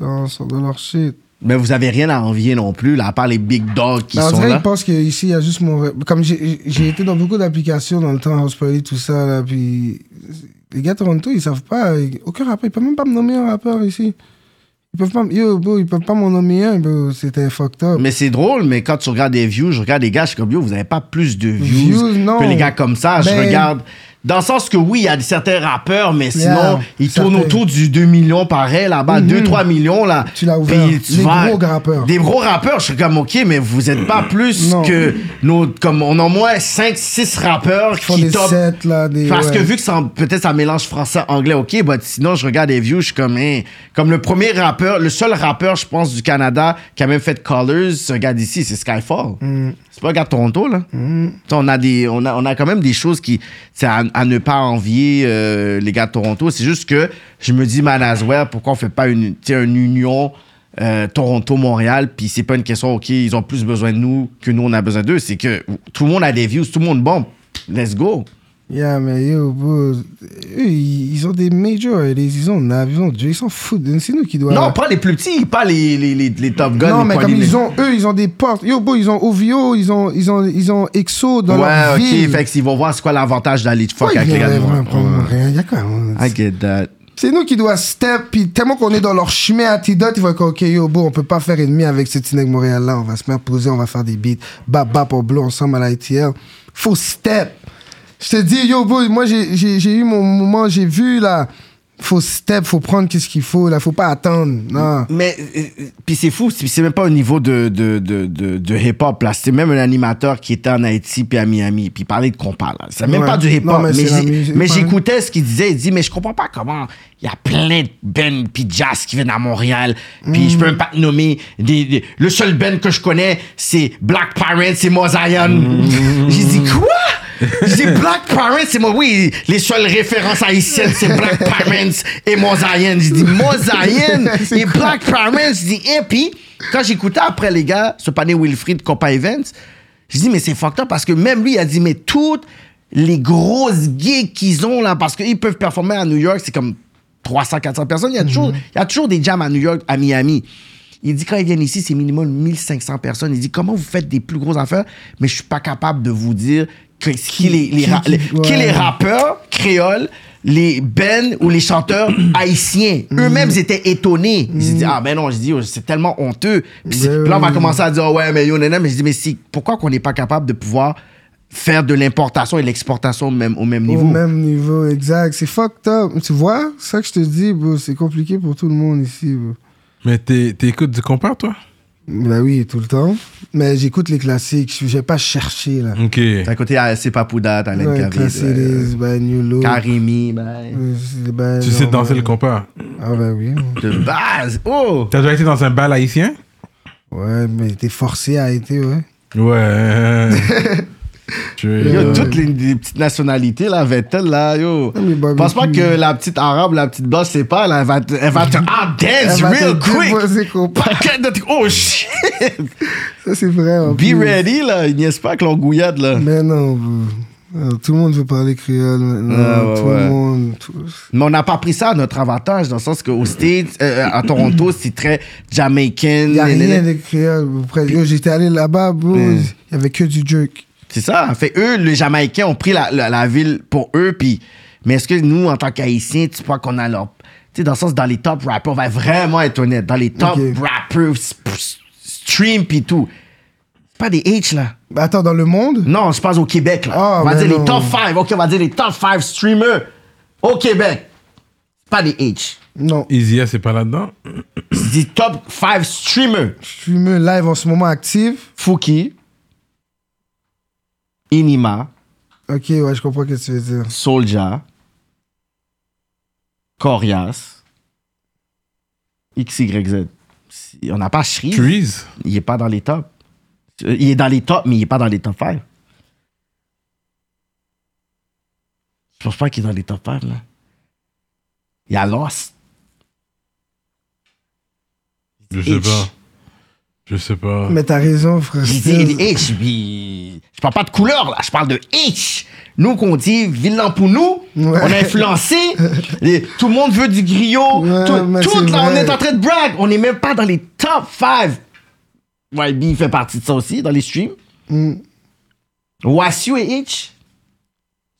Speaker 3: ils sont, sont dans leur shit.
Speaker 2: Mais vous avez rien à envier non plus, là, à part les big dogs qui
Speaker 3: Mais on
Speaker 2: sont
Speaker 3: dirait
Speaker 2: là.
Speaker 3: qu'ils pensent qu'ici il y a juste mon, comme j'ai j'ai été dans beaucoup d'applications dans le temps, House Party, tout ça là, puis les gars de Toronto, ils savent pas, aucun rappeur, ils peuvent même pas me nommer un rappeur ici. Ils peuvent pas, m- yo, bro, ils peuvent pas m'en nommer un, bro, c'était fucked up.
Speaker 2: Mais c'est drôle, mais quand tu regardes des views, je regarde des gars, je suis comme yo, vous avez pas plus de views,
Speaker 3: Views, non.
Speaker 2: que les gars comme ça. Je
Speaker 3: Ben-
Speaker 2: regarde. Dans le sens que oui, il y a certains rappeurs, mais sinon,
Speaker 3: Yeah,
Speaker 2: ils tournent
Speaker 3: certains. Mhm.
Speaker 2: autour du 2 millions pareil là-bas, 2-3 millions là.
Speaker 3: Tu l'as ouvert.
Speaker 2: Puis tu
Speaker 3: Les
Speaker 2: vas-
Speaker 3: gros rappeurs.
Speaker 2: Des gros rappeurs, je suis comme ok, mais vous êtes pas plus
Speaker 3: Non.
Speaker 2: que nos. Comme on a au moins 5-6 rappeurs
Speaker 3: Ils font
Speaker 2: qui
Speaker 3: des
Speaker 2: top.
Speaker 3: sets là, des
Speaker 2: Parce que
Speaker 3: ouais.
Speaker 2: vu que ça- peut-être ça mélange français-anglais, ok, but sinon je regarde les views, je suis comme, hein, comme le premier rappeur, le seul rappeur, je pense, du Canada qui a même fait Colors, ce gars d'ici, c'est Skyfall. C'est pas un gars de Toronto, là. Tu sais, On, a des, on, a, on a quand même des choses qui, c'est à, à ne pas envier euh, les gars de Toronto. C'est juste que je me dis, man, as well, pourquoi on fait pas une, tu sais, une union euh, Toronto-Montréal, puis c'est pas une question, ok, ils ont plus besoin de nous que nous, on a besoin d'eux. C'est que tout le monde a des views, tout le monde bombe. Let's go.
Speaker 3: Yeah, mais yo, bro, eux, ils ils ont des majors, ils- ils ont Nav, ils ont Dieu, ils s'en foutent. C'est nous qui doivent.
Speaker 2: Non, pas les plus petits, pas les, les, les, les Top Gun.
Speaker 3: Non,
Speaker 2: les
Speaker 3: mais comme
Speaker 2: Pauline-
Speaker 3: ils ont, eux, ils ont des portes. Yo, bro, ils ont OVO, ils ont, ils ont, ils ont EXO dans
Speaker 2: Ouais,
Speaker 3: leur
Speaker 2: ok,
Speaker 3: ville.
Speaker 2: fait qu'ils vont voir c'est quoi l'avantage d'aller te fuck
Speaker 3: Pourquoi
Speaker 2: avec
Speaker 3: ils
Speaker 2: les gars de
Speaker 3: viendraient vraiment prendre
Speaker 2: moi.
Speaker 3: rien? Il y a quand même-
Speaker 2: I get that.
Speaker 3: C'est nous qui doivent step, puis tellement qu'on est dans leur chemin antidote, ils vont dire, ok, yo, bon, on peut pas faire ennemi avec ce Tineg Montréal-là, on va se mettre poser, on va faire des beats, bap, bap, au bleu, ensemble à la ITL. Faut step. Je te dis, yo, bon, moi, j'ai- j'ai j'ai eu mon moment, j'ai vu, là, faut step, faut prendre qu'est-ce qu'il faut, là, faut pas attendre, non.
Speaker 2: Mais, euh, euh, puis c'est fou, c'est c'est même pas au niveau de, de, de, de, de hip-hop, là. C'est même un animateur qui était en Haïti puis à Miami, puis il parlait de compas, là. C'est même
Speaker 3: Ouais.
Speaker 2: pas du hip-hop,
Speaker 3: Non, mais
Speaker 2: mais,
Speaker 3: c'est la
Speaker 2: j'ai-
Speaker 3: musique,
Speaker 2: mais
Speaker 3: ouais.
Speaker 2: j'écoutais ce qu'il disait. Il dit, mais je comprends pas comment il y a plein de Ben puis Jazz qui viennent à Montréal, puis
Speaker 3: Mm.
Speaker 2: je peux même pas te nommer. des- des- le seul Ben que je connais, c'est Black Parents, c'est Mozaïon.
Speaker 3: Mm.
Speaker 2: J'ai dit, quoi? J'ai dit, Black Parents, c'est moi. Oui, les seules références haïtiennes, c'est Black Parents et Mozaïen. J'ai dit, Mozaïen
Speaker 3: [LAUGHS] C'est
Speaker 2: et
Speaker 3: quoi?
Speaker 2: Black Parents. Je dis, et puis, quand j'écoutais après, les gars, ce panier Wilfried Copa Events, je dis, mais c'est fucked up parce que même lui, il a dit, mais toutes les grosses gigs qu'ils ont là, parce qu'ils peuvent performer à New York, c'est comme 300, 400 personnes. Il y
Speaker 3: Mhm.
Speaker 2: a toujours, il y a toujours des jams à New York, à Miami. Il dit, quand ils viennent ici, c'est minimum 1500 personnes. Il dit, comment vous faites des plus grosses affaires, mais je suis pas capable de vous dire que- qui, les, les,
Speaker 3: qui-
Speaker 2: ra-
Speaker 3: qui-
Speaker 2: les- qui
Speaker 3: ouais.
Speaker 2: les rappeurs créoles, les bands ou les
Speaker 3: [CLEARS THROAT]
Speaker 2: chanteurs haïtiens, eux-mêmes
Speaker 3: Mhm.
Speaker 2: étaient étonnés. Ils se disent, ah ben non, je dis, oh, c'est tellement honteux. Puis c'est-
Speaker 3: Ouais,
Speaker 2: puis là, on va
Speaker 3: ouais.
Speaker 2: commencer à dire, Ah ouais, mais yo, nanana. mais je dis, mais si, pourquoi qu'on n'est pas capable de pouvoir faire de l'importation et l'exportation même, au même niveau?
Speaker 3: Au même niveau, exact. C'est fucked up. Tu vois, c'est ça que je te dis, bro, c'est compliqué pour tout le monde ici, bro.
Speaker 1: Mais t'es- t'écoutes du compas, toi
Speaker 3: Bah oui, tout le temps. Mais j'écoute les classiques, je je vais pas chercher, là.
Speaker 1: Ok.
Speaker 2: T'as côté, ah, c'est Papouda, t'as
Speaker 3: Ouais,
Speaker 2: Alain
Speaker 3: Classy
Speaker 2: Carré, euh,
Speaker 3: Days, bah, New Look.
Speaker 2: Karimi, ben,
Speaker 3: Euh, c'est- bah,
Speaker 1: Tu
Speaker 3: non,
Speaker 1: sais danser
Speaker 3: bah,
Speaker 1: le compas.
Speaker 3: Ah bah oui.
Speaker 2: de base. Oh!
Speaker 1: T'as déjà été dans un bal haïtien
Speaker 3: Ouais, mais t'es forcé à été, ouais.
Speaker 1: Ouais. [LAUGHS] Tu es-
Speaker 2: Yo,
Speaker 3: Euh,
Speaker 2: toutes les, les petites nationalités, là, Vettel, là, yo.
Speaker 3: Ah, mais barbecue.
Speaker 2: Pense pas que la petite arabe, la petite blanche, c'est pas, là, elle va te, elle va te out-dance
Speaker 3: Elle va
Speaker 2: real
Speaker 3: te
Speaker 2: quick.
Speaker 3: déposer, compa.
Speaker 2: Paquet de trucs. Oh shit!
Speaker 3: Ça, c'est vrai. en plus.
Speaker 2: Be ready, là, il n'y a pas que l'engouillade, là.
Speaker 3: Mais non, vous- Alors, tout le monde veut parler créole maintenant.
Speaker 2: Ah, ouais,
Speaker 3: tout
Speaker 2: ouais.
Speaker 3: le monde. tout-
Speaker 2: Mais on n'a pas pris ça à notre avantage, dans le sens qu'au States, euh, à
Speaker 3: [CLEARS THROAT]
Speaker 2: Toronto, c'est très Jamaican.
Speaker 3: Il n'y a rien
Speaker 2: nanana.
Speaker 3: de créole. vous prenez- Yo, J'étais allé là-bas, bro, il
Speaker 2: Mm.
Speaker 3: y avait que du jerk.
Speaker 2: C'est ça. Fait eux, les Jamaïcains ont pris la, la- la ville pour eux. Puis, mais est-ce que nous, en tant qu'Haïtiens, tu crois qu'on a leur. Tu sais, dans le sens, dans les top rappers, on va vraiment être honnête, dans les top
Speaker 3: Ok.
Speaker 2: rappers, s- s- stream puis tout. C'est pas des H là.
Speaker 3: Bah, Attends, dans le monde
Speaker 2: Non, je pense au Québec là.
Speaker 3: Ah,
Speaker 2: on va
Speaker 3: ben
Speaker 2: dire les
Speaker 3: non.
Speaker 2: top 5. Ok, on va dire les top 5 streamers au Québec. C'est pas des H.
Speaker 3: Non.
Speaker 1: Izia, c'est pas là-dedans
Speaker 2: C'est des top 5 streamers.
Speaker 3: Je suis mieux live en ce moment actif.
Speaker 2: Fouki, Inima,
Speaker 3: Ok, ouais, je comprends ce que tu veux dire.
Speaker 2: Soldier, Corias, XYZ. Si- On n'a pas Shri.
Speaker 1: Trees
Speaker 2: Il n'est pas dans les tops. Euh, Il est dans les tops, mais il n'est pas dans les top 5. Je pense pas qu'il est dans les top 5, là. Il y a Lost.
Speaker 1: Je sais
Speaker 2: H.
Speaker 1: pas. Je sais pas.
Speaker 3: Mais t'as raison, frère.
Speaker 2: J'ai dit il est H, puis je parle pas de couleur, là. Je parle de H. Nous, qu'on dit vilain pour nous,
Speaker 3: Ouais.
Speaker 2: on a
Speaker 3: [LAUGHS]
Speaker 2: influencé. les- tout le monde veut du griot.
Speaker 3: Ouais,
Speaker 2: tout
Speaker 3: mais
Speaker 2: tout,
Speaker 3: c'est
Speaker 2: là, on
Speaker 3: vrai.
Speaker 2: est en train de brag. On n'est même pas dans les top 5. YB il fait partie de ça aussi, dans les streams.
Speaker 3: Mm.
Speaker 2: Wasu et H. Je suis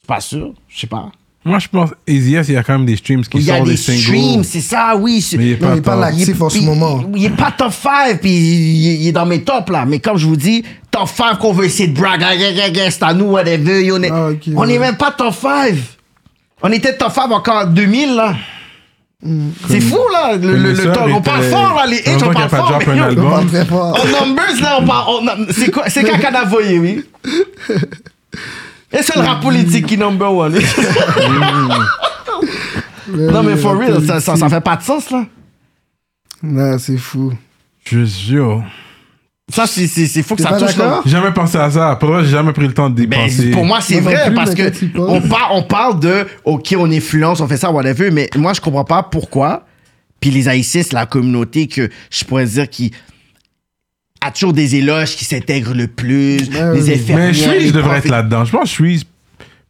Speaker 2: pas sûr. Je sais pas.
Speaker 1: Moi, je pense, Izia, il y a quand même des streams qui
Speaker 2: Il y a
Speaker 1: sortent
Speaker 2: des
Speaker 1: des singles.
Speaker 2: streams, c'est ça, oui. c'est-
Speaker 1: Mais il est
Speaker 3: Non,
Speaker 1: pas,
Speaker 3: il parle
Speaker 1: top.
Speaker 3: actif en ce
Speaker 2: puis,
Speaker 3: moment.
Speaker 2: Il est pas top 5, puis il, il- il est dans mes tops, là. Mais comme je vous dis, top 5 qu'on veut essayer de brag, ah, yeah, yeah, yeah, c'est à nous, whatever. yo, on est,
Speaker 3: Ah, ok,
Speaker 2: on est
Speaker 3: ouais.
Speaker 2: même pas top 5. On était top 5 encore en 2000, là.
Speaker 3: Hmm.
Speaker 2: C'est fou, là, le, le, le
Speaker 1: Connaisseur
Speaker 2: top. On
Speaker 1: était-
Speaker 2: parle fort, là, les
Speaker 1: Ça fait
Speaker 2: hits, on
Speaker 1: longtemps
Speaker 2: parle
Speaker 1: qu'il a pas
Speaker 2: fort.
Speaker 1: drop
Speaker 2: mais
Speaker 1: un
Speaker 2: yo,
Speaker 3: On
Speaker 1: album.
Speaker 3: parle très fort.
Speaker 2: en numbers, là, on parle. on- on- c'est quoi, c'est quand qu'on a voyé, oui? Et c'est le rap politique qui est number one. non,
Speaker 3: [LAUGHS]
Speaker 2: mais for real, ça, ça, ça fait pas de sens, là.
Speaker 3: Non, c'est fou.
Speaker 1: Je jure.
Speaker 2: Ça, c'est- c'est c'est- faut que
Speaker 3: T'es
Speaker 2: ça
Speaker 3: pas
Speaker 2: touche
Speaker 3: d'accord?
Speaker 2: là.
Speaker 1: J'ai jamais pensé à ça. Pour moi, j'ai jamais pris le temps d'y
Speaker 2: Ben,
Speaker 1: penser.
Speaker 2: pour moi, c'est
Speaker 3: Moi non
Speaker 2: vrai
Speaker 3: plus,
Speaker 2: parce
Speaker 3: mais
Speaker 2: que
Speaker 3: quand tu y penses.
Speaker 2: on parle, on parle de OK, on influence, on fait ça, whatever, mais moi, je comprends pas pourquoi. Puis les Haïtiens, c'est la communauté que je pourrais dire qui a toujours des éloges qui s'intègrent le plus,
Speaker 3: Ouais,
Speaker 2: les
Speaker 3: ouais.
Speaker 2: infirmières.
Speaker 1: mais
Speaker 2: les
Speaker 1: Shreeze devrait
Speaker 2: profs-
Speaker 1: être là-dedans. Je pense que Shreeze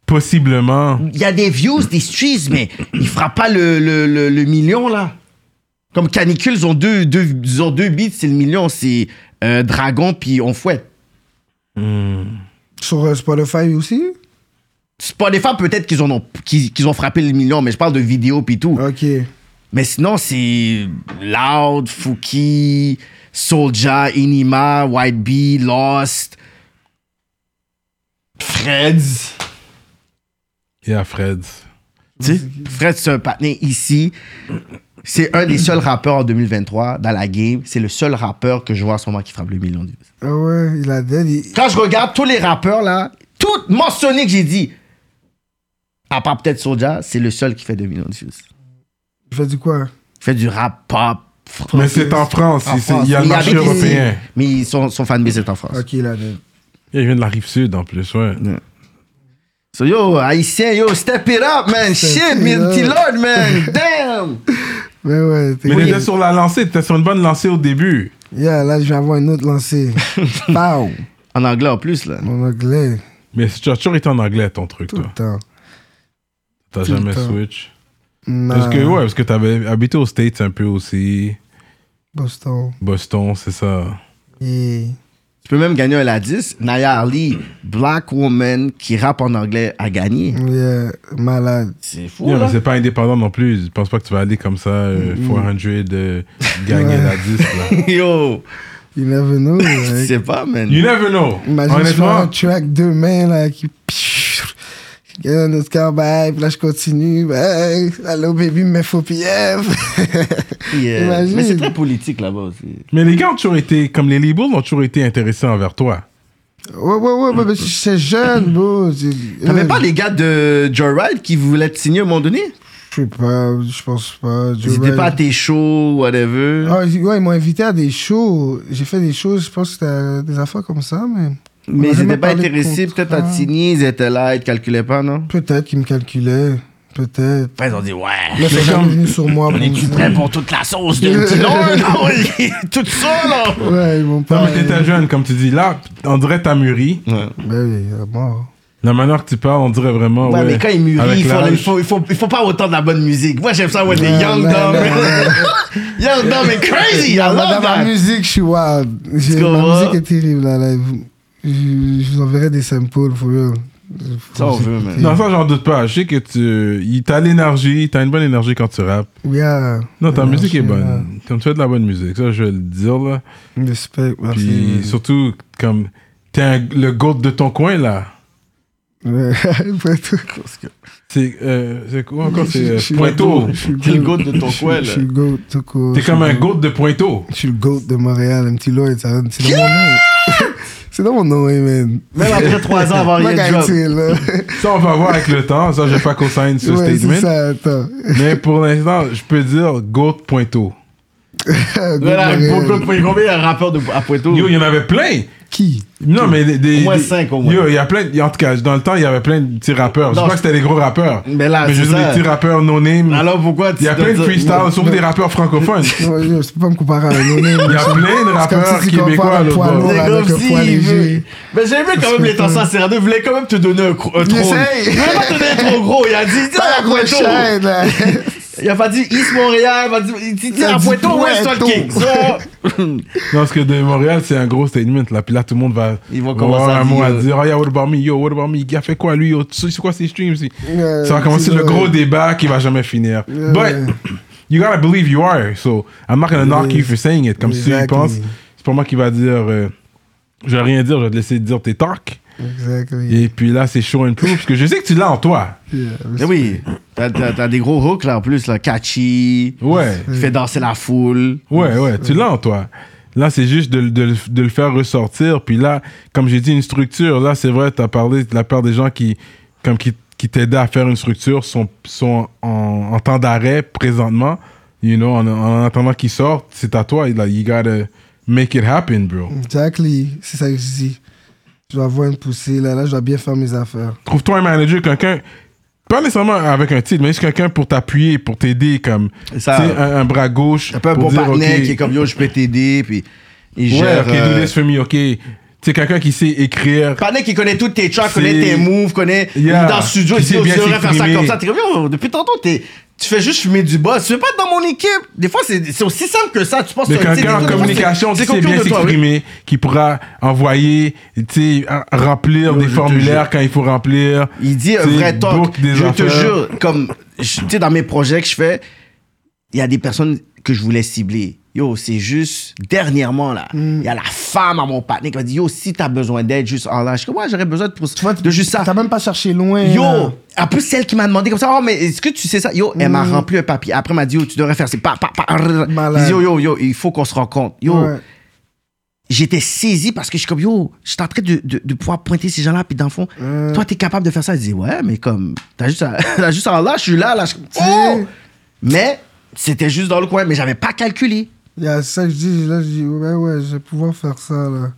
Speaker 1: Possiblement.
Speaker 2: Il y a des views, des streams, mais il fera pas le, le, le, le million, là. Comme Canicule, ils ont deux, deux, ils ont deux beats, c'est le million, c'est euh, Dragon, puis on fouette.
Speaker 3: Sur euh, Spotify aussi
Speaker 2: Spotify, peut-être qu'ils en ont, qu'ils, qu'ils ont frappé le million, mais je parle de vidéos puis tout.
Speaker 3: Ok.
Speaker 2: Mais sinon, c'est Loud, Fouki, Soulja, Inima, White Bee, Lost, Freds.
Speaker 1: Yeah, Fred.
Speaker 2: Tu sais, Fred, c'est un partenaire ici. C'est un des seuls rappeurs en 2023 dans la game. C'est le seul rappeur que je vois en ce moment qui frappe le million de vues.
Speaker 3: Ah ouais, il a dead. il-
Speaker 2: Quand je regarde tous les rappeurs là, tout mentionné que j'ai dit, à part peut-être Soulja, c'est le seul qui fait 2 millions de vues.
Speaker 3: Il fait du quoi
Speaker 2: Il fait du rap pop. fr-
Speaker 1: Mais c'est en France.
Speaker 2: en
Speaker 1: il- c'est-
Speaker 2: France.
Speaker 1: Il y a
Speaker 2: Mais
Speaker 1: le marché
Speaker 2: habite ici.
Speaker 1: européen.
Speaker 2: Mais son, son fanbase est en France.
Speaker 3: Ok, il a dead.
Speaker 1: Il vient de la rive sud en plus, ouais.
Speaker 2: So yo, haïtien, yo, step it up, man. Shit,
Speaker 3: it
Speaker 2: Milty
Speaker 3: up.
Speaker 1: [LAUGHS]
Speaker 2: Lord, man. Damn.
Speaker 3: Mais ouais, t'es
Speaker 1: Mais
Speaker 3: Oui.
Speaker 1: t'étais sur la lancée, t'étais sur une bonne lancée au début.
Speaker 3: Yeah, là, je vais avoir une autre lancée. Pow
Speaker 2: En anglais en plus, là.
Speaker 3: Mon anglais,
Speaker 1: Mais tu as toujours été en anglais, ton truc,
Speaker 3: tout le
Speaker 1: toi.
Speaker 3: temps.
Speaker 1: T'as
Speaker 3: tout le
Speaker 1: jamais
Speaker 3: temps. Ben.
Speaker 1: switch.
Speaker 3: Non,
Speaker 1: Parce que, ouais, parce que t'avais habité aux States un peu aussi.
Speaker 3: Boston.
Speaker 1: Boston, c'est ça.
Speaker 3: Yeah.
Speaker 2: Tu peux même gagner un la 10. Naya Ali, black woman qui rappe en anglais, a gagné.
Speaker 3: Yeah, malade.
Speaker 2: C'est fou,
Speaker 1: Yeah,
Speaker 2: là.
Speaker 1: mais c'est pas indépendant non plus. Je pense pas que tu vas aller comme ça, euh, 400, euh, gagner
Speaker 3: Ouais.
Speaker 1: la 10,
Speaker 2: [LAUGHS]
Speaker 1: là.
Speaker 2: [LAUGHS] Yo,
Speaker 3: You never know.
Speaker 2: je
Speaker 3: like.
Speaker 2: sais pas, man.
Speaker 1: You never know.
Speaker 3: Imagine, je fais un
Speaker 1: Honnêtement,
Speaker 3: track demain, là, qui. Je gagne un Oscar, bye, puis là, je continue. Bye. Allô, baby, mes faux PF.
Speaker 2: Yeah.
Speaker 3: [LAUGHS] Imagine.
Speaker 2: euh, Mais c'est très politique là-bas aussi.
Speaker 1: mais les gars ont toujours été, comme les labels ont toujours été intéressés envers toi.
Speaker 3: ouais, ouais, ouais, ouais, mais c'est jeune, bro. C'est-
Speaker 2: T'avais
Speaker 3: euh,
Speaker 2: pas les gars de Joyride qui voulaient te signer à un moment donné?
Speaker 3: Je sais pas, je pense pas.
Speaker 2: Ils étaient pas à tes shows, whatever.
Speaker 3: Ah, ils- ouais, ils m'ont invité à des shows. J'ai fait des shows, je pense que c'était des affaires comme ça, mais.
Speaker 2: mais
Speaker 3: On a
Speaker 2: ils
Speaker 3: jamais
Speaker 2: étaient pas
Speaker 3: parlé de
Speaker 2: intéressés peut-être à te
Speaker 3: contrat.
Speaker 2: signer, ils étaient là, ils te calculaient pas, non?
Speaker 3: Peut-être qu'ils me calculaient, peut-être.
Speaker 2: Après, ils ont dit, ouais.
Speaker 3: Là, c'est jamais venu sur moi.
Speaker 2: On
Speaker 3: pour me
Speaker 2: est-tu
Speaker 3: dire.
Speaker 2: prêt pour toute la sauce [LAUGHS] de petit Lord? [LAUGHS] Oui, Tout ça, là!
Speaker 3: Ouais, ils m'ont
Speaker 1: Non,
Speaker 3: pas.
Speaker 1: mais t'étais jeune, comme tu dis. Là, on dirait t'as mûri.
Speaker 3: Ben oui, à mort.
Speaker 1: La manière que tu parles, on dirait vraiment.
Speaker 2: Ouais,
Speaker 1: Ouais,
Speaker 2: mais quand ils
Speaker 1: Avec
Speaker 2: mûrissent, il faut,
Speaker 1: l'âge.
Speaker 2: il, faut, il, faut, il faut pas autant de la bonne musique. Moi, j'aime ça, ouais, les
Speaker 3: Ouais,
Speaker 2: Young
Speaker 3: ouais,
Speaker 2: Dumb.
Speaker 3: ouais,
Speaker 2: [LAUGHS] young Dumb est crazy! I
Speaker 3: Ah, moi,
Speaker 2: love
Speaker 3: dans ma
Speaker 2: that!
Speaker 3: musique, je suis wild. J'ai-
Speaker 2: Tu
Speaker 3: Ma
Speaker 2: comprends?
Speaker 3: musique est terrible, là. là. Vous- Je, je vous enverrai des samples, for real. Faut
Speaker 2: Ça, on
Speaker 3: vous
Speaker 2: veut,
Speaker 3: écouter.
Speaker 1: Non, ça, j'en doute pas. Je sais que tu. il- T'as l'énergie, t'as une bonne énergie quand tu rappes.
Speaker 3: Yeah.
Speaker 1: Non, ta
Speaker 3: Ouais,
Speaker 1: musique est
Speaker 3: je-
Speaker 1: bonne. Comme tu fais de la bonne musique, ça, je vais le dire, là.
Speaker 3: Respect, merci.
Speaker 1: Puis surtout, comme. T'es un- le goat de ton coin, là.
Speaker 3: Ouais, [LAUGHS] Pointeau.
Speaker 1: C'est. euh, c'est quoi encore C'est
Speaker 3: [LAUGHS] Je- je
Speaker 1: euh,
Speaker 3: suis
Speaker 1: Pointeau.
Speaker 3: Je suis
Speaker 2: T'es le goat de ton
Speaker 3: Je suis-
Speaker 2: coin, là.
Speaker 3: Je suis le goat, tout court.
Speaker 1: T'es
Speaker 3: Je suis
Speaker 1: comme un
Speaker 3: le
Speaker 1: goat de Pointeau.
Speaker 3: Je suis le GOAT de Montréal, un petit Lloyd, ça donne- c'est dans mon nom. [LAUGHS] c'est dans mon nom, hey, man.
Speaker 2: Même
Speaker 3: [LAUGHS]
Speaker 2: après 3 ans avant
Speaker 3: Pas
Speaker 2: rien de job.
Speaker 3: qu'à-t-il,
Speaker 1: [LAUGHS]
Speaker 3: là.
Speaker 1: Ça, on va voir avec le temps. Ça, je vais pas co-sign ce
Speaker 3: Ouais, c'est
Speaker 1: statement.
Speaker 3: ça, attends.
Speaker 1: Mais pour l'instant, je peux dire goat Pointeau.
Speaker 3: Goat de
Speaker 2: Voilà,
Speaker 3: Montréal.
Speaker 2: pour- pour- pour- combien il y a un rappeur de, à Pointeau?
Speaker 1: Yo, il y en avait plein.
Speaker 3: Qui
Speaker 1: Non, mais des. des-
Speaker 2: Au moins
Speaker 1: des-
Speaker 2: cinq, au moins.
Speaker 1: Yo, il y a plein. En tout cas, dans le temps, il y avait plein de petits rappeurs. Je
Speaker 2: Non,
Speaker 1: sais pas que
Speaker 2: je-
Speaker 1: c'était des gros rappeurs.
Speaker 2: Mais là,
Speaker 1: je
Speaker 2: c'est
Speaker 1: veux dire,
Speaker 2: ça.
Speaker 1: des petits rappeurs non-name.
Speaker 2: Alors pourquoi tu
Speaker 1: Il y a
Speaker 2: dois
Speaker 1: plein de
Speaker 2: dire-
Speaker 1: freestyles, sauf des rappeurs francophones.
Speaker 2: [LAUGHS]
Speaker 3: Non, yo, je peux pas me comparer à un nom.
Speaker 1: Il y a plein de rappeurs québécois à l'autre bord.
Speaker 2: C'est
Speaker 3: Avec
Speaker 2: comme
Speaker 3: un
Speaker 2: si
Speaker 3: poids
Speaker 2: il
Speaker 3: léger.
Speaker 2: veut- Mais j'ai vu quand même les tensions à Serrano, il voulait quand même te donner un, cro- un
Speaker 3: Il
Speaker 2: trône.
Speaker 3: essaye.
Speaker 2: Il voulait pas te donner un trop gros, il a dit, tiens,
Speaker 3: Pas la grosse
Speaker 2: Pointeau.
Speaker 3: chaîne, là. [LAUGHS]
Speaker 2: Il a pas dit East Montréal, il a dit, il dit,
Speaker 3: Il
Speaker 2: tiens,
Speaker 3: a dit
Speaker 2: Pointeau, Weston
Speaker 3: Pointeau.
Speaker 2: King.
Speaker 1: Non, parce que de Montréal, c'est un gros statement. Là. Puis là, tout le monde va
Speaker 2: Ils vont
Speaker 1: va
Speaker 2: commencer
Speaker 1: avoir
Speaker 2: à
Speaker 1: un mot à
Speaker 2: dire, euh,
Speaker 1: dire Oh, yeah, what about me Yo, what about me Il a fait quoi, lui Yo, tu sais- C'est quoi ses streams si?
Speaker 3: Ouais,
Speaker 1: Ça va commencer
Speaker 3: Euh, c'est Euh,
Speaker 1: le
Speaker 3: vrai.
Speaker 1: gros débat qui va jamais finir.
Speaker 3: Ouais.
Speaker 1: But you gotta believe you are. So I'm not gonna knock you for saying it. Comme si tu
Speaker 3: Exactly.
Speaker 1: penses, c'est pas moi qui va dire euh, Je vais rien dire, je vais te laisser dire tes talks.
Speaker 3: Exactly.
Speaker 1: Et puis là, c'est show and proof. Parce que je sais que tu l'as en toi.
Speaker 3: Yeah,
Speaker 2: Mais oui, t'as, t'as- t'as des gros hooks là en plus, là, catchy.
Speaker 1: Ouais.
Speaker 2: Qui fait danser la foule.
Speaker 1: Ouais, ouais, tu l'as en toi. Là, c'est juste de, de- de le faire ressortir. Puis là, comme j'ai dit, une structure. Là, c'est vrai, tu as parlé de la part des gens qui, comme qui, qui t'aidaient à faire une structure sont, sont en, en temps d'arrêt présentement. You know, en, en attendant qu'ils sortent, c'est à toi. Like, you gotta make it happen, bro.
Speaker 3: Exactly. C'est ça que je dis. Je dois avoir une poussée, là. Là, je dois bien faire mes affaires.
Speaker 1: Trouve-toi un manager, quelqu'un, pas nécessairement avec un titre, mais juste quelqu'un pour t'appuyer, pour t'aider, comme
Speaker 2: Ça-
Speaker 1: tu sais, un, un bras gauche.
Speaker 2: T'as pas un
Speaker 1: pour
Speaker 2: bon
Speaker 1: dire,
Speaker 2: partenaire
Speaker 1: OK,
Speaker 2: qui est comme yo, je peux t'aider, puis il
Speaker 1: Ouais,
Speaker 2: gère.
Speaker 1: ok, do
Speaker 2: euh,
Speaker 1: this for me, ok. C'est quelqu'un qui sait écrire.
Speaker 2: Panek, il connaît tous tes tracks, connaît
Speaker 1: C'est-
Speaker 2: tes moves, connaît.
Speaker 1: Yeah.
Speaker 2: Dans le studio,
Speaker 1: Qui
Speaker 2: il dit,
Speaker 1: sait
Speaker 2: oh, tu
Speaker 1: bien
Speaker 2: devrais faire ça
Speaker 1: s'exprimer.
Speaker 2: comme ça. T'es comme, Yo, depuis tantôt, t'es- Tu fais juste fumer du boss. Tu veux pas être dans mon équipe. Des fois, c'est c'est aussi simple que ça. Tu penses
Speaker 1: Mais
Speaker 2: que, tu sais, des
Speaker 1: quelqu'un en
Speaker 2: fois, des fois,
Speaker 1: communication
Speaker 2: c'est-
Speaker 1: qui
Speaker 2: c'est
Speaker 1: sait
Speaker 2: autour
Speaker 1: bien
Speaker 2: de toi, oui.
Speaker 1: s'exprimer, qui pourra envoyer, tu sais, r- remplir des
Speaker 2: je te
Speaker 1: formulaires
Speaker 2: jure.
Speaker 1: quand il faut remplir.
Speaker 2: Il dit un
Speaker 1: Tu sais,
Speaker 2: vrai talk.
Speaker 1: book des
Speaker 2: Je te
Speaker 1: affaires.
Speaker 2: jure, comme, je- tu sais, dans mes projets que je fais, il y a des personnes que je voulais cibler. Yo, c'est juste, dernièrement, là, il
Speaker 1: Mm.
Speaker 2: y a la femme à mon panier qui m'a dit, yo, si t'as besoin d'aide, juste en là. Je suis comme, moi, j'aurais besoin de, pour- de juste ça.
Speaker 3: T'as même pas cherché loin. là.
Speaker 2: Yo, Euh, en plus, celle qui m'a demandé comme ça, oh, mais est-ce que tu sais ça? Yo, elle m'a rempli un papier. Après, elle m'a dit, yo, tu devrais faire ça. Pa, pa, pa, rrr.
Speaker 3: Mm. Malade.
Speaker 2: Elle dit, Yo, yo, yo, il faut qu'on se rencontre. Yo,
Speaker 3: Ouais.
Speaker 2: j'étais saisi parce que je suis comme, yo, je suis en train de, de, de pouvoir pointer ces gens-là. Puis dans le fond, toi, t'es capable de faire ça. Elle dit, ouais, mais comme, t'as juste, à- [LAUGHS] t'as juste en là, je suis là, là. Je... suis comme, Oh! Mais c'était juste dans le coin, mais j'avais pas calculé.
Speaker 3: Il y a ça que je dis, là, je dis, ouais, ouais, je vais pouvoir faire ça, là.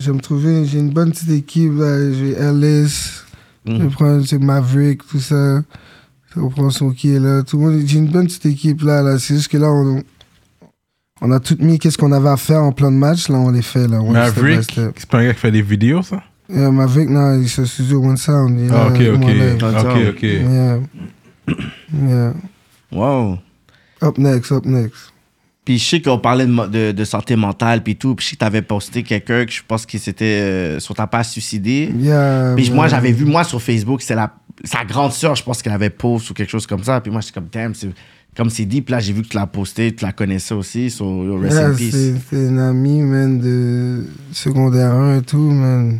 Speaker 3: Je vais me trouver, j'ai une bonne petite équipe, là, j'ai Ellis,
Speaker 2: Mm.
Speaker 3: je prends, c'est Maverick, tout ça. On prend son qui est là, tout le monde, j'ai une bonne petite équipe, là, là. C'est juste que là, on, on a tout mis, qu'est-ce qu'on avait à faire en plan de match, là, on les fait, là. one step by
Speaker 1: Maverick,
Speaker 3: step.
Speaker 1: c'est pas un gars qui fait des vidéos, ça?
Speaker 2: Euh,
Speaker 3: Yeah, Maverick, non, il est sur Studio One Sound. il est
Speaker 1: Ah,
Speaker 3: là,
Speaker 1: ok,
Speaker 3: moi-même.
Speaker 1: ok. Ok,
Speaker 2: Attends.
Speaker 1: ok.
Speaker 3: Yeah. Yeah.
Speaker 2: Wow.
Speaker 3: Up next, up next.
Speaker 2: Puis je sais qu'on parlait de, mo- de, de santé mentale, puis tout. Puis je sais que t'avais posté quelqu'un que je pense qu'il s'était euh, sur ta page suicidé.
Speaker 3: Yeah.
Speaker 2: Puis moi,
Speaker 3: man.
Speaker 2: j'avais vu, moi, sur Facebook, c'est la, sa grande sœur, je pense qu'elle avait post ou quelque chose comme ça. Puis moi, j'étais comme, damn, c'est, comme c'est dit. Puis là, j'ai vu que tu l'as posté, tu la connaissais aussi. So, yo, rest
Speaker 3: Yeah,
Speaker 2: in peace.
Speaker 3: c'est c'est une amie, man, de secondaire 1 et tout, man.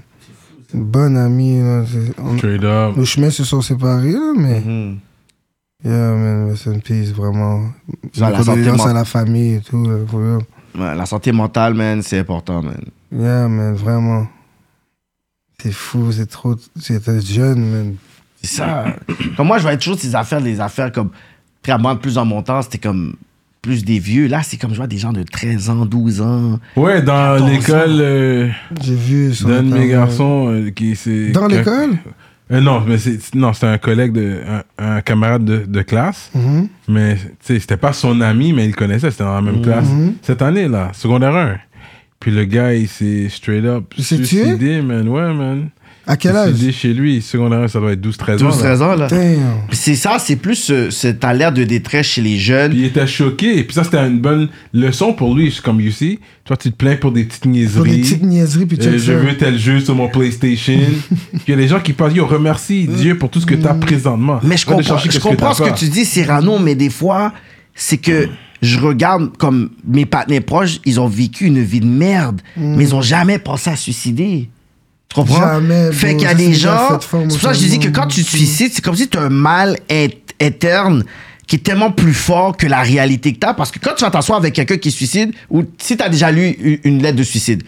Speaker 3: Une bonne amie, là. c'est- on-
Speaker 1: Straight up.
Speaker 3: nos chemins se sont séparés, là, mais.
Speaker 2: Mhm.
Speaker 3: Yeah, man, rest in peace, vraiment.
Speaker 2: Genre, la
Speaker 3: Mes
Speaker 2: santé
Speaker 3: condoléances
Speaker 2: mentale.
Speaker 3: à la famille et tout, là, pour eux.
Speaker 2: Ouais, la santé mentale, man, c'est important, man.
Speaker 3: Yeah, man, vraiment. C'est fou, c'est trop. J'étais jeune, man.
Speaker 2: C'est ça. comme moi, je vois toujours ces affaires, les affaires comme, vraiment, de plus en montant, c'était comme plus des vieux. Là, c'est comme, je vois des gens de 13 ans, 12 ans.
Speaker 1: Ouais, dans
Speaker 2: Attends,
Speaker 1: l'école euh,
Speaker 3: J'ai vu. son
Speaker 1: d'un de mes
Speaker 3: Internet.
Speaker 1: garçons euh, qui c'est
Speaker 3: Dans
Speaker 1: qu'un-
Speaker 3: l'école
Speaker 1: Euh, non, mais c'est non, c'était un collègue de un, un camarade de, de classe.
Speaker 3: Mhm.
Speaker 1: Mais tu sais, c'était pas son ami, mais il le connaissait, c'était dans la même classe. Cette année là, secondaire 1. Puis le gars, il s'est straight up
Speaker 3: Il s'est tué?
Speaker 1: suicidé, man. Ouais, man.
Speaker 3: À quel
Speaker 1: Il s'est
Speaker 3: âge
Speaker 1: suicidé chez lui, secondaire 1, ça doit être 12 13 ans.
Speaker 2: 12,
Speaker 1: là.
Speaker 2: 13 ans, là.
Speaker 3: Damn.
Speaker 2: Puis C'est ça, c'est plus ce- cette alerte de détresse chez les
Speaker 1: Puis
Speaker 2: jeunes.
Speaker 1: il était choqué. Puis ça, c'était une bonne leçon pour lui. C'est comme, you see, toi, tu te plains pour des petites niaiseries.
Speaker 3: Pour des petites niaiseries, puis
Speaker 1: Euh,
Speaker 3: check
Speaker 1: je
Speaker 3: ça.
Speaker 1: veux tel jeu sur mon
Speaker 3: [LAUGHS]
Speaker 1: PlayStation. Puis il y a des gens qui parlent, yo, remercie Dieu pour tout ce que
Speaker 3: Mm.
Speaker 1: t'as présentement.
Speaker 2: Mais je
Speaker 1: Va te
Speaker 2: comprends,
Speaker 1: chercher
Speaker 2: je
Speaker 1: qu'est-ce
Speaker 2: comprends
Speaker 1: t'as
Speaker 2: ce que
Speaker 1: pas.
Speaker 2: tu dis, Cyrano, mais des fois, c'est que je regarde comme mes partenaires proches, ils ont vécu une vie de merde,
Speaker 3: Hmm.
Speaker 2: mais ils ont jamais pensé à se suicider. Tu comprends?
Speaker 3: Jamais,
Speaker 2: Fait
Speaker 3: bro.
Speaker 2: qu'il y a
Speaker 3: Ça,
Speaker 2: des
Speaker 3: c'est la
Speaker 2: gens.
Speaker 3: fête
Speaker 2: C'est
Speaker 3: forme
Speaker 2: pour ça que je dis que
Speaker 3: autrement.
Speaker 2: quand tu te suicides, c'est comme si tu as un mal in- interne qui est tellement plus fort que la réalité que tu as. Parce que quand tu vas t'asseoir avec quelqu'un qui se suicide, ou si tu as déjà lu u- une lettre de suicide,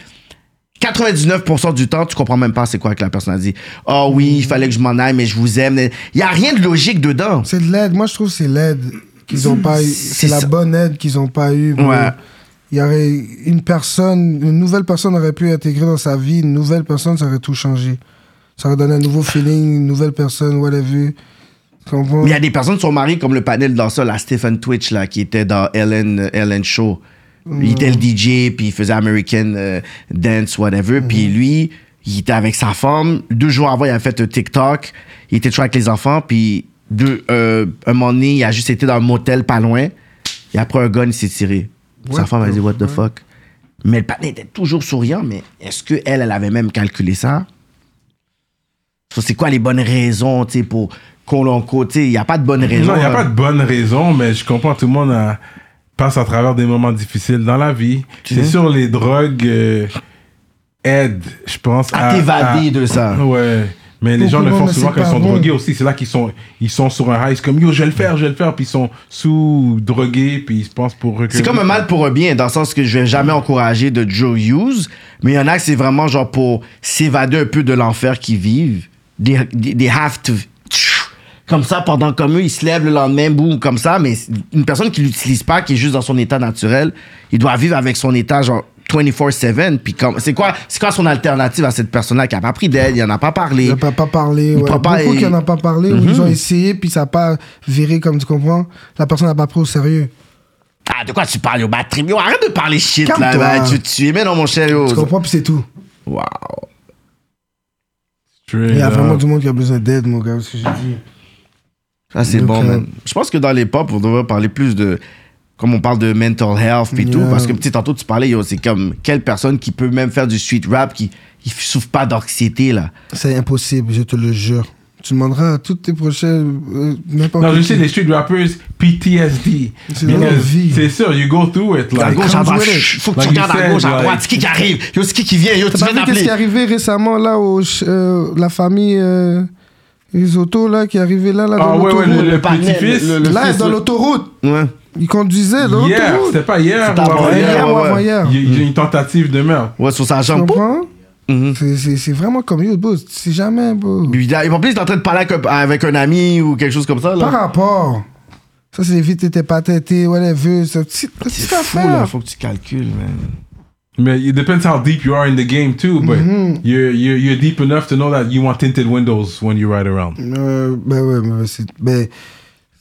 Speaker 2: 99% du temps, tu comprends même pas c'est quoi que la personne a dit. Oh oui, il fallait que je m'en aille, mais je vous aime. Il y a rien de logique dedans.
Speaker 3: C'est de l'aide. Moi, je trouve que c'est l'aide qu'ils ont pas eu.
Speaker 2: C'est
Speaker 3: C'est la
Speaker 2: ça.
Speaker 3: bonne aide qu'ils ont pas eu.
Speaker 2: Ouais.
Speaker 3: Il y aurait une personne, une nouvelle personne aurait pu intégrer dans sa vie, une nouvelle personne, ça aurait tout changé. Ça aurait donné un nouveau feeling, une nouvelle personne, whatever. Tu comprends?
Speaker 2: Mais il y a des personnes qui sont mariées, comme le panel danseur, là, Stephen Twitch, là, qui était dans Ellen, euh, Ellen Show.
Speaker 1: Mm.
Speaker 2: Il était le DJ, puis il faisait American euh, Dance, whatever.
Speaker 1: Mm-hmm.
Speaker 2: Puis lui, il était avec sa femme. Deux jours avant, il a fait un TikTok. Il était toujours avec les enfants. Puis deux, euh, un moment donné, il a juste été dans un motel pas loin. Et après, un gun, il s'est tiré. sa
Speaker 3: What
Speaker 2: femme a
Speaker 3: the
Speaker 2: dit, What the
Speaker 3: fuck?
Speaker 2: fuck? Mais le panel était toujours souriant. Mais est-ce qu'elle, elle avait même calculé ça? So, C'est quoi les bonnes raisons tu sais, pour qu'on l'en côte? Il n'y a pas de bonnes raisons.
Speaker 1: Non, il n'y a
Speaker 2: là.
Speaker 1: pas de bonne raison, mais je comprends, tout le monde a- passe à travers des moments difficiles dans la vie. C'est sûr, les drogues euh, aident, je pense,
Speaker 2: À t'évader de ça.
Speaker 1: Ouais. Mais les
Speaker 3: Beaucoup
Speaker 1: gens le
Speaker 3: de
Speaker 1: font
Speaker 3: monde, mais
Speaker 1: souvent
Speaker 3: c'est
Speaker 1: quand ils
Speaker 3: pas
Speaker 1: sont
Speaker 3: bon.
Speaker 1: drogués aussi. C'est là qu'ils sont, ils sont sur un high. C'est comme, yo, je vais le faire, je vais le faire. Puis ils sont sous-drogués, puis ils se pensent pour reculer.
Speaker 2: C'est comme un mal pour un bien, dans le sens que je vais jamais encourager de Joe Hughes, mais il y en a que c'est vraiment genre pour s'évader un peu de l'enfer qu'ils vivent. Des, des, des have to- Comme ça, pendant comme eux, ils se lèvent le lendemain, boum, comme ça, mais une personne qui l'utilise pas, qui est juste dans son état naturel, il doit vivre avec son état genre 24-7. Puis comme- c'est quoi, c'est quoi son alternative à cette personne-là qui a pas pris d'aide, il en a pas parlé.
Speaker 3: Il n'a pas, pas parlé. Ouais.
Speaker 2: prend pas- Mhm.
Speaker 3: Beaucoup
Speaker 2: il-
Speaker 3: qui n'en ont pas parlé, où ils ont essayé, puis ça n'a pas viré comme tu comprends. La personne n'a pas pris au sérieux.
Speaker 2: Ah, de quoi tu parles, yo, batterie? Yo, arrête de parler shit, là,
Speaker 3: Calme-toi.
Speaker 2: là, tu, tu es, mais non, mon cher, yo.
Speaker 3: Tu comprends, puis c'est tout.
Speaker 2: Waouh.
Speaker 3: Il y a vraiment du monde qui a besoin d'aide, mon gars, ce que j'ai dit.
Speaker 2: Ça, c'est
Speaker 3: Donc,
Speaker 2: bon,
Speaker 3: euh,
Speaker 2: man. Je pense que dans les pop, on devrait parler plus de. Comme on parle de mental health et tout,
Speaker 3: Yeah.
Speaker 2: parce que petit tantôt tu parlais, yo, c'est comme quelle personne qui peut même faire du street rap qui ne souffre pas d'anxiété là.
Speaker 3: C'est impossible, je te le jure. Tu demanderas à tous tes prochains. euh, n'importe
Speaker 1: Non, je
Speaker 3: qui.
Speaker 1: sais, les street rappers, PTSD.
Speaker 3: C'est
Speaker 1: Because
Speaker 3: leur vie.
Speaker 1: C'est sûr, you go through it.
Speaker 2: À
Speaker 1: Like,
Speaker 2: gauche, à
Speaker 3: comes
Speaker 2: droite,
Speaker 3: with it.
Speaker 2: chut, faut que
Speaker 1: Like
Speaker 2: tu
Speaker 1: you
Speaker 2: regardes à
Speaker 1: said,
Speaker 2: gauche, à
Speaker 1: like-
Speaker 2: droite, c'est qui qui arrive, yo, c'est qui qui vient, yo, tu
Speaker 3: T'as
Speaker 2: viens
Speaker 3: vu qu'est-ce qui est
Speaker 2: d'appeler.
Speaker 3: arrivé récemment, là, au, ch- euh, la famille euh, Risotto, là, qui est arrivée là, là, dans
Speaker 1: Ah ouais, ouais,
Speaker 3: l'autoroute.
Speaker 1: le, le
Speaker 2: panel,
Speaker 1: petit-fils.
Speaker 2: le- le-
Speaker 3: Là, dans l'autoroute.
Speaker 2: Ouais.
Speaker 3: Il conduisait dans
Speaker 1: Hier,
Speaker 3: l'autoroute.
Speaker 1: c'était pas hier.
Speaker 2: C'était
Speaker 1: ou
Speaker 2: avant
Speaker 3: Hier,
Speaker 1: avant-hier.
Speaker 2: ouais,
Speaker 3: ou
Speaker 2: ouais.
Speaker 3: avant-hier.
Speaker 1: Il y a- il y a une tentative demain.
Speaker 2: Ouais, sur sa
Speaker 3: Tu
Speaker 2: jambe. pouf.
Speaker 3: comprends?
Speaker 2: Mhm.
Speaker 3: C'est- C'est c'est vraiment comme yo, bro. C'est jamais, bro.
Speaker 2: Puis il a- En plus, il est en train de parler avec- avec un ami ou quelque chose comme ça.
Speaker 3: Par
Speaker 2: Là.
Speaker 3: rapport. Ça, c'est vite, t'es pas têté, whatever. ça- C'est
Speaker 2: C'est
Speaker 3: c'est
Speaker 2: fou, là. Faut que tu calcules, man.
Speaker 1: Mais it depends how deep you are in the game too, but
Speaker 2: Mm-hmm.
Speaker 1: you're, you're, you're deep enough to know that you want tinted windows when you ride around.
Speaker 3: Euh, ben ouais, mais c'est. Ben.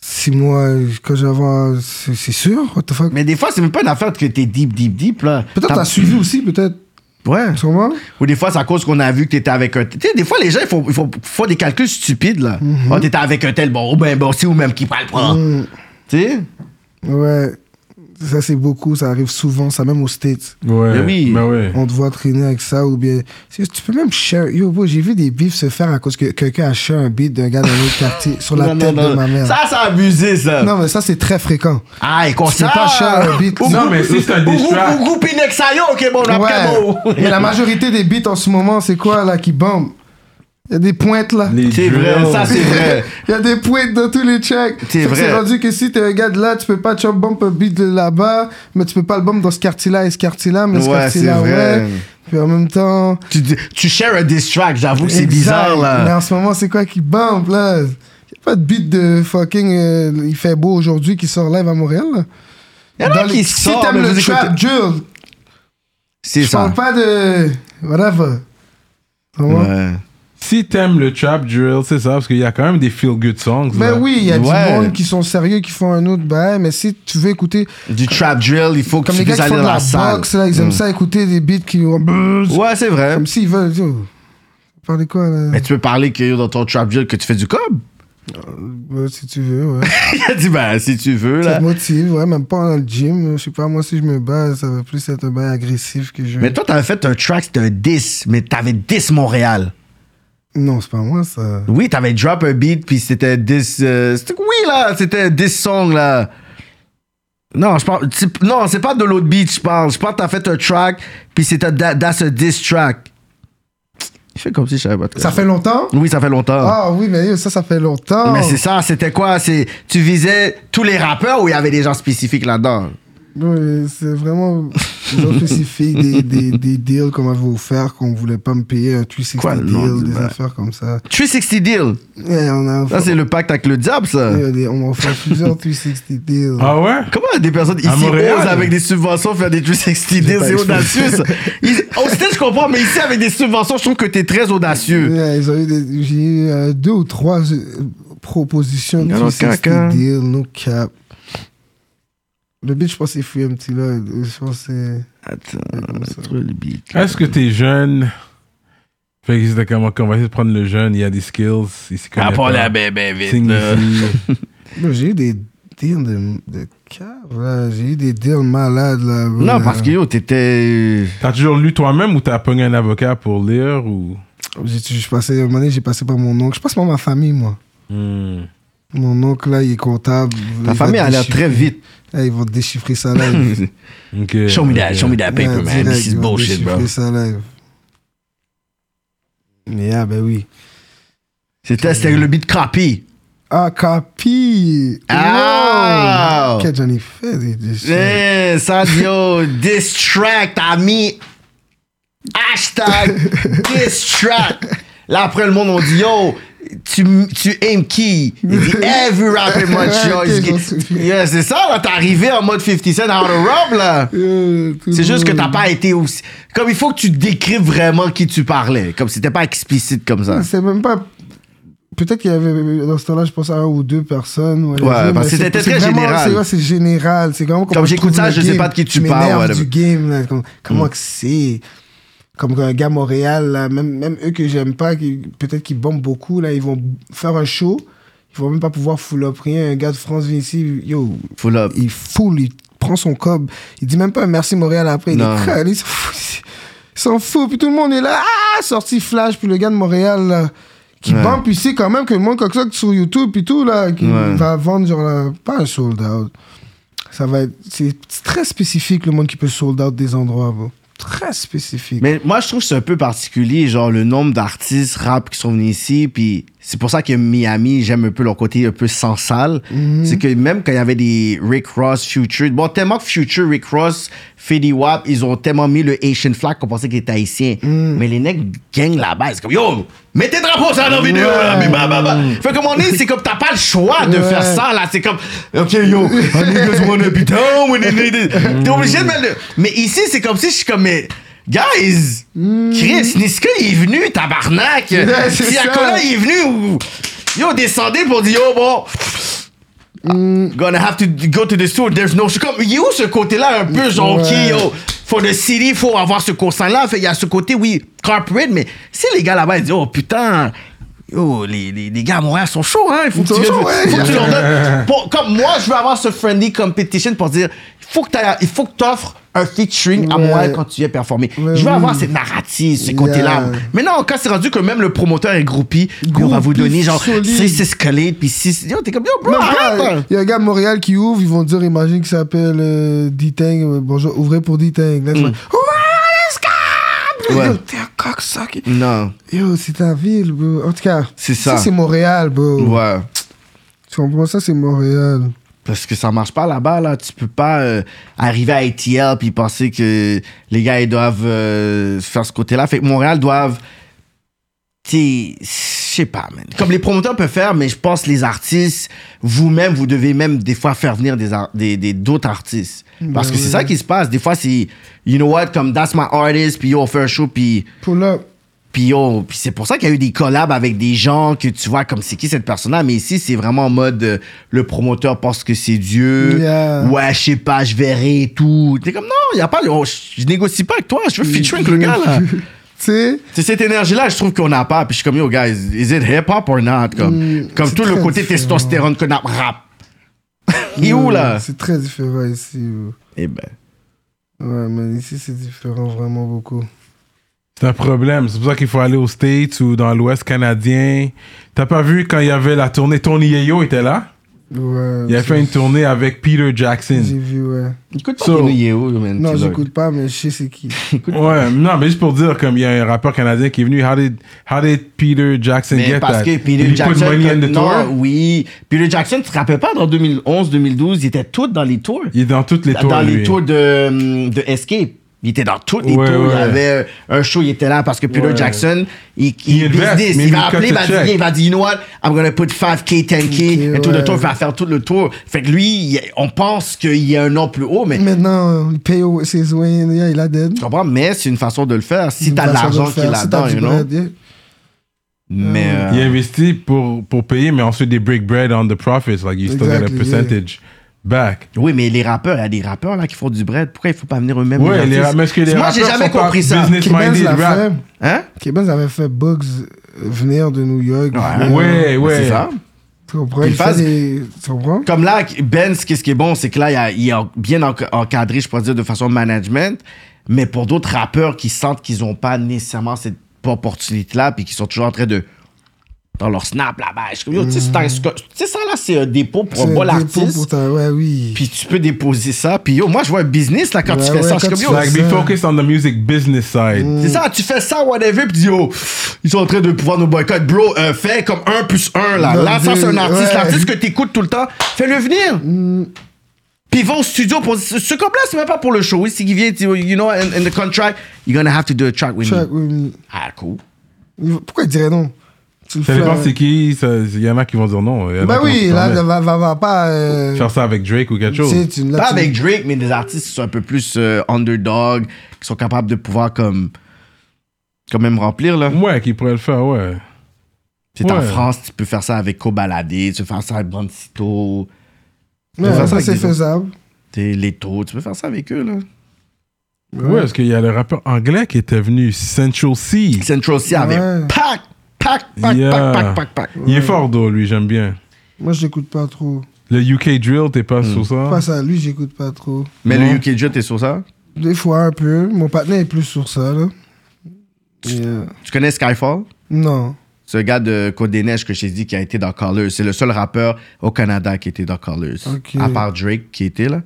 Speaker 3: Si moi, quand j'avais. C'est c'est sûr, what the fuck.
Speaker 2: Mais des fois, c'est même pas une affaire que t'es deep, deep, deep, là.
Speaker 3: Peut-être t'as suivi aussi, peut-être.
Speaker 2: Ouais.
Speaker 3: Sûrement.
Speaker 2: Ou des fois, c'est à cause qu'on a vu que t'étais avec un. Tu sais, des fois, les gens, ils font, ils font, font des calculs stupides, là.
Speaker 3: Mhm.
Speaker 2: Ah, t'étais avec un tel, bon, ben, bon, c'est ou même qui parle pas. Tu sais?
Speaker 3: Ouais. Ça, c'est beaucoup, ça arrive souvent, ça même aux States.
Speaker 1: Ouais.
Speaker 2: Mais oui.
Speaker 1: Mais ouais.
Speaker 3: On te voit traîner avec ça, ou bien. Si Tu peux même share. Yo, bro, j'ai vu des bifs se faire à cause que quelqu'un a share un beat d'un gars d'un
Speaker 2: [LAUGHS]
Speaker 3: autre quartier sur la
Speaker 2: Non, non,
Speaker 3: tête
Speaker 2: non.
Speaker 3: de ma mère.
Speaker 2: Ça, euh, c'est abusé, ça.
Speaker 3: Non, mais ça, c'est très fréquent.
Speaker 2: Ah, et qu'on
Speaker 3: C'est
Speaker 2: sait.
Speaker 3: pas cher, un
Speaker 2: euh,
Speaker 3: beat.
Speaker 1: Non, mais si c'est un diss track.
Speaker 2: Ou Pinexayo, ok, bon, on a bon.
Speaker 3: Ouais. Et la majorité des beats en ce moment, c'est quoi, là, qui bombe Il y a des pointes, là.
Speaker 1: Les
Speaker 2: C'est vrai,
Speaker 1: drills.
Speaker 2: ça, c'est vrai.
Speaker 3: [LAUGHS] Il y a des pointes dans tous les tracks.
Speaker 2: C'est
Speaker 3: Fait que
Speaker 2: vrai.
Speaker 3: C'est rendu que si t'es un gars de là, tu peux pas chop bump un beat de là-bas, mais tu peux pas le bump dans ce quartier-là et ce quartier-là, mais ce
Speaker 2: Ouais,
Speaker 3: quartier-là,
Speaker 2: c'est vrai.
Speaker 3: ouais. Puis en même temps.
Speaker 2: Tu, dis- tu shares un diss track, j'avoue que c'est
Speaker 3: Exact.
Speaker 2: bizarre,
Speaker 3: Mais
Speaker 2: là.
Speaker 3: en ce moment, c'est quoi qui bump, là Y a pas de beat de fucking euh, Il fait beau aujourd'hui qui sort live à Montréal, là.
Speaker 2: Il y en a
Speaker 3: Dans
Speaker 2: qui
Speaker 3: les- Si
Speaker 2: sortent,
Speaker 3: t'aimes
Speaker 2: mais
Speaker 3: le
Speaker 2: vous écoutez-
Speaker 3: trap, Jules,
Speaker 2: C'est
Speaker 3: je parle
Speaker 2: ça.
Speaker 3: pas de. Whatever. Vraiment.
Speaker 2: Ouais.
Speaker 1: Si t'aimes le trap drill, c'est ça, parce qu'il y a quand même des feel good songs.
Speaker 3: Mais
Speaker 1: là.
Speaker 3: oui, il y a
Speaker 2: Ouais.
Speaker 3: du monde qui sont sérieux, qui font un autre bail, mais si tu veux écouter,
Speaker 2: Du trap drill, il faut que
Speaker 3: comme
Speaker 2: tu
Speaker 3: les gars
Speaker 2: puisses
Speaker 3: qui
Speaker 2: aller
Speaker 3: font
Speaker 2: dans
Speaker 3: de
Speaker 2: la
Speaker 3: la
Speaker 2: salle. Mm.
Speaker 3: boxe, là, ils aiment ça, écouter des beats qui vont...
Speaker 2: Ouais, c'est vrai.
Speaker 3: Comme s'ils veulent... Yo, parler quoi, là
Speaker 2: Mais tu peux parler que dans ton trap drill que tu fais du cob.
Speaker 3: Ouais, Si tu veux,
Speaker 2: [LAUGHS]
Speaker 3: ouais.
Speaker 2: Il a dit, ben, si tu veux,
Speaker 3: Ça
Speaker 2: là.
Speaker 3: te motive, ouais, même pas dans le gym. Je sais pas, moi, si je me bats, ça va plus être un bail agressif que je...
Speaker 2: Mais toi, t'avais fait un track, c'était un 10, mais t'avais 10 Montréal.
Speaker 3: Non, c'est pas moi, ça.
Speaker 2: Oui, t'avais drop un beat, puis c'était 10. euh, c'était- oui, là, c'était 10 songs, là. Non, je parle. c'est- Non, c'est pas de l'autre beat, je parle. Je parle que t'as fait un track, puis c'était da- That's a 10 track. Je fais comme si je savais pas.
Speaker 3: Ça fait Oh. longtemps
Speaker 2: Oui, ça fait longtemps.
Speaker 3: Ah oui, mais yo, ça, ça fait longtemps.
Speaker 2: Mais c'est ça, c'était quoi c'est, Tu visais tous les rappeurs ou il y avait des gens spécifiques là-dedans
Speaker 3: Oui, c'est vraiment des gens spécifiques, des, des, des deals qu'on m'avait offert, qu'on voulait pas me payer, un 360
Speaker 2: Quoi, le nom
Speaker 3: deal,
Speaker 2: du
Speaker 3: des
Speaker 2: bail
Speaker 3: affaires comme ça.
Speaker 2: 360 Deal
Speaker 3: Ouais, on a
Speaker 2: Ça, c'est le pacte avec le diable, ça.
Speaker 3: Il y a des- on m'a offert plusieurs 360 deals.
Speaker 1: Ah ouais?
Speaker 2: Comment des personnes ici
Speaker 1: À Montréal.
Speaker 2: osent avec des subventions faire des 360 deals
Speaker 3: pas
Speaker 2: C'est
Speaker 3: expliqué.
Speaker 2: audacieux, ça. Ils- Au stade, je comprends, mais ici, avec des subventions, je trouve que t'es très audacieux.
Speaker 3: Ouais, ils ont eu des- J'ai eu euh, deux ou trois euh, propositions de
Speaker 2: Non, non,
Speaker 3: 360
Speaker 2: caca.
Speaker 3: deals, no cap. Le bitch, je pense que c'est FreeMT là. Je pense que c'est.
Speaker 2: Attends,
Speaker 3: ça.
Speaker 2: trouve le beat. là.
Speaker 1: Est-ce que t'es jeune? Fait que c'était comme, ok, on va essayer de prendre le jeune, il y a des skills, il s'y connaît
Speaker 2: Ah, pas
Speaker 1: pas.
Speaker 2: là, ben, ben, vite.
Speaker 1: Signifie.
Speaker 2: là.
Speaker 3: Bro, J'ai eu des deals de, de cave là. J'ai eu des deals malades là. Euh, bro.
Speaker 2: Non, parce que yo, t'étais.
Speaker 1: T'as toujours lu toi-même ou t'as pogné un avocat pour lire ou.
Speaker 3: J'ai j'ai passé, à un moment donné, j'ai passé par mon oncle. Je passe par ma famille, moi.
Speaker 1: Hmm.
Speaker 3: Mon oncle là, il est comptable.
Speaker 2: Ta famille a l'air très vite.
Speaker 3: Là, ils vont déchiffrer ça
Speaker 2: [LAUGHS]
Speaker 3: live.
Speaker 1: Ok.
Speaker 2: Show me that,
Speaker 1: Ok.
Speaker 2: show me that paper,
Speaker 3: Ouais,
Speaker 2: man.
Speaker 3: direct,
Speaker 2: This is
Speaker 3: ils vont
Speaker 2: bullshit, bro.
Speaker 3: déchiffrer ça live. Mais ah, ben oui.
Speaker 2: C'était c'était le beat copy.
Speaker 3: Ah, Capi!
Speaker 2: Ah!
Speaker 3: Wow! Qu'est-ce que j'en ai fait des, des choses.
Speaker 2: Eh, ça, yo, this track, t'as mis hashtag this track. Là, après, le monde, on dit, yo, tu, tu aimes qui? Il dit, every rapper my choice.
Speaker 3: Ok, j'en souviens.
Speaker 2: Yeah, c'est ça, là, t'es arrivé en mode 50 Cent out of rub, là.
Speaker 3: Euh, tout
Speaker 2: C'est
Speaker 3: le
Speaker 2: juste que
Speaker 3: monde-
Speaker 2: t'as pas été aussi. Comme il faut que tu décrives vraiment qui tu parlais. Comme c'était pas explicite comme ça.
Speaker 3: C'est même pas. Peut-être qu'il y avait, dans ce temps-là, je pense à un ou deux personnes. ou à les
Speaker 2: Ouais,
Speaker 3: deux,
Speaker 2: parce
Speaker 3: mais
Speaker 2: que c'était
Speaker 3: c'est- c'est
Speaker 2: très
Speaker 3: vraiment-
Speaker 2: général.
Speaker 3: C'est ouais, c'est général. C'est vraiment
Speaker 2: Comme j'écoute ça, je sais pas de Mm. qui tu parles,
Speaker 3: Ouais,
Speaker 2: ouais,
Speaker 3: du game, là, comme- comment que c'est. Comme un gars Montréal, là, même, même eux que j'aime pas, qui, peut-être qu'ils bombent beaucoup, là, ils vont faire un show, ils vont même pas pouvoir full up rien. Un gars de France vient ici, yo,
Speaker 2: Full up.
Speaker 3: il foule, il prend son cob, il dit même pas merci Montréal après, il
Speaker 2: Non.
Speaker 3: est crâne, [LAUGHS] il s'en fout, il s'en fout, puis tout le monde est là, ah, sorti flash, puis le gars de Montréal, là, qui
Speaker 2: Ouais.
Speaker 3: bande, puis c'est quand même que le monde comme ça sur YouTube, puis tout, là, qui
Speaker 2: Ouais.
Speaker 3: va vendre, genre, là, pas un sold out. Ça va être, c'est très spécifique le monde qui peut sold out des endroits, bro. Très spécifique.
Speaker 2: Mais moi, je trouve que c'est un peu particulier, genre le nombre d'artistes rap qui sont venus ici. Puis c'est pour ça que Miami, j'aime un peu leur côté un peu sans salle. C'est que même quand il y avait des Rick Ross, Future, bon, tellement que Future, Rick Ross, Fetty Wap, ils ont tellement mis le Haitian flag qu'on pensait qu'il était haïtien. Mais les nègres gang là-bas, c'est comme yo, mettez drapeau sur la vidéo. Là, mais bah, bah, bah. Fait comme on est, c'est comme t'as pas le choix de faire ça là. C'est comme ok yo, I niggas wanna be down with it. T'es obligé de mettre le- Mais ici, c'est comme si je suis comme mais. Guys, Chris, Niska il est venu, tabarnak.
Speaker 3: Mm. c'est
Speaker 2: Tiakola
Speaker 3: ça.
Speaker 2: il est venu. ou- Yo, descendez pour dire, yo, bon.
Speaker 3: Mm.
Speaker 2: Gonna have to go to the store, there's no. Je suis comme, il est où ce côté-là un peu, genre, ok,
Speaker 3: Ouais.
Speaker 2: yo, for the city, faut avoir ce consent-là. Fait, il y a ce côté, oui, corporate, mais si les gars là-bas, ils disent, oh putain. Yo, les, les, les gars à Montréal sont chauds, hein. Il faut que
Speaker 3: Ils
Speaker 2: tu,
Speaker 3: sont chauds, ouais.
Speaker 2: faut que tu leur donnes. Pour- comme moi, je veux avoir ce friendly competition pour dire, il faut que t'ailles- il faut que t'offres un featuring à
Speaker 3: Ouais.
Speaker 2: Montréal quand tu viens performer.
Speaker 3: Ouais,
Speaker 2: je veux
Speaker 3: oui.
Speaker 2: avoir cette narrative, ce côté-là.
Speaker 3: Yeah.
Speaker 2: Mais non, quand c'est rendu que même le promoteur est groupie, on va vous
Speaker 3: Groupie
Speaker 2: donner genre
Speaker 3: solide.
Speaker 2: 6 escalades, puis 6. Yo, t'es comme, yo, bro,
Speaker 3: Même
Speaker 2: arrête!
Speaker 3: pas, Il y a un gars de Montréal qui ouvre, ils vont dire, imagine qu'il s'appelle euh, D-Tang, euh, bonjour, ouvrez pour D-Tang. Là, tu vas, Ouais, let's go!
Speaker 2: Mm. Ouais.
Speaker 3: Yo, T'es un cocksucker.
Speaker 2: Non,
Speaker 3: Yo, c'est ta ville, bro. En tout cas,
Speaker 2: C'est ça.
Speaker 3: Ça, c'est Montréal, bro.
Speaker 2: ouais.
Speaker 3: Tu comprends ça, c'est Montréal.
Speaker 2: Parce que ça marche pas là-bas, là. Tu peux pas euh, arriver à ATL puis penser que les gars, ils doivent euh, faire ce côté-là. Fait que Montréal doivent. Tu sais, je sais pas, man. Comme les promoteurs peuvent faire, mais je pense que les artistes, vous-même, vous devez même des fois faire venir des ar- des, des- d'autres artistes. Parce
Speaker 3: Ben
Speaker 2: que c'est
Speaker 3: oui.
Speaker 2: ça qui se passe. Des fois, c'est, you know what, comme that's my artist, puis yo, on fait un show, puis
Speaker 3: Pour là,
Speaker 2: puis on- puis c'est pour ça qu'il y a eu des collabs avec des gens que tu vois comme c'est qui cette personne-là. Mais ici, c'est vraiment en mode euh, le promoteur pense que c'est Dieu.
Speaker 3: Yeah.
Speaker 2: Euh, Ouais, je sais pas, je verrai et tout. T'es comme non, il y a pas, on- je négocie pas avec toi, je veux featuring avec le gars
Speaker 3: [LAUGHS]
Speaker 2: là.
Speaker 3: tu sais,
Speaker 2: C'est cette énergie-là, je trouve qu'on n'a pas. Puis je suis comme yo guys, is it hip hop or not? Comme, comme
Speaker 3: c'est
Speaker 2: tout le
Speaker 3: très
Speaker 2: côté
Speaker 3: différent.
Speaker 2: testostérone qu'on a rap. [LAUGHS] Il est où là?
Speaker 3: c'est très différent ici. bro.
Speaker 2: Eh ben.
Speaker 3: Ouais, mais ici, c'est différent vraiment beaucoup.
Speaker 1: C'est un problème. C'est pour ça qu'il faut aller aux States ou dans l'Ouest canadien. T'as pas vu quand il y avait la tournée Tony Yeo était là?
Speaker 3: Ouais.
Speaker 1: Il a fait une tournée avec Peter
Speaker 3: J'ai
Speaker 1: Jackson.
Speaker 3: vu, ouais.
Speaker 2: Écoute pas
Speaker 1: So-
Speaker 2: Tony Yeo, man.
Speaker 3: Non,
Speaker 2: tu l'as-
Speaker 3: j'écoute pas, mais je sais c'est qui.
Speaker 1: Ouais, non, mais juste pour dire, comme il y a un rappeur canadien qui est venu, how did, how did Peter Jackson
Speaker 2: Mais
Speaker 1: get
Speaker 2: parce
Speaker 1: that?
Speaker 2: que Peter
Speaker 1: Did he
Speaker 2: Jackson.
Speaker 1: put money in the
Speaker 2: non,
Speaker 1: tour?
Speaker 2: oui. Peter Jackson, tu te rappelles pas, dans 2011, 2012, il était tout dans les tours.
Speaker 1: Il est dans toutes les tours.
Speaker 2: dans les
Speaker 1: lui.
Speaker 2: tours de, hum, de Escape. Il était dans toutes les
Speaker 1: Ouais,
Speaker 2: tours. Il y
Speaker 1: ouais.
Speaker 2: avait un show, il était là parce que Peter
Speaker 1: Ouais.
Speaker 2: Jackson, il,
Speaker 1: Il investe,
Speaker 2: business.
Speaker 1: mais
Speaker 2: Il
Speaker 1: il
Speaker 2: va
Speaker 1: cut
Speaker 2: appeler, il
Speaker 1: the
Speaker 2: va
Speaker 1: check.
Speaker 2: dire, il va dire, you know what, I'm gonna put 5K, 10K,
Speaker 3: Ok,
Speaker 2: et tout le
Speaker 3: ouais.
Speaker 2: tour, il va faire tout le tour. Fait que lui, il- on pense qu'il y a un nom plus haut, mais
Speaker 3: Maintenant, il paye au- ses wins, yeah, il a dead.
Speaker 2: tu comprends, mais c'est une façon de le faire si
Speaker 3: Une
Speaker 2: t'as
Speaker 3: façon de
Speaker 2: l'argent
Speaker 3: le
Speaker 2: qui
Speaker 3: faire,
Speaker 2: est
Speaker 3: si t'as
Speaker 2: là-dedans,
Speaker 3: du
Speaker 2: you know.
Speaker 3: bread, yeah.
Speaker 2: Mais. euh,
Speaker 1: Il investit pour, pour payer, mais ensuite they break bread on the profits. Like, you still get a
Speaker 3: Exactly,
Speaker 1: percentage back.
Speaker 2: Oui, mais les rappeurs, il y a des rappeurs là qui font du bread. Pourquoi il faut pas venir eux-mêmes
Speaker 1: Ouais, les,
Speaker 2: artistes?
Speaker 1: mais est-ce que les
Speaker 2: Moi, j'ai
Speaker 1: rappeurs
Speaker 2: jamais
Speaker 1: sont pas
Speaker 2: compris ça.
Speaker 1: Business
Speaker 3: Kebens
Speaker 1: minded
Speaker 3: l'a fait.
Speaker 1: rap.
Speaker 2: Hein
Speaker 3: Kebens avait fait Bugs euh, venir de New York.
Speaker 2: Ouais.
Speaker 3: venir-
Speaker 1: Eh, Ouais, ouais.
Speaker 2: Ben, C'est ça.
Speaker 3: Tu comprends?
Speaker 2: Puis
Speaker 3: Il fait
Speaker 2: Faz-
Speaker 3: des... Tu comprends?
Speaker 2: Comme là, Benz, qu'est-ce qui est bon, c'est que là, il a- il est bien enc- encadré, je pourrais dire, de façon management. Mais pour d'autres rappeurs qui sentent qu'ils n'ont pas nécessairement cette opportunité-là, puis qui sont toujours en train de. dans leur snap là-bas. Je suis comme, yo, tu sais, c'est un- c'est- tu sais, ça là, c'est un dépôt pour un
Speaker 3: C'est
Speaker 2: bon
Speaker 3: un dépôt pour
Speaker 2: artiste.
Speaker 3: ta- Ouais, oui.
Speaker 2: Puis tu peux déposer ça. Puis yo, moi, je vois un business là quand
Speaker 3: Ouais,
Speaker 2: tu fais
Speaker 3: ouais,
Speaker 2: ça. Je suis
Speaker 3: quand
Speaker 2: comme,
Speaker 3: tu
Speaker 2: yo,
Speaker 3: fais
Speaker 1: Like, be
Speaker 3: Ça.
Speaker 1: focused on the music business side.
Speaker 2: C'est ça, tu fais ça, whatever, puis tu dis, oh, ils sont en train de pouvoir nous boycotter. Bro, euh, fais comme 1 plus 1, là.
Speaker 3: Non,
Speaker 2: là, ça,
Speaker 3: deux,
Speaker 2: c'est un artiste.
Speaker 3: ouais. Mm.
Speaker 2: L'artiste que t'écoutes tout le temps, fais-le venir. Puis va au studio pour. Ce ce couple-là, c'est même pas pour le show. Oui, s'il vient, tu- you know, in, in the contract, you're gonna have to do a track with
Speaker 3: Track,
Speaker 2: me.
Speaker 3: oui,
Speaker 2: Ah, cool.
Speaker 3: oui. Pourquoi il dirait non? Tu le
Speaker 1: Ça
Speaker 3: fais,
Speaker 1: dépend
Speaker 3: hein.
Speaker 1: c'est qui. ça- Il y en a qui vont dire non. il y en a
Speaker 3: Bah
Speaker 1: qui vont
Speaker 3: oui,
Speaker 1: se
Speaker 3: là,
Speaker 1: permettre.
Speaker 3: va, va, va pas. euh,
Speaker 1: Faire ça avec Drake ou quelque
Speaker 3: tu
Speaker 1: chose.
Speaker 3: sais, tu- là,
Speaker 2: Pas
Speaker 3: Ah, tu-
Speaker 2: avec Drake, mais des artistes qui sont un peu plus euh, underdog, qui sont capables de pouvoir, comme. quand même remplir,
Speaker 3: Mm.
Speaker 2: là.
Speaker 1: Ouais, qui pourrait le faire, ouais.
Speaker 2: C'est en
Speaker 1: Ouais.
Speaker 2: France, tu peux faire ça avec Cobaladé, tu peux faire ça avec Bandito.
Speaker 3: Ouais,
Speaker 2: Ouais,
Speaker 3: ça,
Speaker 2: avec
Speaker 3: c'est
Speaker 2: des autres.
Speaker 3: faisable.
Speaker 2: T'es les taux, tu peux faire ça avec eux, là.
Speaker 1: Ouais, parce qu'il y a le rappeur anglais qui était venu, Central C.
Speaker 2: Central C avait
Speaker 3: Ouais.
Speaker 2: pack, pack, pack,
Speaker 1: Yeah.
Speaker 2: pack, pack, pack, pack.
Speaker 1: Il est fort, d'eau, lui, j'aime bien.
Speaker 3: Moi, je l'écoute pas trop.
Speaker 1: Le UK Drill, t'es pas sur ça?
Speaker 3: Face à lui, j'écoute pas trop.
Speaker 2: Mais
Speaker 1: Ouais.
Speaker 2: le UK Jet, t'es sur ça?
Speaker 3: Des fois, un peu. Mon partenaire est plus sur ça, là. Et, euh,
Speaker 2: Tu connais Skyfall?
Speaker 3: non.
Speaker 2: Ce gars de Côte des Neiges que j'ai dit qui a été dans Colors. C'est le seul rappeur au Canada qui était dans Colors.
Speaker 3: Ok.
Speaker 2: À part Drake qui était là.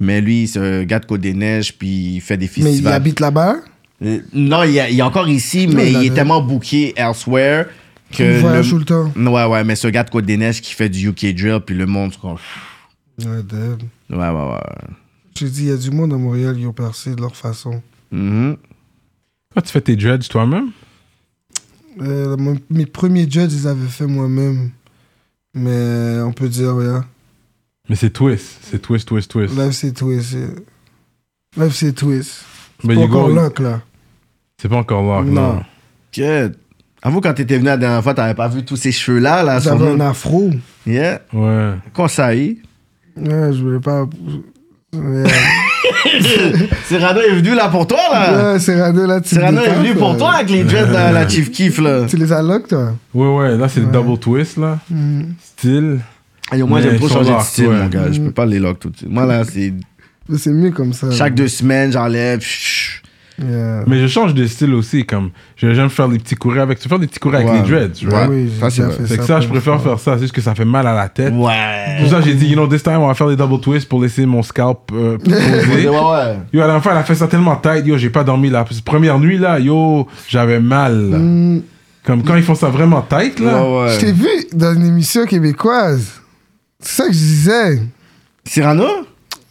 Speaker 2: Mais lui, ce gars de Côte des Neiges, puis il fait des
Speaker 3: Mais il
Speaker 2: festivals.
Speaker 3: habite là-bas.
Speaker 2: Euh, Non, il, est- il est encore ici,
Speaker 3: Non,
Speaker 2: mais
Speaker 3: il
Speaker 2: il est
Speaker 3: a-
Speaker 2: tellement booké elsewhere que.
Speaker 3: Il voyage tout le temps.
Speaker 2: Ouais, ouais, mais ce gars de Côte des Neiges qui fait du UK drill, puis le monde. se-
Speaker 3: Ouais, damn.
Speaker 2: Ouais, ouais, ouais.
Speaker 3: J'ai dit, il y a du monde à Montréal qui ont percé de leur façon.
Speaker 2: Mhm.
Speaker 1: Toi, Ah, tu fais tes dreads toi-même?
Speaker 3: Euh, mon- mes premiers judges, ils avaient fait moi-même. Mais on peut dire, ouais.
Speaker 1: Mais c'est twist. C'est twist, twist, twist.
Speaker 3: Live, c'est twist. c'est- Live, c'est twist.
Speaker 1: Mais
Speaker 3: Pas
Speaker 1: you
Speaker 3: encore
Speaker 1: go-
Speaker 3: lock, là.
Speaker 1: C'est pas encore lock, non.
Speaker 3: Non.
Speaker 2: Que- Avoue, quand t'étais venu la dernière fois, t'avais pas vu tous ces cheveux-là, là. sur
Speaker 3: J'avais
Speaker 2: nous.
Speaker 3: un afro.
Speaker 2: Yeah.
Speaker 1: Ouais.
Speaker 2: Qu'on ça y est.
Speaker 3: Ouais, je
Speaker 2: [LAUGHS]
Speaker 3: voulais pas. Ouais.
Speaker 2: Cyrano est venu là pour toi, là.
Speaker 3: Ouais, Cyrano, là, tu
Speaker 2: Cyrano est
Speaker 3: détends,
Speaker 2: venu pour toi avec les dreads, là, la Chief Keef, [LAUGHS] là.
Speaker 3: Tu les as lock, toi
Speaker 1: Ouais, ouais, là, c'est le double twist, là.
Speaker 3: Hmm.
Speaker 1: Style.
Speaker 2: Ayo, moi,
Speaker 1: Mais
Speaker 2: j'aime trop
Speaker 1: ils sont
Speaker 2: changer de
Speaker 1: lock,
Speaker 2: style,
Speaker 1: ouais.
Speaker 2: mon gars. Je peux pas les lock tout de suite. Moi, là, c'est.
Speaker 3: Mais c'est mieux comme ça.
Speaker 2: Chaque deux semaines, j'enlève. chut.
Speaker 3: Yeah.
Speaker 1: Mais je change de style aussi, comme. je- J'aime faire des petits courriers avec. Tu fais des petits courriers
Speaker 2: Ouais.
Speaker 1: avec les dreads, tu
Speaker 2: Ouais.
Speaker 1: vois?
Speaker 3: Ah oui, j'ai
Speaker 2: ça, c'est
Speaker 3: déjà
Speaker 2: vrai.
Speaker 3: fait
Speaker 1: Fait que
Speaker 3: ça.
Speaker 1: ça, je
Speaker 3: pour-
Speaker 1: préfère faire ça. C'est juste que ça fait mal à la tête.
Speaker 2: Ouais.
Speaker 1: Tout ça, j'ai dit, you know, this time, on va faire des double twists pour laisser mon scalp
Speaker 2: [LAUGHS]
Speaker 1: euh, poser.
Speaker 2: Ouais, ouais.
Speaker 1: Yo, à la fin, elle a fait ça tellement tight. Yo, j'ai pas dormi la première nuit, là. Yo, j'avais mal. là.
Speaker 3: Hmm,
Speaker 1: Comme quand ils font ça vraiment tight, là.
Speaker 2: Mm. Ouais,
Speaker 3: Je
Speaker 2: ouais.
Speaker 3: t'ai vu dans une émission québécoise. C'est ça que je disais.
Speaker 2: Cyrano?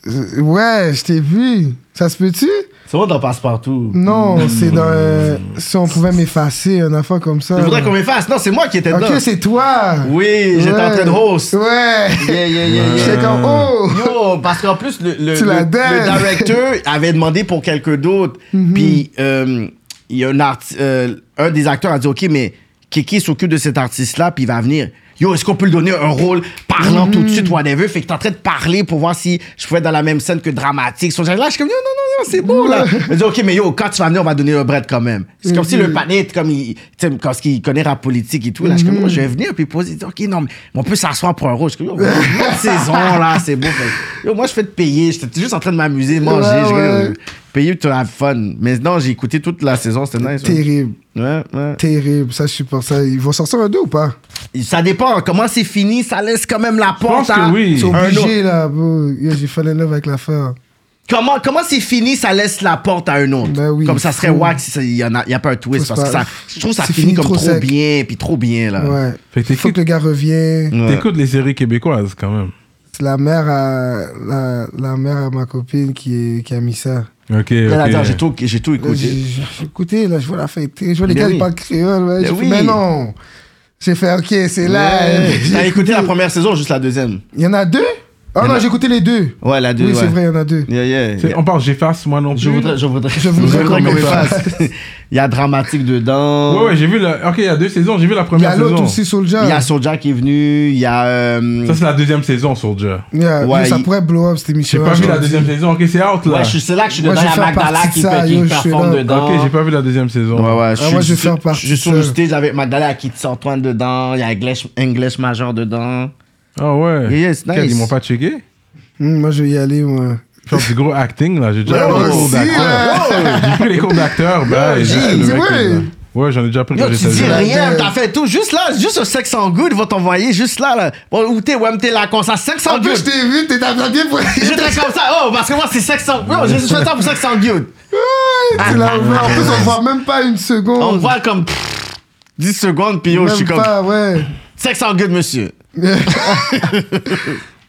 Speaker 3: Euh, Ouais, je t'ai vu. Ça se peut-tu
Speaker 2: C'est bon, t'en passes partout.
Speaker 3: Non,
Speaker 2: Hmm.
Speaker 3: c'est dans. euh, si on pouvait m'effacer, un enfant comme ça.
Speaker 2: Il faudrait
Speaker 3: là.
Speaker 2: qu'on m'efface. Non, c'est moi qui étais dedans.
Speaker 3: Ok, c'est toi.
Speaker 2: Oui, j'étais en
Speaker 3: Ouais.
Speaker 2: train de host.
Speaker 3: Ouais.
Speaker 2: Yeah, yeah, yeah, Euh, yeah.
Speaker 3: [LAUGHS] J'étais comme, oh.
Speaker 2: Yo, parce qu'en plus, le, le,
Speaker 3: Tu
Speaker 2: le,
Speaker 3: la
Speaker 2: le
Speaker 3: dead.
Speaker 2: directeur avait demandé pour quelqu'un d'autre.
Speaker 3: Mm-hmm.
Speaker 2: Puis, euh, il y a un, arti- euh, un des acteurs a dit Ok, mais Kiki s'occupe de cet artiste-là, puis il va venir. Yo, est-ce qu'on peut lui donner un rôle parlant
Speaker 3: Mm-hmm.
Speaker 2: tout de suite, whatever? Fait que t'es en train de parler pour voir si je pouvais être dans la même scène que dramatique. Son genre, là, je suis comme, non, non, non, non, c'est beau, là. Il dit, OK, mais yo, quand tu vas venir, on va donner le bread quand même. C'est comme si
Speaker 3: Mm-hmm.
Speaker 2: le panier, comme il, tu sais, quand il connaît la politique et tout, là, je suis comme, oh, je
Speaker 3: Mm-hmm.
Speaker 2: vais venir, puis poser, il dit, OK, non, mais on peut s'asseoir pour un rôle. Je suis comme, yo,
Speaker 3: [LAUGHS]
Speaker 2: bonne saison, là, c'est beau. Fait que, yo, moi, je fais de payer. J'étais juste en train de m'amuser, manger.
Speaker 3: Ouais,
Speaker 2: je suis comme,
Speaker 3: ouais.
Speaker 2: Payer, tu as fun. Mais non, j'ai écouté toute la saison, c'était nice. ouais.
Speaker 3: Terrible,
Speaker 2: Ouais, ouais.
Speaker 3: terrible. Ça, je suis pour ça. Ils vont sortir un deux ou pas
Speaker 2: Ça dépend. Comment c'est fini, ça laisse quand même la
Speaker 1: pense
Speaker 2: porte.
Speaker 1: que
Speaker 2: à-
Speaker 1: oui.
Speaker 3: Ils sont
Speaker 2: Un
Speaker 3: obligés, là. bro. Yo, J'ai fallu love avec l'affaire.
Speaker 2: Comment, comment c'est fini, ça laisse la porte à un autre.
Speaker 3: Ben oui,
Speaker 2: comme ça serait
Speaker 3: faut-
Speaker 2: wack s'il n'y a, y a pas un twist.
Speaker 3: Faut
Speaker 2: Parce que
Speaker 3: pas-
Speaker 2: ça, je trouve ça
Speaker 3: c'est
Speaker 2: finit
Speaker 3: fini
Speaker 2: comme trop,
Speaker 3: trop sec.
Speaker 2: bien, puis trop bien, là.
Speaker 3: Ouais.
Speaker 1: Fait que t'écoutes-
Speaker 3: faut que le gars revienne.
Speaker 2: Ouais.
Speaker 1: T'écoutes les séries québécoises, quand même.
Speaker 3: C'est la mère à la, la mère à ma copine qui, est- qui a mis ça.
Speaker 1: Ok,
Speaker 2: Là, là, attends, j'ai
Speaker 1: ok.
Speaker 2: tout, j'ai tout
Speaker 3: Là,
Speaker 2: écouté.
Speaker 3: j'ai- j'ai- j'ai écouté, là, je vois la fête. Je vois les
Speaker 2: Mais
Speaker 3: gars,
Speaker 2: Ben oui.
Speaker 3: ils parlent créole. ouais.
Speaker 2: Mais
Speaker 3: J'ai fait,
Speaker 2: oui.
Speaker 3: mais non. J'ai fait, ok, c'est là. euh,
Speaker 2: Ouais. T'as écouté la première saison, ou juste la deuxième.
Speaker 3: Il y en a deux Oh
Speaker 2: Il y en
Speaker 3: non,
Speaker 2: a-
Speaker 3: j'ai écouté les deux.
Speaker 2: Ouais, la deux.
Speaker 3: oui,
Speaker 2: ouais.
Speaker 3: c'est vrai, il y en a deux.
Speaker 2: Yeah, yeah,
Speaker 1: C'est-
Speaker 2: yeah.
Speaker 1: On parle, j'efface moi non plus.
Speaker 2: Je voudrais, je voudrais, je
Speaker 3: voudrais qu'on m'efface.
Speaker 2: m'efface. [LAUGHS] Il y a dramatique dedans.
Speaker 1: Ouais, ouais, j'ai vu la. Ok, il y a deux saisons, j'ai vu la
Speaker 3: Il y
Speaker 1: première
Speaker 3: a l'autre
Speaker 1: saison.
Speaker 3: aussi, Soulja.
Speaker 2: Il y a Soja qui est venu. Il y a. euh,
Speaker 1: Ça, c'est la deuxième saison, Soldier.
Speaker 3: Yeah,
Speaker 2: Ouais,
Speaker 3: yo, ça
Speaker 2: il-
Speaker 3: pourrait blow up cette Hmm,
Speaker 1: J'ai
Speaker 3: émission.
Speaker 1: pas vu la deuxième saison. Ok, c'est out, là.
Speaker 2: ouais, je suis c'est là que je suis
Speaker 3: Moi,
Speaker 2: dedans.
Speaker 3: je
Speaker 2: Il y a
Speaker 3: fais
Speaker 2: Magdala
Speaker 3: partie de
Speaker 2: qui,
Speaker 3: ça,
Speaker 2: fait- qui
Speaker 3: yo, je suis
Speaker 2: performe
Speaker 3: là.
Speaker 2: dedans.
Speaker 1: Ok, j'ai pas vu la deuxième saison.
Speaker 2: Ouais, ouais, je
Speaker 3: Ah,
Speaker 2: suis,
Speaker 3: moi, je vais
Speaker 2: je
Speaker 3: faire partie
Speaker 2: je suis sur
Speaker 3: de
Speaker 2: le
Speaker 3: ça.
Speaker 2: stage avec Magdala qui s'entoine dedans. Il y a English, English Major dedans.
Speaker 1: Ah ouais.
Speaker 2: Yeah, yeah, it's
Speaker 1: Ok,
Speaker 2: nice.
Speaker 1: Ils m'ont pas checké.
Speaker 3: Hum, moi, je vais y aller, moi.
Speaker 1: Je
Speaker 3: Oh,
Speaker 1: fais du gros acting, là. J'ai déjà
Speaker 3: Ouais,
Speaker 1: pris les
Speaker 3: ouais,
Speaker 1: cours
Speaker 3: aussi,
Speaker 1: d'acteur. J'ai pris les cours d'acteur, bah. et j'ai- le
Speaker 3: c'est
Speaker 1: mec,
Speaker 3: vrai.
Speaker 1: il- Ouais, j'en ai déjà pris
Speaker 2: Yo,
Speaker 1: quand
Speaker 2: tu
Speaker 1: j'étais
Speaker 2: dis
Speaker 1: jeune.
Speaker 2: rien,
Speaker 3: Ouais.
Speaker 2: t'as fait tout. Juste là, juste au 500 good, va t'envoyer juste là. là. Bon, où t'es, ouais, mais t'es là, comme ça, 500
Speaker 3: En plus,
Speaker 2: good.
Speaker 3: je t'ai vu, t'étais à bien pour. [LAUGHS]
Speaker 2: J'étais comme ça, oh, parce que moi, c'est 500. Yo, j'ai fait ça pour 500 good.
Speaker 3: Tu l'as ouvert. En plus, on voit même pas une seconde.
Speaker 2: On voit comme pff, 10 secondes, puis yo, je suis
Speaker 3: Oh. Même
Speaker 2: comme
Speaker 3: pas, ouais.
Speaker 2: 500 good, monsieur.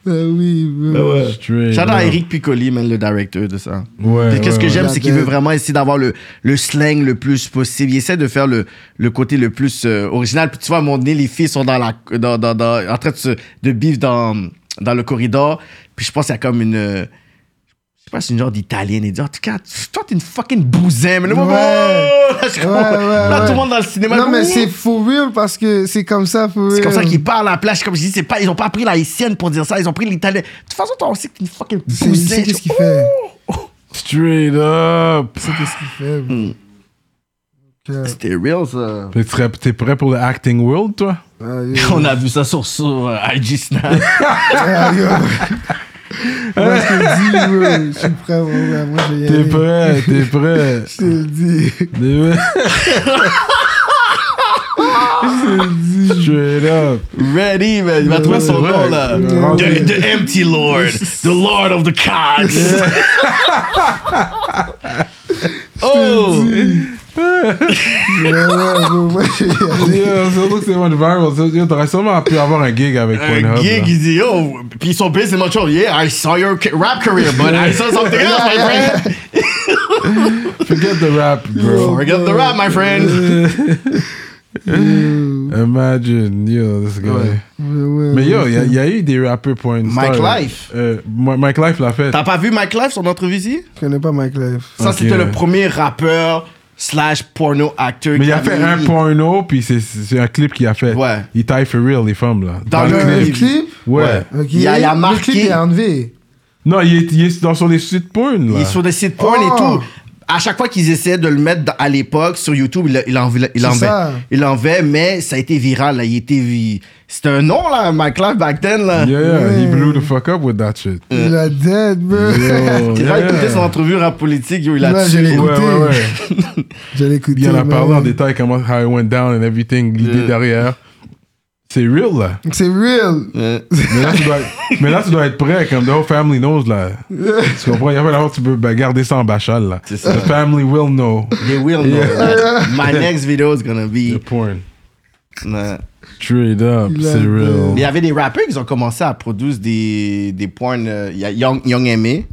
Speaker 3: Ben oui, oui.
Speaker 1: Straight
Speaker 2: J'adore
Speaker 1: up.
Speaker 2: Eric Piccoli, man, le directeur de ça.
Speaker 1: Ouais,
Speaker 2: Puis qu'est-ce
Speaker 1: ouais,
Speaker 2: que
Speaker 1: ouais.
Speaker 2: j'aime,
Speaker 3: La
Speaker 2: c'est qu'il
Speaker 3: tête.
Speaker 2: veut vraiment essayer d'avoir le, le slang le plus possible. Il essaie de faire le, le côté le plus euh, original. Puis tu vois, à un moment donné, les filles sont dans la, dans, dans- dans- en train de, se, de bivre dans, dans le corridor. Puis je pense qu'il y a comme une. euh, Je sais pas, c'est une genre d'italienne. Il dit En tout cas, tu- toi, t'es une fucking bousin. Mais le
Speaker 3: Ouais.
Speaker 2: moment. [LAUGHS] Là, je suis comme-
Speaker 3: Ouais, ouais,
Speaker 2: là,
Speaker 3: ouais.
Speaker 2: tout le monde dans le cinéma.
Speaker 3: Non, mais
Speaker 2: Ouh.
Speaker 3: c'est for real parce que c'est comme ça, for
Speaker 2: C'est comme ça
Speaker 3: real.
Speaker 2: qu'ils parlent à la plage. Comme je dis, c'est pas, ils ont pas pris la haïtienne pour dire ça. Ils ont pris l'italienne. De toute façon, toi, on sait que t'es une fucking
Speaker 3: C'est- il
Speaker 2: bousin.
Speaker 3: sait qu'est-ce qu'il fait.
Speaker 1: Straight up.
Speaker 3: C'est qu'est-ce qu'il fait. bro. Ok.
Speaker 2: C'était real, ça.
Speaker 1: T'es prêt, t'es prêt pour le acting world, toi?
Speaker 3: Ah, yo.
Speaker 2: [LAUGHS] On a vu ça sur, sur euh, IG Snap.
Speaker 3: Ah, yo. Moi, je te le dis, bro, je suis prêt, bro, ouais, moi, je vais y
Speaker 1: T'es
Speaker 3: aller.
Speaker 1: prêt, t'es prêt.
Speaker 3: Je te le dis.
Speaker 2: [LAUGHS]
Speaker 1: T'es prêt. Straight up.
Speaker 2: [LAUGHS] Ready, man. Il va trouver son
Speaker 1: ouais.
Speaker 2: nom, là.
Speaker 1: Ouais.
Speaker 2: The, the Empty [LAUGHS] Lord. The Lord of the Cocks. [LAUGHS] oh!
Speaker 3: Ouais, ouais, bro, moi, je vais y aller.
Speaker 1: Yo, surtout que c'est mon viral. so- yo, T'aurais sûrement pu avoir un gig avec
Speaker 2: Un
Speaker 1: Pornhub.
Speaker 2: gig,
Speaker 1: là.
Speaker 2: il dit yo, puis son père c'est mon chum. Yeah, I saw your ca- rap career, but I saw something else, [LAUGHS] my friend.
Speaker 1: Forget the rap, bro.
Speaker 2: Forget the rap, my friend.
Speaker 1: [LAUGHS] Imagine, yo, this guy.
Speaker 3: Ouais, ouais,
Speaker 1: Mais
Speaker 3: ouais.
Speaker 1: yo, il y, a- y a eu des rappeurs pour une
Speaker 2: Mm-hmm. Mike
Speaker 1: star.
Speaker 2: Life.
Speaker 1: Euh, Ma- Mike Life l'a fait.
Speaker 2: T'as pas vu Mike Life, son entrevue ici?
Speaker 3: Je connais pas Mike Life.
Speaker 2: Ça,
Speaker 1: Ok.
Speaker 2: c'était le premier rappeur slash porno acteur.
Speaker 1: Mais il
Speaker 2: qui
Speaker 1: a fait
Speaker 2: avait-
Speaker 1: 1.0, puis c'est- c'est un clip qu'il a fait.
Speaker 2: Ouais.
Speaker 1: Il taille for real, les femmes, là.
Speaker 2: Dans le
Speaker 3: Euh,
Speaker 2: clip.
Speaker 3: clip
Speaker 1: Ouais.
Speaker 2: Ouais.
Speaker 3: Ok.
Speaker 2: Il a- il a
Speaker 3: Le
Speaker 2: marqué-
Speaker 3: clip est enlevé.
Speaker 1: Non, il est, il est dans, sur les sites porn, là.
Speaker 2: Il est sur des sites porn et
Speaker 3: Oh.
Speaker 2: tout. À chaque fois qu'ils essaient de le mettre dans- à l'époque sur YouTube, il, il, en, il, en
Speaker 3: C'est
Speaker 2: fait.
Speaker 3: ça.
Speaker 2: il en fait, mais ça a été viral. Là. Il était vi- C'était un nom, là, Mike Life back then. Là.
Speaker 1: Yeah, yeah,
Speaker 3: Ouais.
Speaker 1: he blew the fuck up with that
Speaker 2: [LAUGHS]
Speaker 1: shit.
Speaker 3: Il a dead, bro.
Speaker 1: Yo,
Speaker 2: J'ai
Speaker 1: yeah.
Speaker 2: écouté son entrevue rap politique, yo, il a
Speaker 3: Là, je
Speaker 2: tué.
Speaker 3: l'ai
Speaker 1: Ouais,
Speaker 3: écouté.
Speaker 1: ouais, ouais.
Speaker 3: J'allais écouter.
Speaker 1: Il en a parlé en
Speaker 3: man.
Speaker 1: détail, comment how it went down and everything, l'idée
Speaker 2: Yeah.
Speaker 1: derrière. C'est real, là.
Speaker 3: C'est real.
Speaker 2: Euh,
Speaker 1: Mais là, tu dois, être- mais là, tu dois être prêt, comme the whole family knows, là. Tu comprends? Il y a pas d'abord, tu peux bah, garder ça en bachal, là.
Speaker 2: C'est ça.
Speaker 1: The family will know.
Speaker 2: They will know.
Speaker 3: [LAUGHS]
Speaker 2: My next video is gonna
Speaker 1: The
Speaker 2: be.
Speaker 1: porn.
Speaker 2: Ouais.
Speaker 1: Straight up,
Speaker 3: Il a
Speaker 1: c'est
Speaker 3: dit-
Speaker 1: real.
Speaker 2: Il y avait des rappeurs qui ont commencé à produire des, des porn. euh, Il y a Young, Young M.A.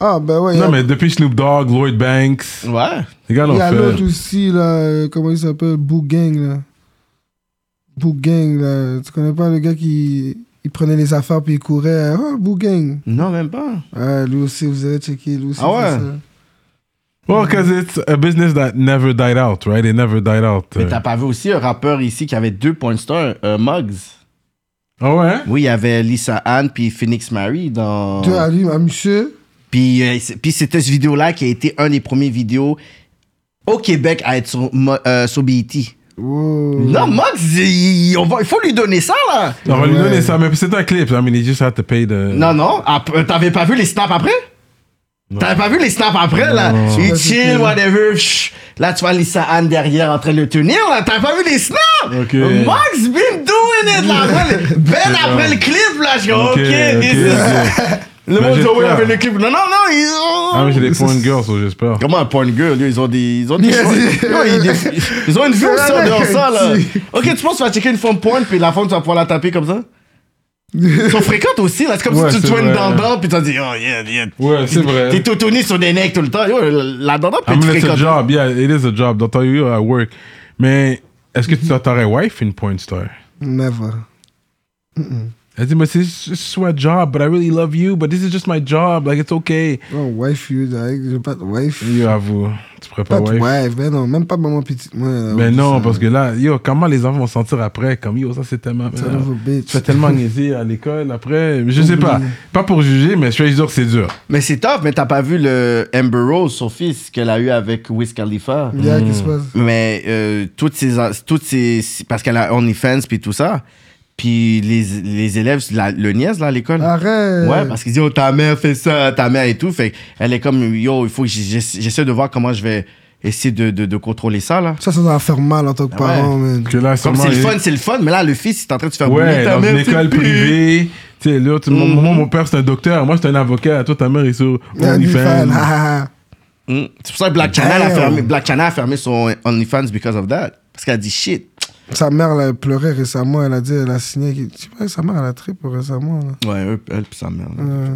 Speaker 3: Ah, ben ouais. il y a-
Speaker 1: Non, mais depuis Snoop Dogg, Lloyd Banks,
Speaker 2: Ouais.
Speaker 1: les gars
Speaker 3: Il
Speaker 1: l'ont
Speaker 3: y a l'autre
Speaker 1: fait.
Speaker 3: aussi, là. euh, Comment il s'appelle Boo Gang, là. Boo Gang, là. Tu connais pas le gars qui. Il prenait les affaires puis il courait. euh, Oh, Boo Gang.
Speaker 2: Non, même pas.
Speaker 3: Ah, lui aussi, vous avez checké. Lui aussi,
Speaker 2: Ah ouais?
Speaker 3: fait ça.
Speaker 1: Well, because it's a business that never died out, right? It never died out. euh.
Speaker 2: Mais t'as pas vu aussi un rappeur ici qui avait deux porn stars, euh, Muggs.
Speaker 1: Ah ouais? hein?
Speaker 2: Oui, il y avait Lisa Ann puis Phoenix Mary dans.
Speaker 3: Dieu à lui, à hein, monsieur.
Speaker 2: Puis, euh, c'est- puis c'était ce vidéo-là qui a été un des premiers vidéos au Québec à être sur, Mo- euh, sur BET.
Speaker 3: Wow.
Speaker 2: Non, Muggs, il, il- on va- il faut lui donner ça, là.
Speaker 1: On va lui
Speaker 3: Ouais.
Speaker 1: donner ça, mais c'est un clip. I mean, he just had to pay the.
Speaker 2: Non, non. Ah, p- euh, T'avais pas vu les snaps après? T'avais pas vu les snaps après, là? Il chill, whatever. chut. Là, tu vois Lisa Anne derrière en train de le tenir, là. T'as pas vu les snaps?
Speaker 1: Ok.
Speaker 2: Max been doing it, là. Après le- Ben après le clip, là, je dis,
Speaker 1: Ok,
Speaker 2: OK,
Speaker 1: ok,
Speaker 2: this is-
Speaker 1: ok.
Speaker 2: Le
Speaker 1: Ben,
Speaker 2: monde dit, ouais,
Speaker 1: j'espère.
Speaker 2: avec le clip. Non, non, non, ils ont...
Speaker 1: Ah, mais j'ai des
Speaker 2: [LAUGHS]
Speaker 1: porn girls, so j'espère.
Speaker 2: Comment un porn girl, eux, ils ont des. Ils ont des. Yo, ils,
Speaker 1: [LAUGHS]
Speaker 2: des- ils ont une vue ça, dans ça, là. Ok, tu penses que tu vas checker une femme porn, puis la femme, tu vas pouvoir la taper
Speaker 1: [LAUGHS]
Speaker 2: comme ça? Ils sont fréquentes aussi, là. C'est comme
Speaker 1: Ouais,
Speaker 2: si tu te
Speaker 1: c'est
Speaker 2: vois une
Speaker 1: vrai. Ben
Speaker 2: dandan, puis tu dis, oh yeah, yeah.
Speaker 1: Ouais, c'est vrai.
Speaker 2: T'es tautonné sur des necks tout le temps. Yo, la dandan peut
Speaker 1: I
Speaker 2: être
Speaker 1: mean, it's a
Speaker 2: fréquente.
Speaker 1: job. Yeah, it is a job. They'll tell you you're at work. Mais est-ce que tu t'aurais wife une porn star?
Speaker 3: Never.
Speaker 1: Elle dit, mais c'est juste my job, but I really love you, but this is just my job, like it's okay.
Speaker 3: Oh, wife, you, like, j'ai pas de wife.
Speaker 1: Yo, avoue, tu pourrais
Speaker 3: Pas
Speaker 1: pas
Speaker 3: de
Speaker 1: wife.
Speaker 3: wife. Ben non, même pas maman petite. Moi, là,
Speaker 1: Mais
Speaker 3: ouais,
Speaker 1: non,
Speaker 3: ça-
Speaker 1: parce que là, yo, comment les enfants vont se sentir après? Comme yo, ça c'est tellement.
Speaker 3: Ça nouveau bitch.
Speaker 1: Tu fais tellement niaiser à l'école après. Je sais pas. Pas pour juger, mais je suis sûr que c'est dur.
Speaker 2: Mais c'est tough, mais t'as pas vu le Amber Rose, son fils, qu'elle a eu avec Wiz Khalifa.
Speaker 3: Il y a
Speaker 1: Mm.
Speaker 3: qui se passe.
Speaker 2: Mais euh, toutes ces toutes ces parce qu'elle a OnlyFans puis tout ça. Puis les, les élèves la- le niaise là à l'école.
Speaker 3: Ah, Arrête.
Speaker 2: Ouais, parce qu'ils disent oh, ta mère fait ça, ta mère et tout. Fait elle est comme yo, il faut que j'essa- j'essaie de voir comment je vais essayer de, de, de contrôler ça là.
Speaker 3: Ça, ça doit faire mal en tant que
Speaker 2: Ah
Speaker 3: parent, man.
Speaker 1: Que là,
Speaker 2: Comme
Speaker 1: sûrement,
Speaker 2: c'est le
Speaker 1: il-
Speaker 2: fun, c'est le fun, mais là le fils il est en train de se faire
Speaker 1: Ouais,
Speaker 2: bully, ta
Speaker 1: dans
Speaker 2: mère,
Speaker 1: une
Speaker 2: c'est
Speaker 1: école
Speaker 2: pire.
Speaker 1: privée. Tu sais, là, tout le monde-
Speaker 2: Mm-hmm.
Speaker 1: moi, mon père, c'est un docteur. Moi, j'étais un avocat. Toi, ta mère est sur
Speaker 3: Il y a du fan. [LAUGHS]
Speaker 1: OnlyFans.
Speaker 3: Ah, ah,
Speaker 2: Mm. C'est pour ça que Black Channel a
Speaker 3: Damn.
Speaker 2: fermé Black Channel a fermé son OnlyFans because of that parce qu'elle a dit shit.
Speaker 3: ah. Sa mère, là, elle pleurait récemment. Elle a dit, elle a signé. Je sais pas, sa mère, elle a triple récemment. là.
Speaker 2: Ouais, eux- elle pis sa mère. là.
Speaker 3: Euh,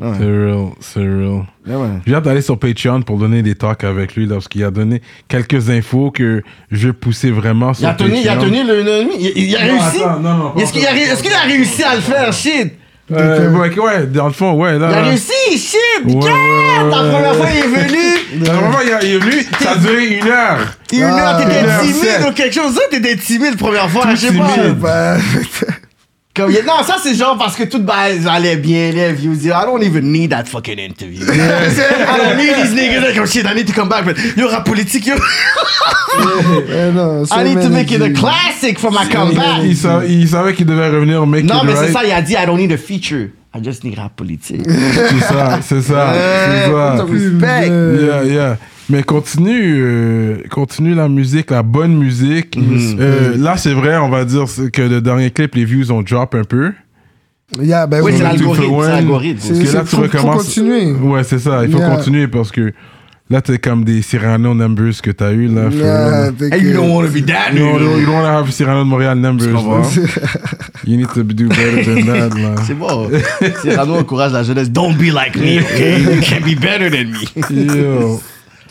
Speaker 1: C'est
Speaker 2: Ouais.
Speaker 1: real, c'est real.
Speaker 2: Ouais, ouais.
Speaker 1: J'ai hâte d'aller sur Patreon pour donner des talks avec lui lorsqu'il a donné quelques infos que je vais pousser vraiment sur
Speaker 2: Il a tenu,
Speaker 1: Patreon.
Speaker 2: il a tenu le, le- il, il a
Speaker 1: Non,
Speaker 2: réussi.
Speaker 1: attends, non, non, pas
Speaker 2: Est-ce qu'il a,
Speaker 1: encore.
Speaker 2: ré- est-ce qu'il a réussi à le faire, shit?
Speaker 1: Euh, ouais, ouais, dans le fond, ouais. Là,
Speaker 2: Il a
Speaker 1: là.
Speaker 2: réussi, shit!
Speaker 1: Euh. Ouais, ouais,
Speaker 2: God!
Speaker 1: ouais,
Speaker 2: La première
Speaker 1: ouais.
Speaker 2: fois, il est venu.
Speaker 1: La première fois, il a- il est venu, ça a duré une heure.
Speaker 2: Une heure,
Speaker 3: Ah,
Speaker 2: t'étais
Speaker 1: une heure
Speaker 2: timide
Speaker 1: sept.
Speaker 3: bah, [LAUGHS]
Speaker 2: ou quelque chose. Ça, t'étais timide première fois, je sais
Speaker 3: je sais
Speaker 2: pas.
Speaker 3: pas.
Speaker 2: Comme, y a- non, ça c'est genre parce que tout base allait bien, les views. yo, I don't even need that fucking interview. [LAUGHS] I don't need these niggas. Like, oh shit, I need to come back. But yo, rap politique, yo.
Speaker 3: Eh non, so
Speaker 2: I need to
Speaker 3: many
Speaker 2: make it a
Speaker 3: views.
Speaker 2: classic for my comeback.
Speaker 1: Il, sa- il savait qu'il devait revenir au mec.
Speaker 2: Bah. Non, mais c'est ça, il a dit, I don't need a feature. I just need
Speaker 1: [LAUGHS]
Speaker 2: rap politique.
Speaker 1: C'est ça, c'est ça.
Speaker 2: Euh,
Speaker 1: c'est
Speaker 3: Ah,
Speaker 1: ça.
Speaker 2: Respect.
Speaker 1: Yeah, yeah. Mais continue, euh, continue la musique, la bonne musique.
Speaker 3: Mm-hmm.
Speaker 1: Euh, là, c'est vrai, on va dire c'est que le dernier clip, les views ont drop un peu.
Speaker 3: Yeah, ben
Speaker 2: Oui,
Speaker 3: oui.
Speaker 2: c'est
Speaker 1: Two
Speaker 2: l'algorithme,
Speaker 1: for
Speaker 2: c'est
Speaker 1: one.
Speaker 2: l'algorithme.
Speaker 3: C'est-
Speaker 1: Parce que là, tu
Speaker 3: faut- faut
Speaker 1: recommences.
Speaker 3: continuer.
Speaker 1: Ouais, c'est ça, il faut
Speaker 3: Yeah.
Speaker 1: continuer parce que là, t'es comme des Cyrano numbers que t'as eu là. for-
Speaker 3: Yeah, fait
Speaker 2: Hey,
Speaker 3: Ah, que-
Speaker 2: you don't want to be that
Speaker 1: You don't,
Speaker 2: nigga.
Speaker 1: you don't have Cyrano de Montréal numbers.
Speaker 3: [LAUGHS]
Speaker 1: là. You need to do better than that. Là.
Speaker 2: C'est bon. Cyrano encourage la jeunesse. Don't be like me, okay? You can be better than me.
Speaker 1: Yo.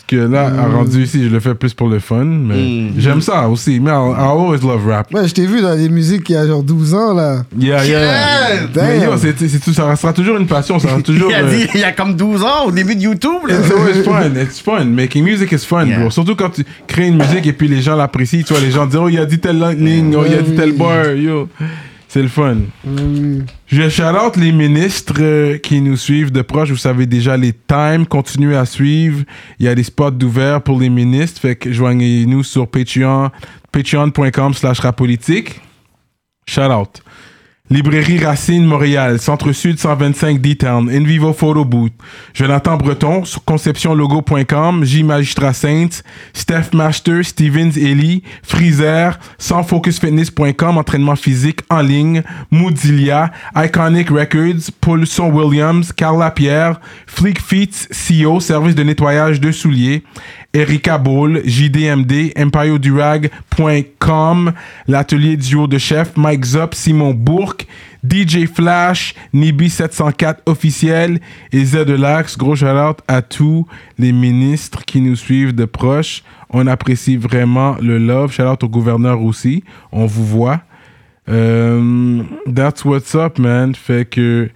Speaker 1: Que là,
Speaker 3: Mm.
Speaker 1: rendu ici, je le fais plus pour le fun, mais j'aime ça aussi. Mais I, I always love rap.
Speaker 3: Ouais, je t'ai vu dans des musiques il y a genre 12 ans, là.
Speaker 1: Yeah, yeah.
Speaker 2: Yeah.
Speaker 1: Mais
Speaker 3: Damn.
Speaker 1: yo, c'est, c'est tout, ça sera toujours une passion, ça sera toujours.
Speaker 2: [LAUGHS] Il a
Speaker 1: euh,
Speaker 2: dit, il y a comme 12 ans au début de YouTube.
Speaker 3: [LAUGHS]
Speaker 2: Là.
Speaker 1: [LAUGHS] It's always fun, it's fun. Making music is fun,
Speaker 2: Yeah.
Speaker 1: bro. Surtout quand tu crées une musique et puis les gens l'apprécient. Tu vois, les gens disent, oh, il a dit telle ligne, oh, il a dit telle bar, yo. C'est le fun. Je shout les ministres euh, qui nous suivent de proche. Vous savez déjà les times. Continuez à suivre. Il y a des spots d'ouvert pour les ministres. Fait que joignez-nous sur Patreon, patreon.com slash rapolitique. Shout out. Librairie Racine, Montréal, Centre-Sud 125 D-Town, In Vivo Photo Booth, Jonathan Breton, sur conceptionlogo.com, J Magistrat Saints, Steph Master, Stevens Ellie, Freezer, sansfocusfitness.com, entraînement physique en ligne, Moodilia, Iconic Records, Paulson Williams, Carla Pierre, Fleek Feet, CEO, service de nettoyage de souliers, Erika Ball, JDMD, EmpireDurag.com, l'atelier duo de chef, Mike Zop, Simon Bourque, DJ Flash, Nibi704 officiel et Zedelax. Gros shout à tous les ministres qui nous suivent de proche. On apprécie vraiment le love. Shout au gouverneur aussi. On vous voit. Euh, that's what's up, man. Fait que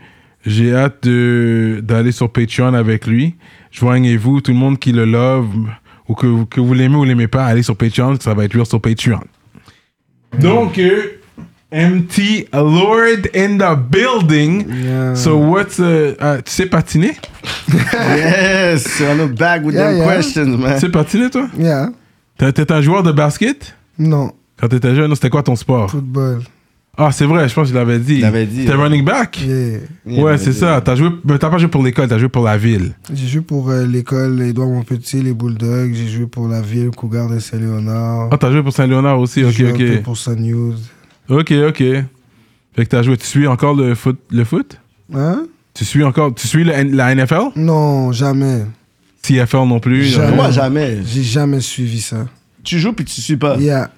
Speaker 1: j'ai hâte de- d'aller sur Patreon avec lui. Joignez-vous, tout le monde qui le love ou que, que vous l'aimez ou l'aimez pas, allez sur Patreon, ça va être lui sur Patreon. Donc, euh, MT Lord in the building.
Speaker 3: Yeah.
Speaker 1: So what's euh, euh, tu sais
Speaker 2: [LAUGHS]
Speaker 1: patiner?
Speaker 2: Yes, on a bag with
Speaker 3: Yeah,
Speaker 2: them
Speaker 3: yeah.
Speaker 2: questions, man.
Speaker 1: Tu sais patiner toi?
Speaker 3: Yeah.
Speaker 1: T'es- T'es un joueur de basket?
Speaker 3: Non,
Speaker 1: Quand t'étais jeune, c'était quoi ton sport?
Speaker 3: football.
Speaker 1: Ah, c'est vrai, je pense que je l'avais dit.
Speaker 2: Je l'avais dit,
Speaker 1: T'es
Speaker 2: ouais.
Speaker 1: running back?
Speaker 3: Yeah.
Speaker 1: Ouais, c'est ça. T'as joué, mais t'as pas joué pour l'école, t'as joué pour la ville.
Speaker 3: J'ai joué pour euh, l'école Édouard Montpetit, les Bulldogs. J'ai joué pour la ville Cougar de Saint-Léonard.
Speaker 1: Ah, t'as joué pour Saint-Léonard aussi,
Speaker 3: J'ai
Speaker 1: ok,
Speaker 3: joué un peu
Speaker 1: ok.
Speaker 3: pour Sun News.
Speaker 1: Ok, ok. Fait que t'as joué, tu suis encore le foot, le foot?
Speaker 3: Hein?
Speaker 1: Tu suis encore, tu suis le N- la NFL?
Speaker 3: Non, jamais.
Speaker 1: CFL non plus?
Speaker 3: Jamais.
Speaker 2: Moi, jamais.
Speaker 3: J'ai jamais suivi ça.
Speaker 2: Tu joues puis tu suis pas.
Speaker 3: Yeah.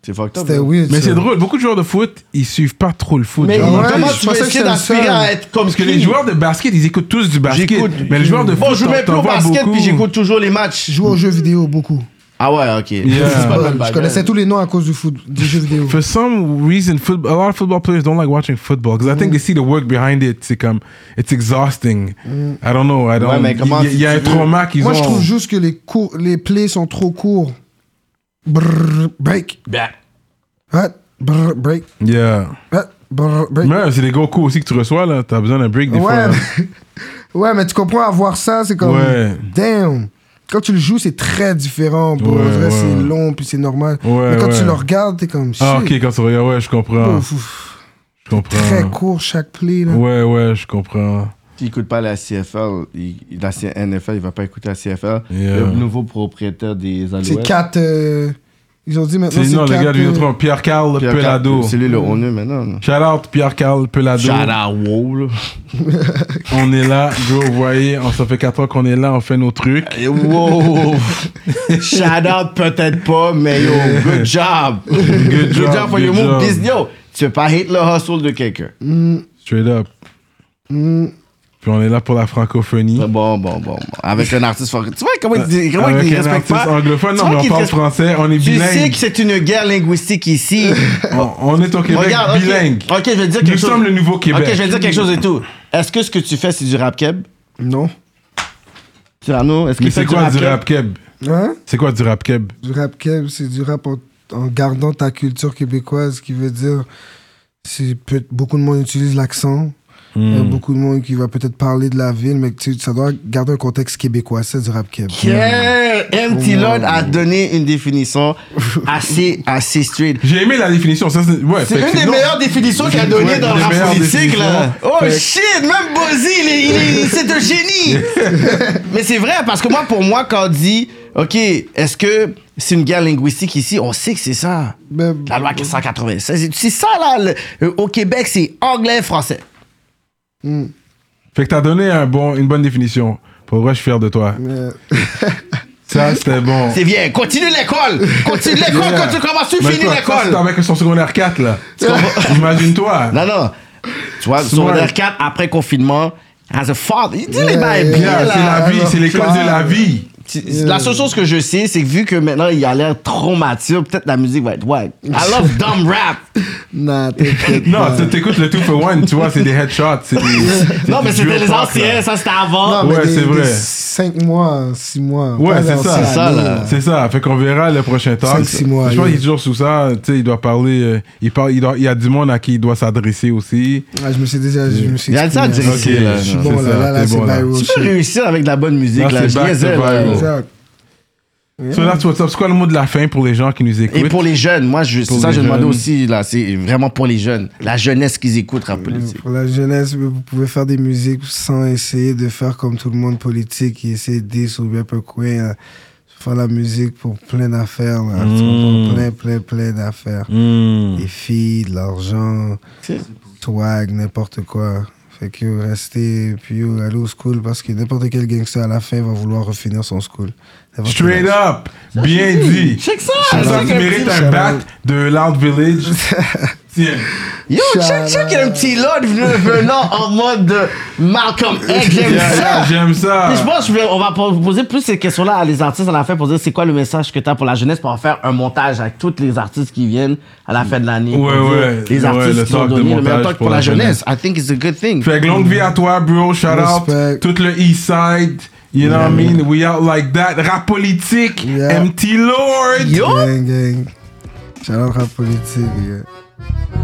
Speaker 2: C'est fucked up.
Speaker 3: C'était
Speaker 2: hein.
Speaker 3: weird.
Speaker 1: Mais
Speaker 3: ça.
Speaker 1: c'est drôle, beaucoup de joueurs de foot, ils suivent pas trop le foot.
Speaker 2: Mais
Speaker 1: genre.
Speaker 3: Ouais,
Speaker 2: comment
Speaker 3: je
Speaker 2: tu vas
Speaker 3: pensais que
Speaker 2: essayer
Speaker 3: c'était le
Speaker 2: d'aspirer
Speaker 3: seul.
Speaker 2: à être comme
Speaker 1: Parce que les joueurs de basket, ils écoutent tous du basket.
Speaker 2: J'écoute.
Speaker 1: Mais les joueurs de
Speaker 2: Bon,
Speaker 1: foot,
Speaker 2: je
Speaker 1: t'en-
Speaker 2: mets plus
Speaker 1: t'en
Speaker 2: au
Speaker 1: vois
Speaker 2: basket
Speaker 1: beaucoup.
Speaker 2: puis j'écoute toujours les matchs.
Speaker 3: Je joue aux jeux vidéo beaucoup.
Speaker 2: Ah ouais, ok. C'est pas
Speaker 3: Football.
Speaker 2: mal,
Speaker 3: Je
Speaker 2: bad,
Speaker 3: connaissais
Speaker 2: bad.
Speaker 3: tous les noms à cause du, foot, du jeu vidéo.
Speaker 1: For some reason, foot- a lot of football players don't like watching football because I
Speaker 2: Mm.
Speaker 1: think they see the work behind it. C'est comme, it's exhausting. I don't know. I don't.
Speaker 2: Mm. Ouais, mais comment
Speaker 1: il y, a
Speaker 2: tu
Speaker 1: un
Speaker 2: veux-
Speaker 1: trauma qu'ils ont.
Speaker 3: Moi, je trouve juste que les, cours, les plays sont trop courts. Brrr, break.
Speaker 2: Bah.
Speaker 3: Hot. Brrr, break.
Speaker 1: Yeah.
Speaker 3: Hot. Brrr, break.
Speaker 1: Mais c'est des gros coups aussi que tu reçois là. T'as besoin d'un break des fois.
Speaker 3: Ouais,
Speaker 1: là.
Speaker 3: mais- [LAUGHS] ouais, mais tu comprends, avoir ça, c'est comme.
Speaker 1: Ouais.
Speaker 3: Damn! Quand tu le joues, c'est très différent. Pour
Speaker 1: Ouais,
Speaker 3: le vrai,
Speaker 1: ouais.
Speaker 3: c'est long, puis c'est normal.
Speaker 1: Ouais,
Speaker 3: mais quand
Speaker 1: ouais.
Speaker 3: tu le regardes, t'es comme. Shit.
Speaker 1: Ah ok, quand tu regardes, ouais, je comprends.
Speaker 3: Ouf, ouf.
Speaker 1: Je comprends.
Speaker 3: Très hein. court chaque play, là.
Speaker 1: Ouais, ouais, je comprends.
Speaker 2: S'il écoute pas la CFL, il, la C- NFL, il va pas écouter la CFL.
Speaker 1: Yeah.
Speaker 2: Le nouveau propriétaire des Alouettes.
Speaker 3: C'est quatre. euh, Ils ont dit maintenant.
Speaker 1: C'est
Speaker 3: C'est
Speaker 1: non, le
Speaker 3: quatre,
Speaker 1: gars du
Speaker 3: euh,
Speaker 1: Neutron, Pierre Carl
Speaker 2: Pierre
Speaker 1: Pelado.
Speaker 2: Cap- C'est lui le honneur maintenant. là.
Speaker 1: Shout out Pierre Carl Pelado.
Speaker 2: Shout out, wow, là.
Speaker 1: On est là, bro. Vous voyez, on ça fait 4 ans qu'on est là, on fait nos trucs.
Speaker 2: Et Eh, Wow! [LAUGHS] Shout out peut-être pas, mais yo,
Speaker 1: [LAUGHS]
Speaker 2: good job! Good
Speaker 1: job,
Speaker 2: for
Speaker 1: good
Speaker 2: your move
Speaker 1: job. Hmm.
Speaker 2: business. Yo, tu veux pas hate le hustle de quelqu'un.
Speaker 1: Straight up. Puis on est là pour la francophonie.
Speaker 2: Bon, bon, bon, bon. Avec un artiste fort. Tu vois comment il, dit- comment
Speaker 1: Avec
Speaker 2: il
Speaker 1: un
Speaker 2: respecte
Speaker 1: artiste
Speaker 2: pas?
Speaker 1: anglophone,
Speaker 2: Tu
Speaker 1: non,
Speaker 2: vois
Speaker 1: mais on
Speaker 2: qu'il
Speaker 1: parle
Speaker 2: respe-
Speaker 1: français, on est
Speaker 2: Tu sais
Speaker 1: bilingue.
Speaker 2: que c'est une guerre
Speaker 1: [LAUGHS]
Speaker 2: linguistique ici.
Speaker 1: On, on est au Québec
Speaker 2: Regarde, ok.
Speaker 1: bilingue.
Speaker 2: Ok, je vais dire
Speaker 1: Nous
Speaker 2: quelque chose.
Speaker 1: sommes le nouveau Québec.
Speaker 2: Ok, je vais dire quelque chose et tout. Est-ce que ce que tu fais, c'est du rap keb?
Speaker 3: Non.
Speaker 2: Cyrano, est-ce que
Speaker 1: Mais c'est
Speaker 2: c'est
Speaker 1: quoi du rap keb
Speaker 3: Hein?
Speaker 1: C'est quoi du rap keb
Speaker 3: Du rap keb, c'est du rap en, en gardant ta culture québécoise, qui veut dire c'est peut- beaucoup de monde utilise l'accent.
Speaker 1: Hmm.
Speaker 3: Il y a beaucoup de monde qui va peut-être parler de la ville, mais tu sais, ça doit garder un contexte québécois, c'est du rap québécois.
Speaker 2: Yeah! MT Lord a donné une définition assez, assez straight.
Speaker 1: J'ai aimé la définition. Ça, c'est ouais,
Speaker 2: C'est
Speaker 1: fait que
Speaker 2: une des
Speaker 1: sinon-
Speaker 2: meilleures définitions qu'il a données
Speaker 1: Ouais,
Speaker 2: dans
Speaker 1: des
Speaker 2: la
Speaker 1: meilleures
Speaker 2: politique,
Speaker 1: définitions.
Speaker 2: là. Oh
Speaker 1: Fait que-
Speaker 2: shit, même Bozzy, il est- il est- c'est un génie. [LAUGHS] Mais c'est vrai, parce que moi, pour moi, quand on dit, OK, est-ce que c'est une guerre linguistique ici, on sait que c'est ça.
Speaker 3: Mais-
Speaker 2: La loi 496. C'est ça, là. le- euh, au Québec, c'est anglais, français.
Speaker 1: Fait que t'as donné un bon, une bonne définition. Pour vrai, je suis fier de toi.
Speaker 3: mais-
Speaker 1: Ça, c'était bon.
Speaker 2: C'est bien. Continue l'école. Continue l'école
Speaker 1: Yeah.
Speaker 2: quand tu commences, tu
Speaker 1: Mais
Speaker 2: finis
Speaker 1: toi, ça, c'est
Speaker 2: l'école.
Speaker 1: avec son secondaire 4, là. [LAUGHS]
Speaker 2: [LAUGHS]
Speaker 1: Imagine-toi.
Speaker 2: Non, non. Tu vois,
Speaker 1: Smart.
Speaker 2: secondaire 4, après confinement, as a father. Il dit les bails bien,
Speaker 3: yeah,
Speaker 1: Bien,
Speaker 2: là.
Speaker 1: c'est la vie,
Speaker 3: alors,
Speaker 1: c'est l'école
Speaker 3: clair.
Speaker 1: de la vie.
Speaker 2: Tu- La seule chose que je sais, c'est que vu que maintenant, il a l'air trop mature, peut-être la musique va être wack. I love dumb rap.
Speaker 1: [LAUGHS]
Speaker 3: Nah, t'inquiète
Speaker 1: Non,
Speaker 3: pas.
Speaker 1: tu t'écoutes le 2 for 1, tu vois, c'est des headshots.
Speaker 2: [LAUGHS]
Speaker 1: c'est Des,
Speaker 2: non, mais
Speaker 1: c'est du
Speaker 2: c'était
Speaker 1: real
Speaker 2: les
Speaker 1: talk, là.
Speaker 2: anciens, ça c'était avant.
Speaker 3: Non, mais
Speaker 1: Ouais,
Speaker 3: des-
Speaker 1: c'est vrai.
Speaker 3: des Cinq mois, six mois.
Speaker 1: Ouais,
Speaker 3: pas
Speaker 1: c'est
Speaker 3: dans
Speaker 1: ça.
Speaker 3: six
Speaker 2: C'est ça,
Speaker 3: années,
Speaker 2: là.
Speaker 1: C'est ça, fait qu'on verra le prochain talk.
Speaker 3: Cinq, six mois,
Speaker 1: Je pense
Speaker 3: yeah.
Speaker 1: qu'il est toujours sous ça, tu sais, il doit parler, euh, il, parle, il, doit- il y a du monde à qui il doit s'adresser aussi.
Speaker 3: Ah, je me suis déjà. Je me suis
Speaker 2: Il y a ça à dire
Speaker 3: exprimé.
Speaker 1: Ok,
Speaker 2: ici, là.
Speaker 3: Je suis
Speaker 1: non,
Speaker 3: bon
Speaker 1: c'est
Speaker 3: là,
Speaker 1: ça, t'es
Speaker 3: là, là, c'est
Speaker 1: bon, là.
Speaker 3: viral
Speaker 2: Tu peux
Speaker 3: shit.
Speaker 2: réussir avec de la bonne musique,
Speaker 1: Là,
Speaker 2: là.
Speaker 1: c'est
Speaker 2: Je
Speaker 1: back to
Speaker 2: niaisais, là.
Speaker 1: viral.
Speaker 3: Exact.
Speaker 1: So that's what's up. C'est quoi le mot de la fin pour les gens qui nous écoutent?
Speaker 2: Et pour les jeunes, moi, je, c'est
Speaker 1: Pour
Speaker 2: ça,
Speaker 1: les
Speaker 2: je demandais
Speaker 1: jeunes.
Speaker 2: aussi, là, c'est vraiment pour les jeunes. La jeunesse qu'ils écoutent,
Speaker 1: Mmh.
Speaker 2: rap politique.
Speaker 3: Pour la jeunesse, vous pouvez faire des musiques sans essayer de faire comme tout le monde politique qui essaie de sur ou bien peu coin. là. Faire la musique pour plein d'affaires. là. Tu comprends? Plein, plein, plein d'affaires.
Speaker 1: Hmm.
Speaker 3: Des filles, de l'argent,
Speaker 2: C'est-
Speaker 3: swag, n'importe quoi. Fait que yo, restez, puis yo, allez au school parce que n'importe quel gangster à la fin va vouloir refinir son school. N'importe
Speaker 1: Straight
Speaker 3: quel-
Speaker 1: up, bien dit.
Speaker 2: Check ça!
Speaker 1: C'est ça
Speaker 3: out.
Speaker 1: qui mérite un
Speaker 3: Shout
Speaker 1: bac
Speaker 3: out.
Speaker 1: de Loud Village.
Speaker 2: [LAUGHS]
Speaker 1: Tiens.
Speaker 2: Yo, check, check, il y a un petit Lord venant en mode de Malcolm X, j'aime
Speaker 1: Yeah, yeah,
Speaker 2: ça!
Speaker 1: J'aime ça.
Speaker 2: Puis je pense qu'on va po- poser plus ces questions-là à les artistes à la fin pour dire c'est quoi le message que tu as pour la jeunesse pour en faire un montage avec tous les artistes qui viennent à la fin de l'année.
Speaker 1: Ouais,
Speaker 2: Pour dire
Speaker 1: ouais.
Speaker 2: Les
Speaker 1: Ouais,
Speaker 2: artistes
Speaker 1: le
Speaker 2: qui ont
Speaker 1: talk de
Speaker 2: donné le
Speaker 1: montage
Speaker 2: meilleur talk pour, la jeunesse. I think it's a good thing.
Speaker 1: Fait que longue vie à toi, bro. Shout out.
Speaker 3: Respect.
Speaker 1: Tout le East Side. You know what I mean? We out like that. Rap politique.
Speaker 3: Yeah.
Speaker 1: MT Lord.
Speaker 2: Yo!
Speaker 3: Gang, gang. Shout out rap politique, les gars.